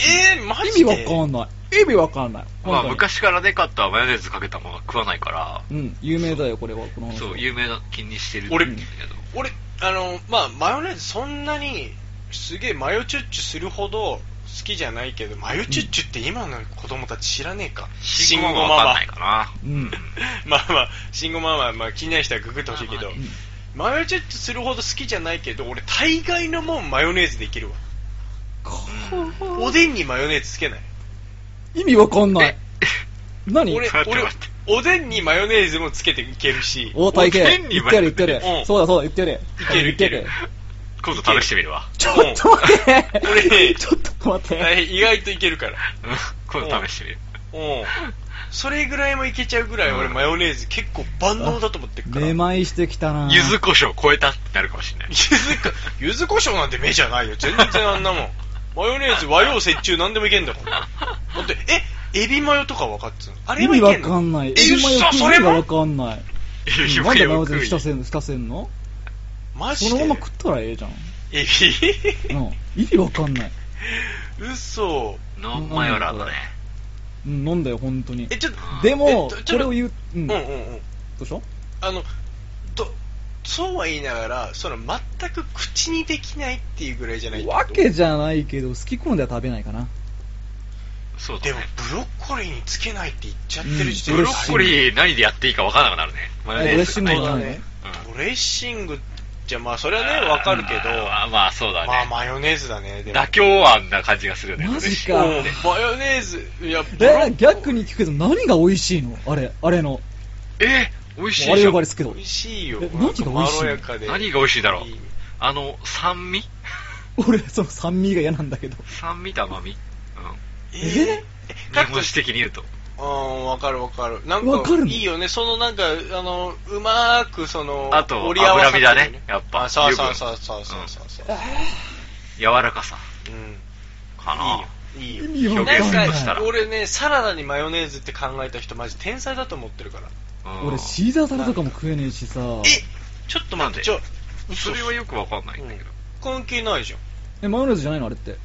Speaker 2: えー、マ
Speaker 4: 意
Speaker 2: ジ
Speaker 4: 味
Speaker 2: で
Speaker 4: わかんない。意味わかんない。
Speaker 3: まあ、
Speaker 4: 本当に。
Speaker 3: 昔からね、カットはマヨネーズかけたものは食わないから、
Speaker 4: うん、有名だよ、これは、この話
Speaker 3: そう、有名な気にしてるんだ
Speaker 2: 俺
Speaker 3: けど。
Speaker 2: 俺、あの、まあ、マヨネーズそんなに、すげえマヨチュッチュするほど好きじゃないけど、マヨチュッチュって今の子供たち知らねえか。
Speaker 3: 信号がわかんないかな。
Speaker 4: うん。
Speaker 2: まあまあ、慎吾ママ、まあ、気になる人はググってほしいけど、
Speaker 3: まあ
Speaker 4: うん
Speaker 2: マヨチェットするほど好きじゃないけど、俺、大概のもんマヨネーズでいけるわ。おでんにマヨネーズつけない。
Speaker 4: 意味わかんない。何
Speaker 2: 俺、
Speaker 3: 待って
Speaker 2: 俺
Speaker 3: 待って、
Speaker 2: おでんにマヨネーズもつけていけるし、
Speaker 4: お、大
Speaker 3: お天
Speaker 4: 変。
Speaker 3: に
Speaker 4: 言っ
Speaker 3: マ
Speaker 4: て
Speaker 3: ヨネ
Speaker 4: やる
Speaker 3: ーズ
Speaker 4: 言ってや
Speaker 2: うん
Speaker 4: る。そうだそうだ、言ってやる。
Speaker 2: いけるいける
Speaker 4: 言ってや
Speaker 3: 今度試してみるわ。
Speaker 4: ちょっと待って。
Speaker 2: うん俺
Speaker 4: ちょっと待って。
Speaker 2: 大意外といけるから。
Speaker 3: うん今度試してみる。
Speaker 2: うん。それぐらいもいけちゃうぐらい、俺、
Speaker 3: うん
Speaker 2: マヨネーズ結構万能だと思ってるから。
Speaker 4: めまいしてきたな
Speaker 3: 柚子胡椒超えたってなるかもしれない
Speaker 2: 柚。子か、柚子胡椒なんて目じゃないよ。全然あんなもん。マヨネーズ、和洋折衷なんでもいけんだから。だって、え、エビマヨとか分かっつうのあれ
Speaker 4: 意
Speaker 2: はい
Speaker 4: 味
Speaker 2: けんの
Speaker 4: わかんない。
Speaker 2: え、
Speaker 4: エビマヨ
Speaker 2: 嘘
Speaker 4: 食
Speaker 2: そうれ
Speaker 4: のが
Speaker 2: も
Speaker 4: わかんない。うんなんでマヨネーズ浸せんの浸せんの
Speaker 2: マジ
Speaker 4: そ
Speaker 2: で
Speaker 4: のまま食ったらええじゃん。
Speaker 2: エ
Speaker 4: うん。意味わかんない。
Speaker 2: ビ嘘。
Speaker 3: ノンマヨラーだね。
Speaker 4: うん、飲んだよ、本当に
Speaker 2: え、。ちょっと、
Speaker 4: でも、
Speaker 2: えっとちょっと
Speaker 4: これを言う、う
Speaker 2: うん
Speaker 4: ん、
Speaker 2: う
Speaker 4: ど
Speaker 2: んうん。
Speaker 4: うしょ
Speaker 2: あの、ど、そうは言いながら、その全く口にできないっていうぐらいじゃないってこと
Speaker 4: わけじゃないけど、好き込んでは食べないかな。
Speaker 3: そうだ
Speaker 2: で
Speaker 3: ね
Speaker 2: も、ブロッコリーにつけないって言っちゃってる時点
Speaker 4: うん
Speaker 2: で
Speaker 3: ブロッコリー何でやっていいか分からなくなるね。マヨネーズとか
Speaker 4: ドレッシングは
Speaker 3: ね
Speaker 4: ね。
Speaker 3: うん
Speaker 2: ドレッシングじゃ、まあ、それはね、わかるけど、
Speaker 3: あーまあそうだね。
Speaker 2: まあ、マヨネーズだね、でも
Speaker 3: 妥協案な感じがするよね。
Speaker 4: マジか
Speaker 3: ドレッシング
Speaker 2: うんマヨネーズ、いや、ブロ
Speaker 4: え、
Speaker 2: ッ
Speaker 4: 逆に聞くけど、何が美味しいのあれ、あれの。
Speaker 3: えー、美味しい
Speaker 4: あれ
Speaker 3: じゃ
Speaker 4: 呼
Speaker 3: ん
Speaker 4: ばれすけど
Speaker 2: 美。味しいよ。
Speaker 4: え何が美味しいの
Speaker 2: まろやかで。
Speaker 3: 何が美味しいだろう
Speaker 2: いい
Speaker 3: あの、酸味
Speaker 4: 俺、その酸味が嫌なんだけど。
Speaker 3: 酸味と甘みうん。
Speaker 2: え
Speaker 4: え
Speaker 2: カ
Speaker 3: 日
Speaker 2: ット
Speaker 3: 本史
Speaker 2: し
Speaker 3: 的に言うと。
Speaker 2: うん、わかるわかる。なん
Speaker 4: わか
Speaker 2: か
Speaker 4: る、の
Speaker 2: いいよね。そのなんか、あの、うまーく、その、
Speaker 3: あと
Speaker 2: 折り合わさってるよ
Speaker 3: 脂身だねやっぱ
Speaker 2: あそうそうそう
Speaker 3: 油
Speaker 2: そう
Speaker 3: 分
Speaker 2: そうそうそう。
Speaker 3: 柔らかさ。
Speaker 2: うん。
Speaker 3: かない
Speaker 2: いよ。いいよ。
Speaker 4: 意味わか
Speaker 3: 表
Speaker 4: ん
Speaker 3: 現す
Speaker 4: ない
Speaker 3: るとしたら
Speaker 2: 俺ね、サラダにマヨネーズって考えた人、マジ天才だと思ってるから。
Speaker 3: うん
Speaker 4: 俺、シーザーサラダとかも食えねえしさ。
Speaker 2: えちょっと待って、ちょ、
Speaker 3: それはよくわかんないんだけど。
Speaker 2: 関係ないじゃん。
Speaker 4: え、マヨネーズじゃないのあれって。
Speaker 3: 違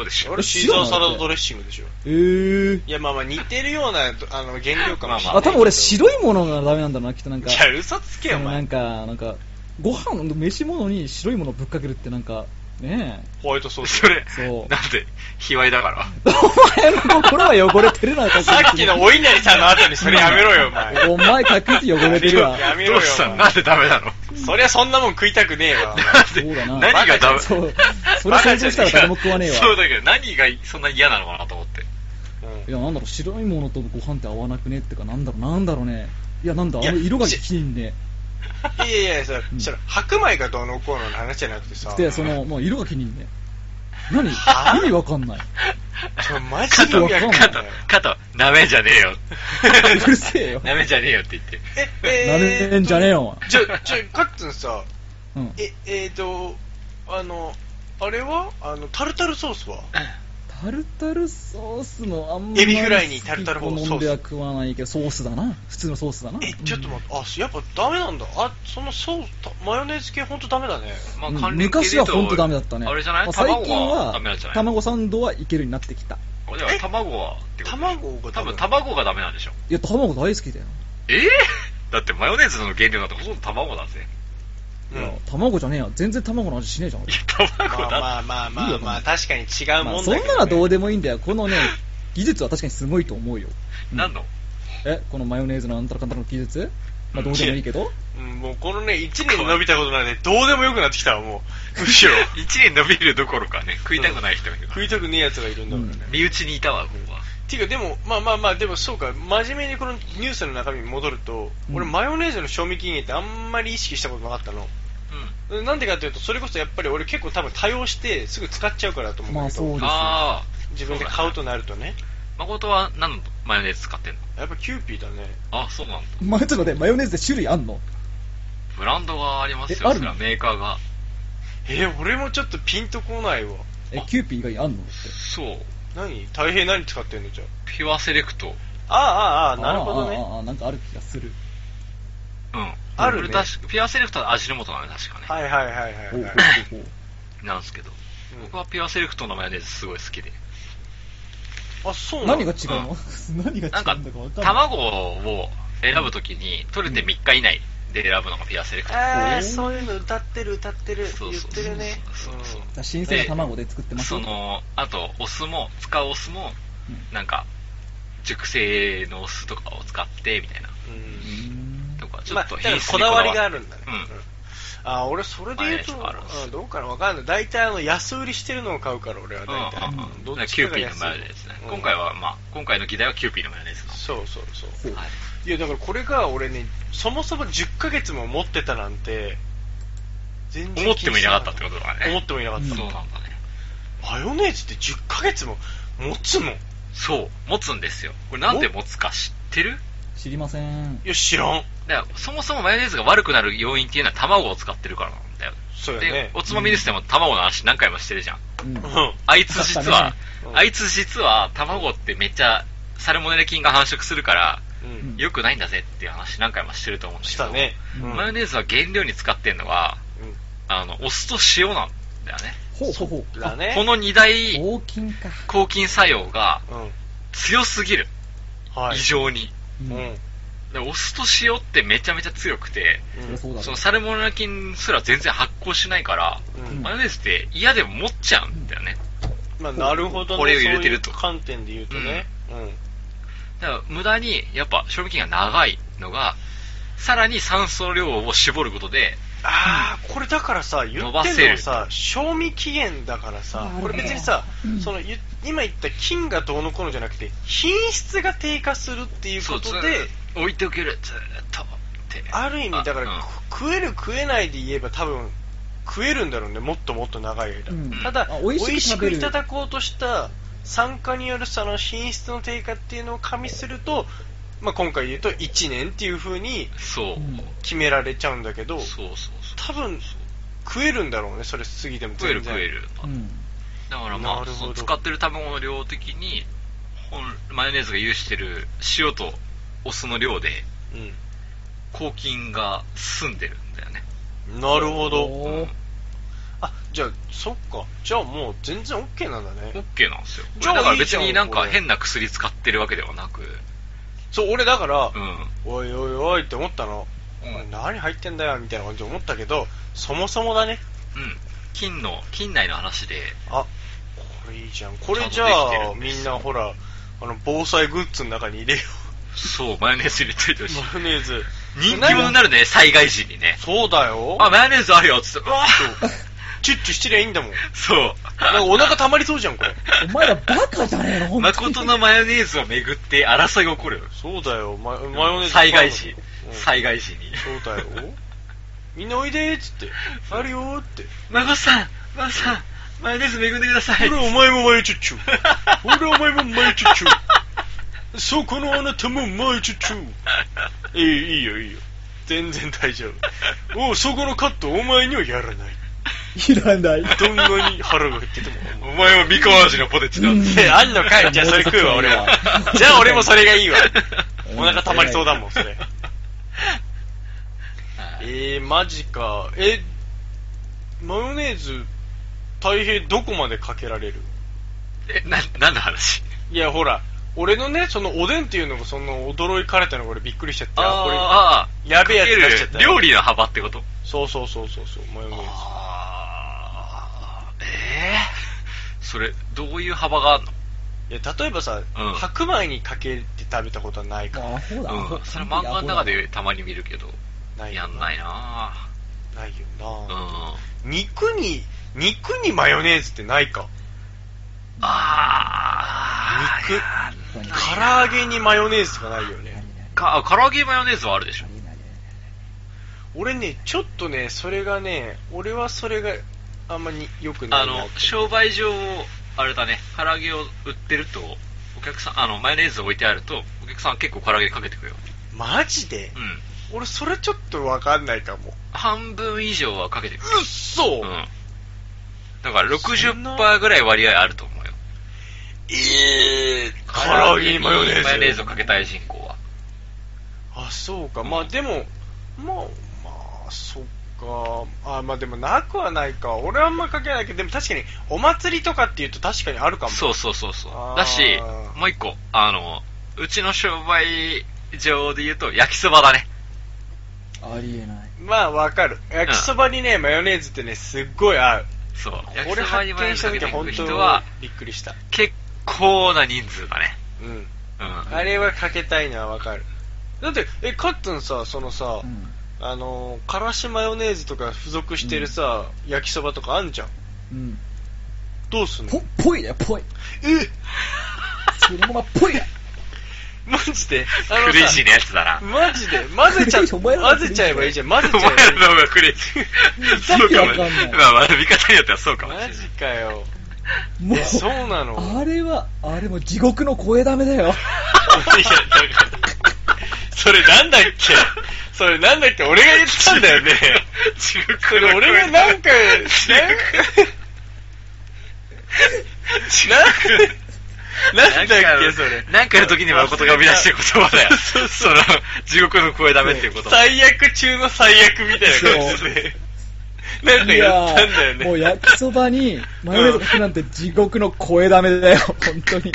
Speaker 3: うでしょ。
Speaker 2: 俺、シーザーサラダドレッシングでしょ。
Speaker 4: えー。
Speaker 2: いや、まあまあ、似てるような、あの、原料かもしれないけど。
Speaker 4: あ、多分俺、白いものがダメなんだろうな、きっとなんか。
Speaker 2: いや、嘘つけよ、お
Speaker 4: そのな
Speaker 2: 前
Speaker 4: ん。か、なんか、ご飯の飯物に白いものをぶっかけるってなんか、ねえ。
Speaker 2: ホワイトソース。
Speaker 3: それ、
Speaker 4: そう
Speaker 3: なんで、卑猥だから。
Speaker 4: お前の心は汚れてるな、確実
Speaker 2: さ
Speaker 4: に
Speaker 2: っきのお稲荷さんの後にそれやめろよ、お 前。
Speaker 4: お前、確実に汚れてるわ。
Speaker 2: やめろ
Speaker 3: ど
Speaker 2: よ。
Speaker 3: うしたの
Speaker 2: お前
Speaker 3: なんでダメなの
Speaker 2: そりゃそんなもん食いたくねえわ。
Speaker 4: そうだな。
Speaker 3: 何がダメ
Speaker 4: そう。それ想像したら誰も食わねえわ。
Speaker 3: そうだけど、何がそんなに嫌なのかなと思って。
Speaker 2: お前
Speaker 4: いや、なんだろう、白いものとご飯って合わなくねってか、なんだろう、なんだろうね。いや、なんだ、
Speaker 2: いや
Speaker 4: あの色がきいんで。
Speaker 2: うんいやいやいや、それ、それ白米がどうのこうのの話じゃなくてさ。
Speaker 4: で、その、もう色がきいんで。何
Speaker 2: は
Speaker 4: 意味わかんない。
Speaker 2: ちょマジ
Speaker 3: 加
Speaker 2: で
Speaker 3: 藤
Speaker 2: 意味わかんない
Speaker 3: 加藤、加藤、舐めんじゃねえよ。
Speaker 4: うるせえよ。
Speaker 3: 舐めんじゃねえよって言って。
Speaker 2: え、
Speaker 4: なめんじゃねえよ、お
Speaker 2: ちょ、ちょ、カッツンさ、
Speaker 4: 前。うん。
Speaker 2: え、えーと、あの、あれはあの、タルタルソースは
Speaker 4: タルタルソースもあんまり
Speaker 2: エビフライにタルタルソース
Speaker 4: 好き好んでは食わないけど、ソースだな。普通のソースだな。
Speaker 2: え、ちょっと待って、あ、やっぱダメなんだ。あ、そのソース、たマヨネーズ系ほんとダメだね。
Speaker 3: ま
Speaker 4: う
Speaker 3: あ
Speaker 4: ん
Speaker 3: 関連系で
Speaker 4: 昔
Speaker 3: 言
Speaker 4: は
Speaker 3: うと
Speaker 4: 本当ダメだったね。
Speaker 3: あれじゃない
Speaker 4: まあ
Speaker 3: 卵
Speaker 4: 最
Speaker 3: は
Speaker 4: 近は
Speaker 3: ダメなんじゃない
Speaker 4: 卵サンドはいけるようになってきた。
Speaker 3: あでも卵はってこと
Speaker 2: 卵が
Speaker 3: 多
Speaker 2: ダメ
Speaker 3: 分卵がダメなんでしょ
Speaker 4: いや、卵大好きだよ。
Speaker 3: ええだってマヨネーズの原料なんてほとんど卵だぜ
Speaker 4: いや、卵じゃねえや。全然卵の味しねえじゃん。
Speaker 3: いや卵
Speaker 2: ま
Speaker 3: だ
Speaker 2: あ
Speaker 3: っ
Speaker 2: まあまあまあまあ、確かに違う
Speaker 4: まあ
Speaker 2: もんだけ
Speaker 4: そ
Speaker 2: ど、
Speaker 4: ん
Speaker 2: ね。
Speaker 4: なのはどうでもいいんだよ。このね、技術は確かにすごいと思うよ。うん
Speaker 3: 何の
Speaker 4: え、このマヨネーズのあんたらかんたらの技術まあどうでもいいけど。
Speaker 2: うん、もうこのね、1年伸びたことなんで、どうでもよくなってきたわ、も う。むしろ。
Speaker 3: 1年伸びるどころかね食いたくない人がいる
Speaker 2: 食いたくねえやつがいるんだからね。
Speaker 4: うん
Speaker 3: 身内にいたわここは
Speaker 2: ていうか、でも、まあまあまあ、でもそうか、真面目にこのニュースの中身に戻ると、
Speaker 4: うん
Speaker 2: 俺、マヨネーズの賞味期限ってあんまり意識したことなかったの。
Speaker 3: うん
Speaker 2: なんでかというと、それこそやっぱり俺結構多分多用して、すぐ使っちゃうからだと思うん
Speaker 4: ま
Speaker 2: だ
Speaker 4: あ
Speaker 2: け
Speaker 4: そ
Speaker 2: ど、
Speaker 4: うですよ。
Speaker 3: ああ
Speaker 2: 自分で買うとなるとね、
Speaker 3: 誠は何のマヨネーズ使ってんの
Speaker 2: やっぱキューピーだね。
Speaker 3: あそうなんだ
Speaker 4: まあちょっと待って、マヨネーズって種類あんの
Speaker 3: ブランドがあります
Speaker 4: え
Speaker 3: よ
Speaker 4: あ
Speaker 3: そ
Speaker 4: る
Speaker 3: れは
Speaker 4: の
Speaker 3: メーカーが
Speaker 2: えー俺もちょっとピンとこないわ。
Speaker 4: え
Speaker 3: あ、
Speaker 4: キューピー以外にあんのって。
Speaker 3: そう
Speaker 2: 何大平何使ってんのじゃ
Speaker 3: ピュアセレクト
Speaker 2: あ。ああ、ああ、なるほどね。
Speaker 4: ああああああ、なんかある気がする。
Speaker 3: うん
Speaker 2: あるね
Speaker 3: 俺確かピュアセレクトは味の素なの確かね、
Speaker 2: はいはいはいはい、
Speaker 4: おうおう
Speaker 2: はい。
Speaker 4: おう
Speaker 3: なんですけど
Speaker 2: うん
Speaker 3: 僕はピュアセレクトのマヨネーズすごい好きで
Speaker 2: あ、そうな
Speaker 4: 何
Speaker 2: の
Speaker 4: が違うの 何が違うんだ
Speaker 3: なん
Speaker 4: か
Speaker 3: か
Speaker 4: わかんない。、
Speaker 3: 卵を選ぶときに、取れて3日以内で選ぶのがピュアセレクト。
Speaker 2: あ
Speaker 4: お
Speaker 2: あ、
Speaker 4: ー
Speaker 2: そういうの歌ってる歌ってる、
Speaker 3: そう
Speaker 2: 言っ
Speaker 3: そう
Speaker 2: てるね。
Speaker 3: そうそうそう
Speaker 2: うん
Speaker 4: 新鮮な卵で作ってます
Speaker 3: その、あと、お酢も、使うお酢も、なんか、熟成のお酢とかを使って、みたいな。とか、ちょっと
Speaker 2: ま
Speaker 3: 品
Speaker 2: あ、だから
Speaker 3: 質
Speaker 2: こ
Speaker 3: に
Speaker 2: だわりがあ
Speaker 3: る。
Speaker 2: るんだね。
Speaker 3: うん
Speaker 2: あー俺、それで言うと、
Speaker 3: まあねあるんですよ
Speaker 2: うんどうかな、わかんない。大体、あの、安売りしてるのを買うから、俺は
Speaker 3: うんうん
Speaker 2: 大体。
Speaker 3: うんだ
Speaker 2: ど
Speaker 3: から
Speaker 2: っ
Speaker 3: キ
Speaker 2: ち
Speaker 3: ュー
Speaker 2: かが
Speaker 3: ピーの
Speaker 2: 安い
Speaker 3: マヨネーズね。
Speaker 2: うん
Speaker 3: 今回は、まあ、今回の議題はキューピーのマヨネーズの。
Speaker 2: そうそうそう。
Speaker 4: そう
Speaker 3: はい
Speaker 2: いや、だからこれが俺ね、そもそも10ヶ月も持ってたなんて、全然
Speaker 3: 思ってもいなかったってことだね。
Speaker 2: 思ってもいなかった
Speaker 4: うん
Speaker 3: そうなんだね。
Speaker 2: マヨネーズって10ヶ月も持つのい
Speaker 3: そう、持つんですよ。これなんで持つか知ってる
Speaker 4: 知りません。
Speaker 2: や、知らん。
Speaker 3: だからそもそもマヨネーズが悪くなる要因っていうのは卵を使ってるからなんだよ。
Speaker 2: そうや
Speaker 3: で
Speaker 2: ね、。
Speaker 3: おつまみニュースでも卵の話何回もしてるじゃん。
Speaker 4: うん
Speaker 2: うん。
Speaker 3: あいつ実は、
Speaker 2: うん
Speaker 3: あいつ実は卵ってめっちゃサルモネラ菌が繁殖するから、
Speaker 2: うん。
Speaker 3: 良くないんだぜっていう話何回もしてると思うんだ
Speaker 2: し
Speaker 3: けど。
Speaker 2: たね。うん
Speaker 3: マヨネーズは原料に使ってんのは、あの、お酢と塩なんだよね。
Speaker 4: ほうほうほ
Speaker 2: うん
Speaker 4: う。
Speaker 2: だね。
Speaker 3: この二大
Speaker 4: 抗菌か。
Speaker 3: 抗菌作用が
Speaker 2: うん。
Speaker 3: 強すぎる。
Speaker 2: はい。
Speaker 3: 異常に。
Speaker 4: う
Speaker 2: うんん。
Speaker 3: でお酢と塩ってめちゃめちゃ強くて、
Speaker 4: そりゃそうだ
Speaker 3: そのサルモネラ菌すら全然発酵しないから、
Speaker 2: うん
Speaker 3: マヨネーズって嫌でも持っちゃうんだよね。
Speaker 2: まあ、なるほどね。
Speaker 3: これを入れてると
Speaker 2: そういう観点で言うとね。
Speaker 3: だから無駄にやっぱ賞味期限が長いのが、さらに酸素量を絞ることで、
Speaker 2: ああ、これだからさ、言
Speaker 3: 伸
Speaker 2: っ
Speaker 3: ば
Speaker 2: て
Speaker 3: せ
Speaker 2: るの
Speaker 3: る
Speaker 2: さ、賞味期限だからさ
Speaker 4: なるほ、ど
Speaker 2: これ別にさ、その言今言った菌がどうのこうのじゃなくて、品質が低下するっていう
Speaker 3: そ
Speaker 2: こ
Speaker 3: うず
Speaker 2: と
Speaker 3: ーっ
Speaker 2: で、
Speaker 3: と置いておける、ずーっとって。
Speaker 2: ある意味、だから、
Speaker 3: あうん
Speaker 2: く食える食えないで言えば多分、食えるんだろうね、もっともっと長い間。
Speaker 4: うん
Speaker 2: ただ
Speaker 4: あ、美
Speaker 2: 美
Speaker 4: 味しく
Speaker 2: 味し
Speaker 4: 食
Speaker 2: く
Speaker 4: べる
Speaker 2: いただこうとした酸化によるその品質の低下っていうのを加味すると、まあ、今回言うと1年っていう風に
Speaker 3: そう。
Speaker 4: うん
Speaker 2: 決められちゃうんだけど、
Speaker 3: そうそうそう。
Speaker 2: 多分食えるんだろうね、それ過ぎても
Speaker 3: 食える食える。
Speaker 4: うん
Speaker 3: だからま
Speaker 2: な
Speaker 3: あ、
Speaker 2: るほど
Speaker 3: その使ってる卵の量的に、本マヨネーズが有してる塩とお酢の量で、抗菌が済んでるんだよね。
Speaker 2: うん、なるほ
Speaker 4: お
Speaker 2: ど。
Speaker 4: ー
Speaker 2: あ、じゃあ、そっか。じゃあもう全然 OK なんだね。
Speaker 3: OK なんですよ。
Speaker 2: じゃあ
Speaker 3: だから別になん
Speaker 2: い
Speaker 3: か
Speaker 2: いじゃんこれ
Speaker 3: 変な薬使ってるわけではなく、
Speaker 2: そう、俺だから
Speaker 3: う、ん。
Speaker 2: おいおいおいって思ったの。
Speaker 3: うん
Speaker 2: お前何入ってんだよみたいな感じで思ったけど、そもそもだね。
Speaker 3: うん。菌の、菌内の話で、
Speaker 2: あ、これいいじゃん。これじゃ
Speaker 3: ちゃ
Speaker 2: あ、
Speaker 3: んとできてるんで
Speaker 2: み
Speaker 3: す
Speaker 2: んなほら、あの、防災グッズの中に入れよ
Speaker 3: そう、マヨネーズ入れといてほ
Speaker 2: う
Speaker 3: しい。。
Speaker 2: マヨネーズ。
Speaker 3: 人気者になるね、災害時にね。
Speaker 2: そうだよ。
Speaker 3: あ、マヨネーズあるよ、つって、うわ
Speaker 2: そうチュッチュしてりゃいいんだもん。
Speaker 3: そう。
Speaker 2: なんかお腹溜まりそうじゃん、これ。
Speaker 4: お前らバカじゃねえの、本当に。
Speaker 3: 誠のマヨネーズをめぐって争いが起こる。
Speaker 2: そうだよ。ママヨネーズ。
Speaker 3: 災害時
Speaker 2: う。ん
Speaker 3: 災害時に。
Speaker 2: そうだよ。みんなおいでーっつって。あるよーって。
Speaker 3: 孫さん、孫さん、マヨネーズめぐんでくださ
Speaker 2: ほ
Speaker 3: い。
Speaker 2: ら、お前もマヨチュッチュ。ほら、お前もマヨチュッチュ。そこのあなたもマヨチュッチュ。いいいいよ、いいよ。全然大丈夫。おうそこのカット、お前にはやらない。
Speaker 4: いらない。
Speaker 2: どんなに腹が減ってても。
Speaker 3: お 前は三河味のポテチだって。
Speaker 2: え、あんのかいじゃあそれ食うわ、俺は。じゃあ俺もそれがいいわ。 お腹溜まりそうだもん、それ。えー、マジか。え、マヨネーズ、大平どこまでかけられる
Speaker 3: え、な、何の話
Speaker 2: いや、ほら、俺のね、そのおでんっていうのがその驚かれたのが俺びっくりしちゃって、あ、
Speaker 3: あ
Speaker 2: これ、やべえやつ出しちゃったよ。
Speaker 3: 料理の幅ってこと
Speaker 2: そうそうそうそうそう、マヨネーズ。
Speaker 3: ああ、ええそれ、どういう幅があるの
Speaker 2: いや、例えばさ、
Speaker 3: うん
Speaker 2: 白米にかけて食べたことはないか
Speaker 4: アホだ、アホ
Speaker 3: うん、それ漫画の中でたまに見るけど、
Speaker 2: ら。ないよ
Speaker 3: やんないな
Speaker 2: ないよ
Speaker 3: ぁ。う
Speaker 2: な、
Speaker 3: ん。
Speaker 2: 肉に、肉にマヨネーズってないか。
Speaker 3: あー
Speaker 2: 肉
Speaker 3: いやーない
Speaker 2: 唐
Speaker 3: な
Speaker 2: 揚げにマヨネーズとかないよね。
Speaker 3: かあ唐揚げマヨネーズはあるでしょ。
Speaker 2: 俺ね、ちょっとね、それがね、俺はそれがあんまり良くな
Speaker 3: あ
Speaker 2: いな
Speaker 3: の
Speaker 2: って。、
Speaker 3: 商売上、あれだね、唐揚げを売ってると、お客さん、あの、マヨネーズ置いてあると、お客さん結構唐揚げかけてくよ。
Speaker 2: マジで
Speaker 3: うん。
Speaker 2: 俺それちょっとわかんないかも。
Speaker 3: 半分以上はかけてく
Speaker 2: うっそ、
Speaker 3: る。うん。だから
Speaker 2: そんな
Speaker 3: 60%ぐらい割合あると思うよ。
Speaker 2: えー、唐揚げにマヨネーズ。
Speaker 3: マヨネーズをかけたい人口は。
Speaker 2: あ、そうか。まあでも、まあ、まあ、そっか。あ、まあでもなくはないか。俺はあんまかけないけど、でも確かにお祭りとかっていうと確かにあるかも。
Speaker 3: そうそうそうそ
Speaker 2: あー
Speaker 3: う。だし、もう一個、あの、うちの商売上で言うと、焼きそばだね。
Speaker 4: ありえない。
Speaker 2: まあわかる。焼きそばにね、マヨネーズってね、すっごい合う。
Speaker 3: そう。焼
Speaker 2: こ
Speaker 3: きそ
Speaker 2: れ
Speaker 3: ば
Speaker 2: 発
Speaker 3: にマヨネ
Speaker 2: 見
Speaker 3: ー
Speaker 2: し
Speaker 3: ズ
Speaker 2: た
Speaker 3: かけて
Speaker 2: 時
Speaker 3: く
Speaker 2: 本
Speaker 3: る
Speaker 2: 当
Speaker 3: 人
Speaker 2: に
Speaker 3: は、
Speaker 2: びっくりした。
Speaker 3: 結構な人数だね。
Speaker 2: うん。
Speaker 3: うん。
Speaker 2: あれはかけたいのはわかる。だって、え、カットンさ、そのさ、
Speaker 4: うん
Speaker 2: あのー、からしマヨネーズとか付属してるさ、焼きそばとかあんじゃん。
Speaker 4: うん。
Speaker 2: どうすんの
Speaker 4: ぽ、ぽいだよ、ぽい。
Speaker 2: え
Speaker 4: そのままぽいだよ。
Speaker 2: マジであのさ
Speaker 3: クレイジーなやつだな。
Speaker 2: マジで混ぜちゃ、
Speaker 4: お前らの
Speaker 2: 混ぜちゃえばいいじゃん。混ぜ
Speaker 3: お
Speaker 2: ちゃ
Speaker 3: 前
Speaker 2: えばい
Speaker 3: ら
Speaker 2: い
Speaker 3: の方がクレイジー。
Speaker 4: さっ
Speaker 3: そう
Speaker 4: き
Speaker 3: か
Speaker 4: わ
Speaker 3: も
Speaker 4: かんない
Speaker 3: ね。まあ、まあ見方によってはそうかもしれな
Speaker 2: マ
Speaker 3: い。
Speaker 2: ジかよ。
Speaker 4: もう、
Speaker 2: えそうなの
Speaker 4: あれは、あれも地獄の声だめだよ。
Speaker 2: いや、だから、それなんだっけそれなんだっけ俺が言ったんだよね。
Speaker 3: 地獄
Speaker 2: それ俺がなんか、なんなんだっけそれ。
Speaker 3: なんかの時に誠が生み出してる言葉だよ。その、地獄の声ダメっていう言葉。
Speaker 2: 最悪中の最悪みたいな感じで。なんか
Speaker 4: い
Speaker 2: 言ったん
Speaker 4: や
Speaker 2: だよ
Speaker 4: ーもう
Speaker 2: ね。
Speaker 4: 焼きそばにマヨネーズかけなんて地獄の声だめだよ、本当に。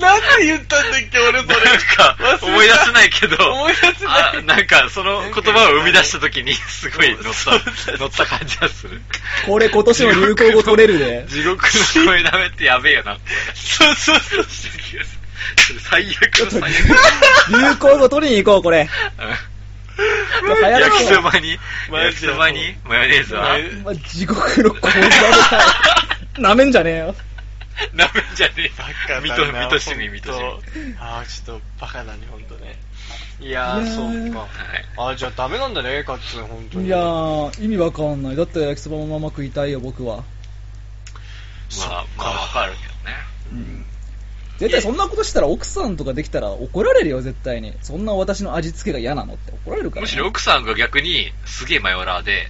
Speaker 2: なんで言ったんだっけ、
Speaker 3: な
Speaker 2: 俺それ。
Speaker 3: んか
Speaker 2: 忘れ、た
Speaker 3: 思い出せないけど、
Speaker 2: 思い出せない
Speaker 3: あなんか、その言葉を生み出した時に、すごい乗った、乗った感じがする。
Speaker 4: これ今年の流行語取れるね。
Speaker 3: 地獄の声ダメってやべえよな。
Speaker 2: そうそうそう。
Speaker 3: 最悪の最悪。
Speaker 4: 流行語取りに行こう、これ。流行ら
Speaker 3: 焼き
Speaker 4: せ
Speaker 3: そ
Speaker 4: よ
Speaker 3: ばに、
Speaker 2: マ
Speaker 3: 焼き
Speaker 2: ジで
Speaker 3: そばに、マヨネーズは、
Speaker 2: マヨ
Speaker 4: お前地獄の声だな。舐めんじゃねえよ。
Speaker 3: なめんじゃねえ。
Speaker 2: バカだな。
Speaker 3: 見と、見としみ、見としみ。
Speaker 2: ほんとああ、ちょっとバカだね、ほんとね。いや
Speaker 4: い
Speaker 2: ー、
Speaker 4: や
Speaker 2: そう
Speaker 4: ー
Speaker 2: か。
Speaker 3: はい
Speaker 2: あーじゃあダメなんだね、カッツン、ほんとに。
Speaker 4: いやー、意味わかんない。だって焼きそばのまま食いたいよ、僕は。
Speaker 2: そっ
Speaker 3: まあ
Speaker 2: か、
Speaker 3: まあわかるけどね。
Speaker 4: 絶対そんなことしたら奥さんとかできたら怒られるよ、絶対に。そんな私の味付けが嫌なのって怒られるから、
Speaker 3: むしろ奥さんが逆に、すげえマヨラーで、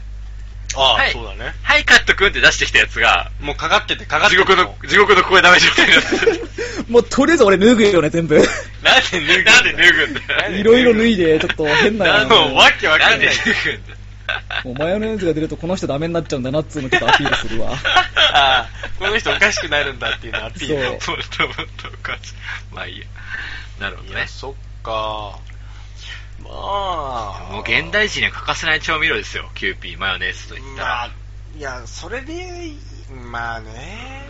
Speaker 2: あ
Speaker 3: は
Speaker 2: あ、
Speaker 3: い
Speaker 2: そうだね。
Speaker 3: はい、カットくんって出してきたやつが、
Speaker 2: もうかかってて、かかって
Speaker 3: 地
Speaker 2: て。
Speaker 3: 獄の、地獄の声ダメ状態になってる。
Speaker 4: もうとりあえず俺脱ぐよね、全部。
Speaker 3: なんで脱ぐんだなんで脱ぐんだ
Speaker 4: いろいろ脱いで、ちょっと変な
Speaker 2: あの、わけわかん
Speaker 3: な
Speaker 2: なんい。
Speaker 3: で脱ぐんだ
Speaker 4: もうマヨネーズが出るとこの人ダメになっちゃうんだなっつうのちょっとアピールす るわ。
Speaker 2: あーこの人おかしくなるんだっていうのアピール。
Speaker 3: もっともっとおかしい。まあいいや。なるほ
Speaker 2: い
Speaker 3: どね
Speaker 2: や、。そっか。まあ。
Speaker 3: もう現代人には欠かせない調味料ですよ。キューピー、マヨネーズといった
Speaker 2: まあ
Speaker 3: ら。、
Speaker 2: いや、それで、まあね。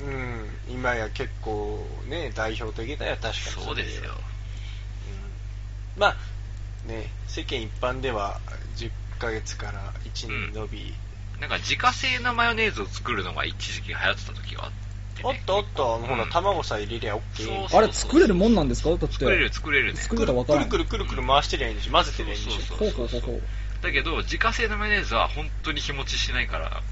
Speaker 2: うん、今や結構ね、代表的だよ、確かに。
Speaker 3: そうですよ。
Speaker 2: うんまあ、ね、世間一般では10ヶ月から1年伸び、
Speaker 3: なんか自家製のマヨネーズを作るのが一時期流行ってた時があって、
Speaker 2: おっ
Speaker 3: ね。
Speaker 2: とおっと、あのほら、
Speaker 3: うん
Speaker 2: 卵さえ入れりゃ OK みたいな
Speaker 3: そう
Speaker 4: あれ作れるもんなんですかだって。
Speaker 3: 作れる作れるね。
Speaker 4: 作り方わか
Speaker 2: く
Speaker 4: ら
Speaker 2: る
Speaker 4: ん。
Speaker 2: くるくるくる回してりゃいいんでしょ、混ぜてりゃいいんでしょ。
Speaker 3: そう
Speaker 4: ほうほうほうほう。
Speaker 3: だけど、自家製のマヨネーズは本当に日持ちしないから、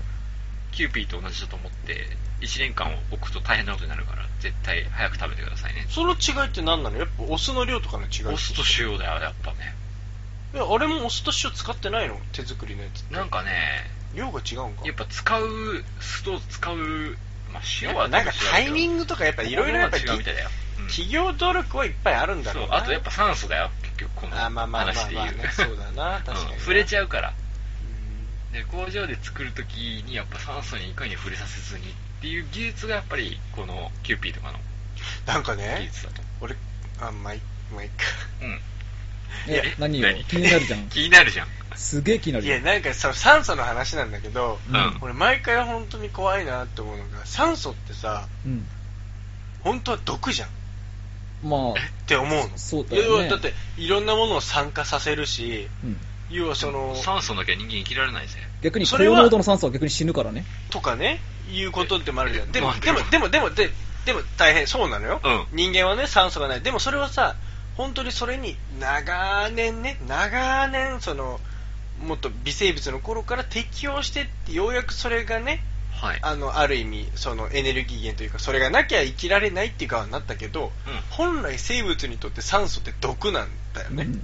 Speaker 3: キューピーと同じだと思って、1年間置くと大変なことになるから、絶対早く食べてくださいね。
Speaker 2: その違いって何なのやっぱお酢の量とかの違い
Speaker 3: お酢と塩だよ、やっぱね。
Speaker 2: いやあれもお酢と塩使ってないの手作りのやつって
Speaker 3: なんかね、
Speaker 2: 量が違うんか
Speaker 3: やっぱ使う酢と使う、まあ、塩
Speaker 2: やっ
Speaker 3: は
Speaker 2: ぱなんかタイミン
Speaker 3: グ
Speaker 2: グとかやっぱいろいろやっぱ
Speaker 3: 違うみたいだよ。うん
Speaker 2: 企業努力はいっぱいあるんだ
Speaker 3: そう
Speaker 2: ろうな
Speaker 3: あとやっぱ酸素だよ結局この
Speaker 2: あまあまあまあま
Speaker 3: 話
Speaker 2: あ
Speaker 3: で言
Speaker 2: ま
Speaker 3: う
Speaker 2: あねそうだな確かに
Speaker 3: う
Speaker 2: なん
Speaker 3: 触れち
Speaker 2: ゃ
Speaker 3: ゃうから
Speaker 2: う
Speaker 3: で工場で作るときにやっぱ酸素にいかに触れさせずにっていう技術がやっぱりこのキューピーとかの
Speaker 2: んなんか
Speaker 3: 技
Speaker 2: ね
Speaker 3: 術だと
Speaker 2: 俺あまあいまあいっ
Speaker 3: うん
Speaker 4: え
Speaker 3: いや、
Speaker 4: 何よ
Speaker 3: 何。。
Speaker 4: 気になるじゃん
Speaker 3: 気になるじゃん
Speaker 4: すげえ気にな
Speaker 2: か
Speaker 4: る
Speaker 2: い
Speaker 4: よ
Speaker 2: や。なんかその酸素の話なんだけど
Speaker 3: うん、
Speaker 2: 俺毎回本当に怖いなって思うのが酸素ってさ
Speaker 4: うん。
Speaker 2: 本当は毒じゃんっ
Speaker 4: まあ、
Speaker 2: て思うの
Speaker 4: そうだよね
Speaker 2: 要はだっていろんなものを酸化させるし
Speaker 4: うん。
Speaker 2: 要はその
Speaker 3: 酸素なきゃ人間生きられないぜ
Speaker 4: 逆に
Speaker 2: そ
Speaker 4: 高
Speaker 2: れは
Speaker 4: 濃度の酸素は逆に死ぬからね。
Speaker 2: とかね、いうことってもあるじゃん。
Speaker 3: え
Speaker 2: でも
Speaker 3: まあ、
Speaker 2: でも、でも、でも、ででも大変、そうなのよ、
Speaker 3: うん
Speaker 2: 人間はね、酸素がない。でもそれはさ、本当にそれに長年ね、長年、その、もっと微生物の頃から適応してって、ようやくそれがね、
Speaker 3: はい
Speaker 2: あの、ある意味、そのエネルギー源というか、それがなきゃ生きられないっていう側になったけ
Speaker 3: う
Speaker 2: ど、
Speaker 3: ん
Speaker 2: 本来生物にとって酸素って毒なんだよね。
Speaker 4: うん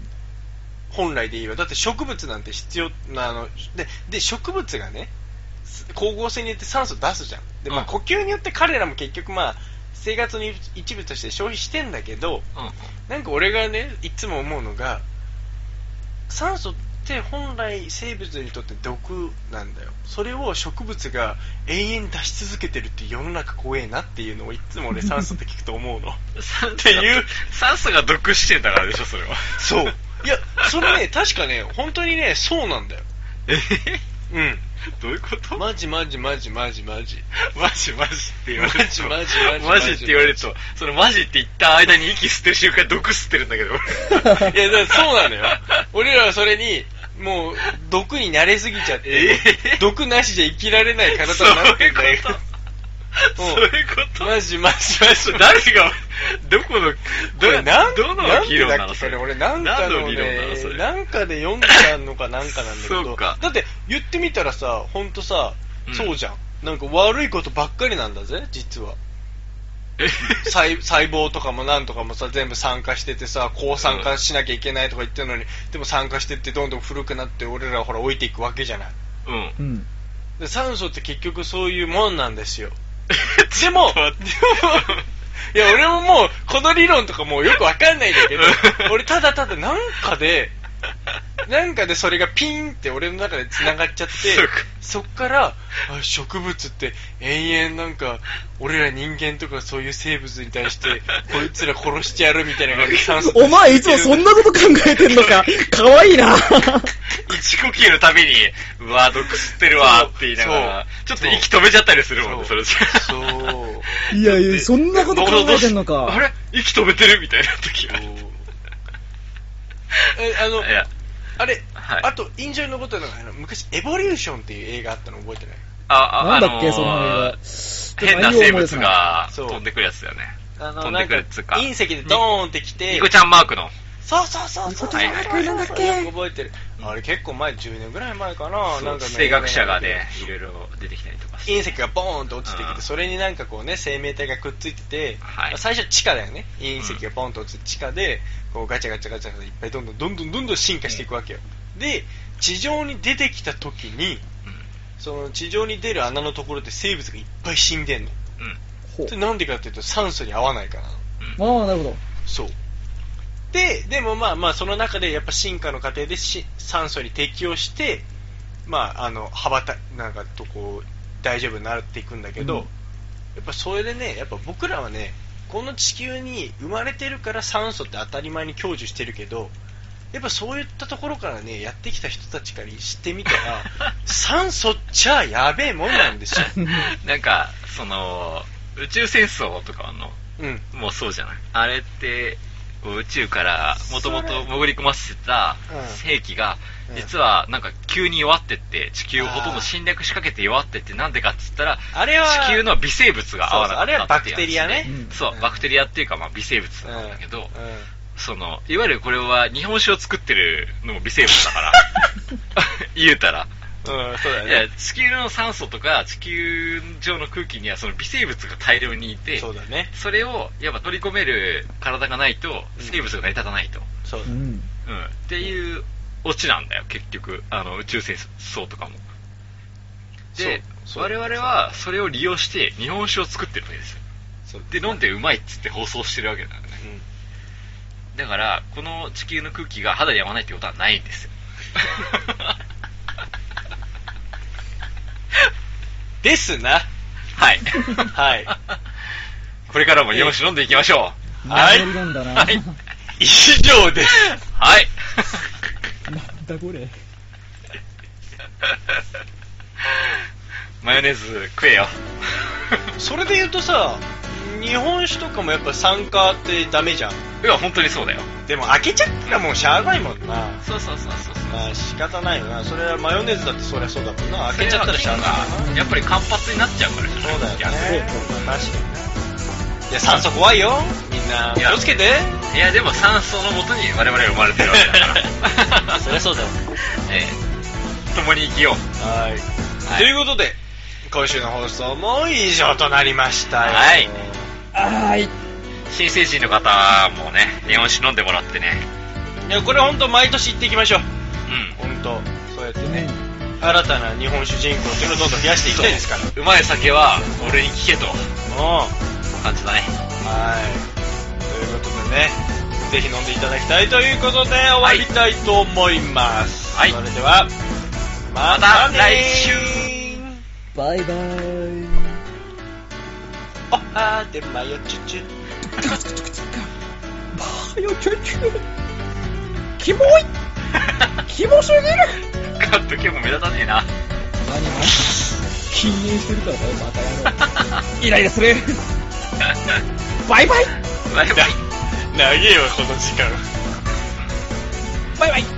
Speaker 2: 本来で言えばだって植物なんて必要なあのでで植物がねす光合成によって酸素出すじゃんで、
Speaker 3: う
Speaker 2: まあ、
Speaker 3: ん
Speaker 2: 呼吸によって彼らも結局まあ生活の一部として消費してんだけど
Speaker 3: うん
Speaker 2: なんか俺がねいつも思うのが酸素って本来生物にとって毒なんだよそれを植物が永遠出し続けてるって世の中怖えなっていうのをいつも俺酸素って聞くと思うの
Speaker 3: 酸素
Speaker 2: って いう
Speaker 3: 酸素が毒してんだからでしょそれは
Speaker 2: そういやそれね確かね本当にねそうなんだよ
Speaker 3: え
Speaker 2: うん
Speaker 3: どういうこと
Speaker 2: マジマジマジマジマジ。
Speaker 3: マジマジって言われると。
Speaker 2: マジマジ
Speaker 3: マ
Speaker 2: マジ
Speaker 3: ジって言われると、そのマジって言った間に息吸ってる瞬間毒吸ってるんだけど。
Speaker 2: いや、だからそうなのよ。俺らはそれに、もう、毒に慣れすぎちゃって、
Speaker 3: えー
Speaker 2: 毒なしじゃ生きられない体
Speaker 3: そう
Speaker 2: になって
Speaker 3: い
Speaker 2: んだ
Speaker 3: う
Speaker 2: よ
Speaker 3: こ。と。
Speaker 2: うん
Speaker 3: そういうこと。
Speaker 2: マジマジマジ。
Speaker 3: 誰が、どこの、
Speaker 2: これ
Speaker 3: ど、
Speaker 2: なん
Speaker 3: ど
Speaker 2: な
Speaker 3: の
Speaker 2: ん
Speaker 3: 議
Speaker 2: で
Speaker 3: 論
Speaker 2: だ
Speaker 3: な
Speaker 2: っ
Speaker 3: の
Speaker 2: け
Speaker 3: そ
Speaker 2: そ
Speaker 3: れ
Speaker 2: れ。俺、なんか
Speaker 3: 何
Speaker 2: の
Speaker 3: 議論なのそ
Speaker 2: ね、
Speaker 3: れ。
Speaker 2: なんかで読んだのかなんかなんだけ
Speaker 3: そう
Speaker 2: ど、
Speaker 3: か
Speaker 2: だって言ってみたらさ、ほんとさ
Speaker 3: うん、
Speaker 2: そうじゃん。なんか悪いことばっかりなんだぜ、実 は。
Speaker 3: え
Speaker 2: 細細胞とかもなんとかもさ全部酸化しててさ抗酸化しなきゃいけないとか言ってるのに、でも酸化してってどんどん古くなって俺らはほら置いていくわけじゃない
Speaker 3: うん。
Speaker 4: うん。
Speaker 2: で酸素って結局そういうもんなんですよでもでも いや俺ももうこの理論とかもうよくわかんないんだけど
Speaker 3: うん
Speaker 2: 俺ただただなんかでなんかでそれがピンって俺の中で繋がっちゃって
Speaker 3: そうか、
Speaker 2: そっから、あ植物って延々なんか、俺ら人間とかそういう生物に対して、こいつら殺してやるみたいな感じで酸素
Speaker 4: お前いつもそんなこと考えてんのか。かわいいな。
Speaker 3: 一呼吸のために、うわー、毒吸ってるわーって言いながら、ち
Speaker 2: そ
Speaker 3: ょ
Speaker 2: う
Speaker 3: っと息止めちゃったりするもんね、そ
Speaker 2: そう
Speaker 3: れ。
Speaker 2: そう。
Speaker 4: いやいや、そんなこと考えてんのか。
Speaker 3: あれ息止めてるみたいな時が。
Speaker 2: え、あの、
Speaker 3: いや、
Speaker 2: あれ、
Speaker 3: はい
Speaker 2: あと印象に残ったのが、あの昔、エボリューションっていう映画あったの覚えてない
Speaker 3: あ、あ、
Speaker 4: なんだっけ、
Speaker 3: あのー
Speaker 4: その映
Speaker 3: 変
Speaker 4: 画。
Speaker 3: な生物が
Speaker 2: そう
Speaker 3: 飛んでくるやつだよね。
Speaker 2: あ
Speaker 3: 飛んでくるっつうか
Speaker 2: 隕石でドーンってきて
Speaker 3: ニ、コちゃんマークの。
Speaker 2: そうそうそうそう、
Speaker 3: はいはいはい
Speaker 2: なんだっけ覚えてる。あれ結構前、10年ぐらい前かな、なんか
Speaker 3: 地政学者がね、いろいろ出てきたりとかして。
Speaker 2: 隕石がボーンと落ちてき
Speaker 3: う
Speaker 2: て、
Speaker 3: ん
Speaker 2: それになんかこうね、生命体がくっついてて、
Speaker 3: はい
Speaker 2: まあ最初地下だよね。隕石がボーンと落ちて地下で、こうガチャガチャガチャガチャいっぱいどんどんどんどんどんどん進化していくわけよ。で、地上に出てきた時に、その地上に出る穴のところで生物がいっぱい死んでんの。
Speaker 3: うん。うん。
Speaker 4: ほう
Speaker 2: それなんでかっていうと酸素に合わないからなの
Speaker 4: ああ、なるほど。
Speaker 2: そうででもまあまあその中でやっぱ進化の過程でし酸素に適応してまああの羽ばたなんかとこう大丈夫になっていくんだけど、
Speaker 4: うん
Speaker 2: やっぱそれでねやっぱ僕らはねこの地球に生まれてるから酸素って当たり前に享受してるけどやっぱそういったところからねやってきた人たちからしてみたら酸素っちゃやべえもんな んですよ、
Speaker 3: なんか、その、宇宙戦争とかの、
Speaker 2: うん、
Speaker 3: もうそうじゃない。あれって、こう宇宙からもともと潜り込ませてた
Speaker 2: うん
Speaker 3: 兵器が、
Speaker 2: うん
Speaker 3: 実はなんか急に弱ってって、地球をほとんど侵略しかけて弱ってって、なんでかって言ったら、
Speaker 2: あれは
Speaker 3: 地球の微生物が合わなかったっていう話で
Speaker 2: そうそうあれはバクテリアね
Speaker 4: うん
Speaker 3: そう
Speaker 2: うん、
Speaker 3: バクテリアっていうかまあ微生物なんだけど、
Speaker 2: うんうん
Speaker 3: その、いわゆるこれは日本酒を作ってるのも微生物だ から、言うたら。
Speaker 2: うん、そうだよ
Speaker 3: い
Speaker 2: ね
Speaker 3: や。地球の酸素とか地球上の空気にはその微生物が大量にいて
Speaker 2: そうだね。
Speaker 3: それをやっぱ取り込める体がないと
Speaker 2: うん
Speaker 3: 生物が成り立たないと、
Speaker 2: そう
Speaker 4: う
Speaker 2: だ。
Speaker 4: ん。
Speaker 3: うんっていうオチなんだよ結局あの宇宙戦争とかもで
Speaker 2: そうそう
Speaker 3: 我々はそれを利用して日本酒を作ってるわけですよ
Speaker 2: そう
Speaker 3: で飲んでうまいっつって放送してるわけだよね
Speaker 2: うん
Speaker 3: だからこの地球の空気が肌に合わないってことはないんですよ
Speaker 2: ですな。
Speaker 3: はい
Speaker 2: はい。
Speaker 3: これからも日本酒飲んでいきましょう
Speaker 4: はい名乗りなんだ な
Speaker 3: はい
Speaker 2: 以上です。
Speaker 3: はい。
Speaker 4: なんだこれ。
Speaker 3: マヨネーズ食えよ。
Speaker 2: それで言うとさ、日本酒とかもやっぱ酸化ってダメじゃん。
Speaker 3: いや、本当にそうだよ。
Speaker 2: でも開けちゃったらもうしゃあないもんな。
Speaker 3: そうそうそうそう。
Speaker 2: まあ仕方ないよな。それはマヨネーズだってそりゃそうだもんな。開けちゃったらしゃあないもんな。
Speaker 3: やっぱり間髪になっちゃうからじゃない
Speaker 2: そうだよね。
Speaker 3: 逆に
Speaker 2: まあ確かに。いや、酸素怖いよ。みんな。
Speaker 3: いや
Speaker 2: 気をつけて。
Speaker 3: いや、でも酸素のもとに我々は生まれてるわけ だから。
Speaker 2: そりゃそうだよ。
Speaker 3: ええ共に生きよう。
Speaker 2: はい。
Speaker 3: はい
Speaker 2: ということで、今週の放送も以上となりましたよ。
Speaker 3: はい
Speaker 4: あーい。
Speaker 3: 新成人の方もね、日本酒飲んでもらってね。
Speaker 2: いや、これ本当毎年行っていきましょう。
Speaker 3: うん。
Speaker 2: 本当そうやって
Speaker 4: うん
Speaker 2: ね、新たな日本主人公っていうのをどんどん増やしていきたいですから。
Speaker 3: うまい酒は俺に聞けと。
Speaker 2: うん。
Speaker 3: 感じだね。
Speaker 2: はい。ということでね、ぜひ飲んでいただきたいということで、終わりたいと思います。
Speaker 3: はい
Speaker 2: それでは、ま
Speaker 3: また
Speaker 2: ねー
Speaker 3: 来週
Speaker 4: バイバーイ。
Speaker 2: おはーでまよちゅちゅ。
Speaker 4: バーよ、ちょいちょい。キモい。 キモすぎる。
Speaker 3: カット今日も目立たねえ な。
Speaker 4: 何が禁煙してるから、バカ野郎。 イライラする。バイバイ。
Speaker 3: バイバイ。
Speaker 2: 長えわ、この時間。
Speaker 4: バイバイ。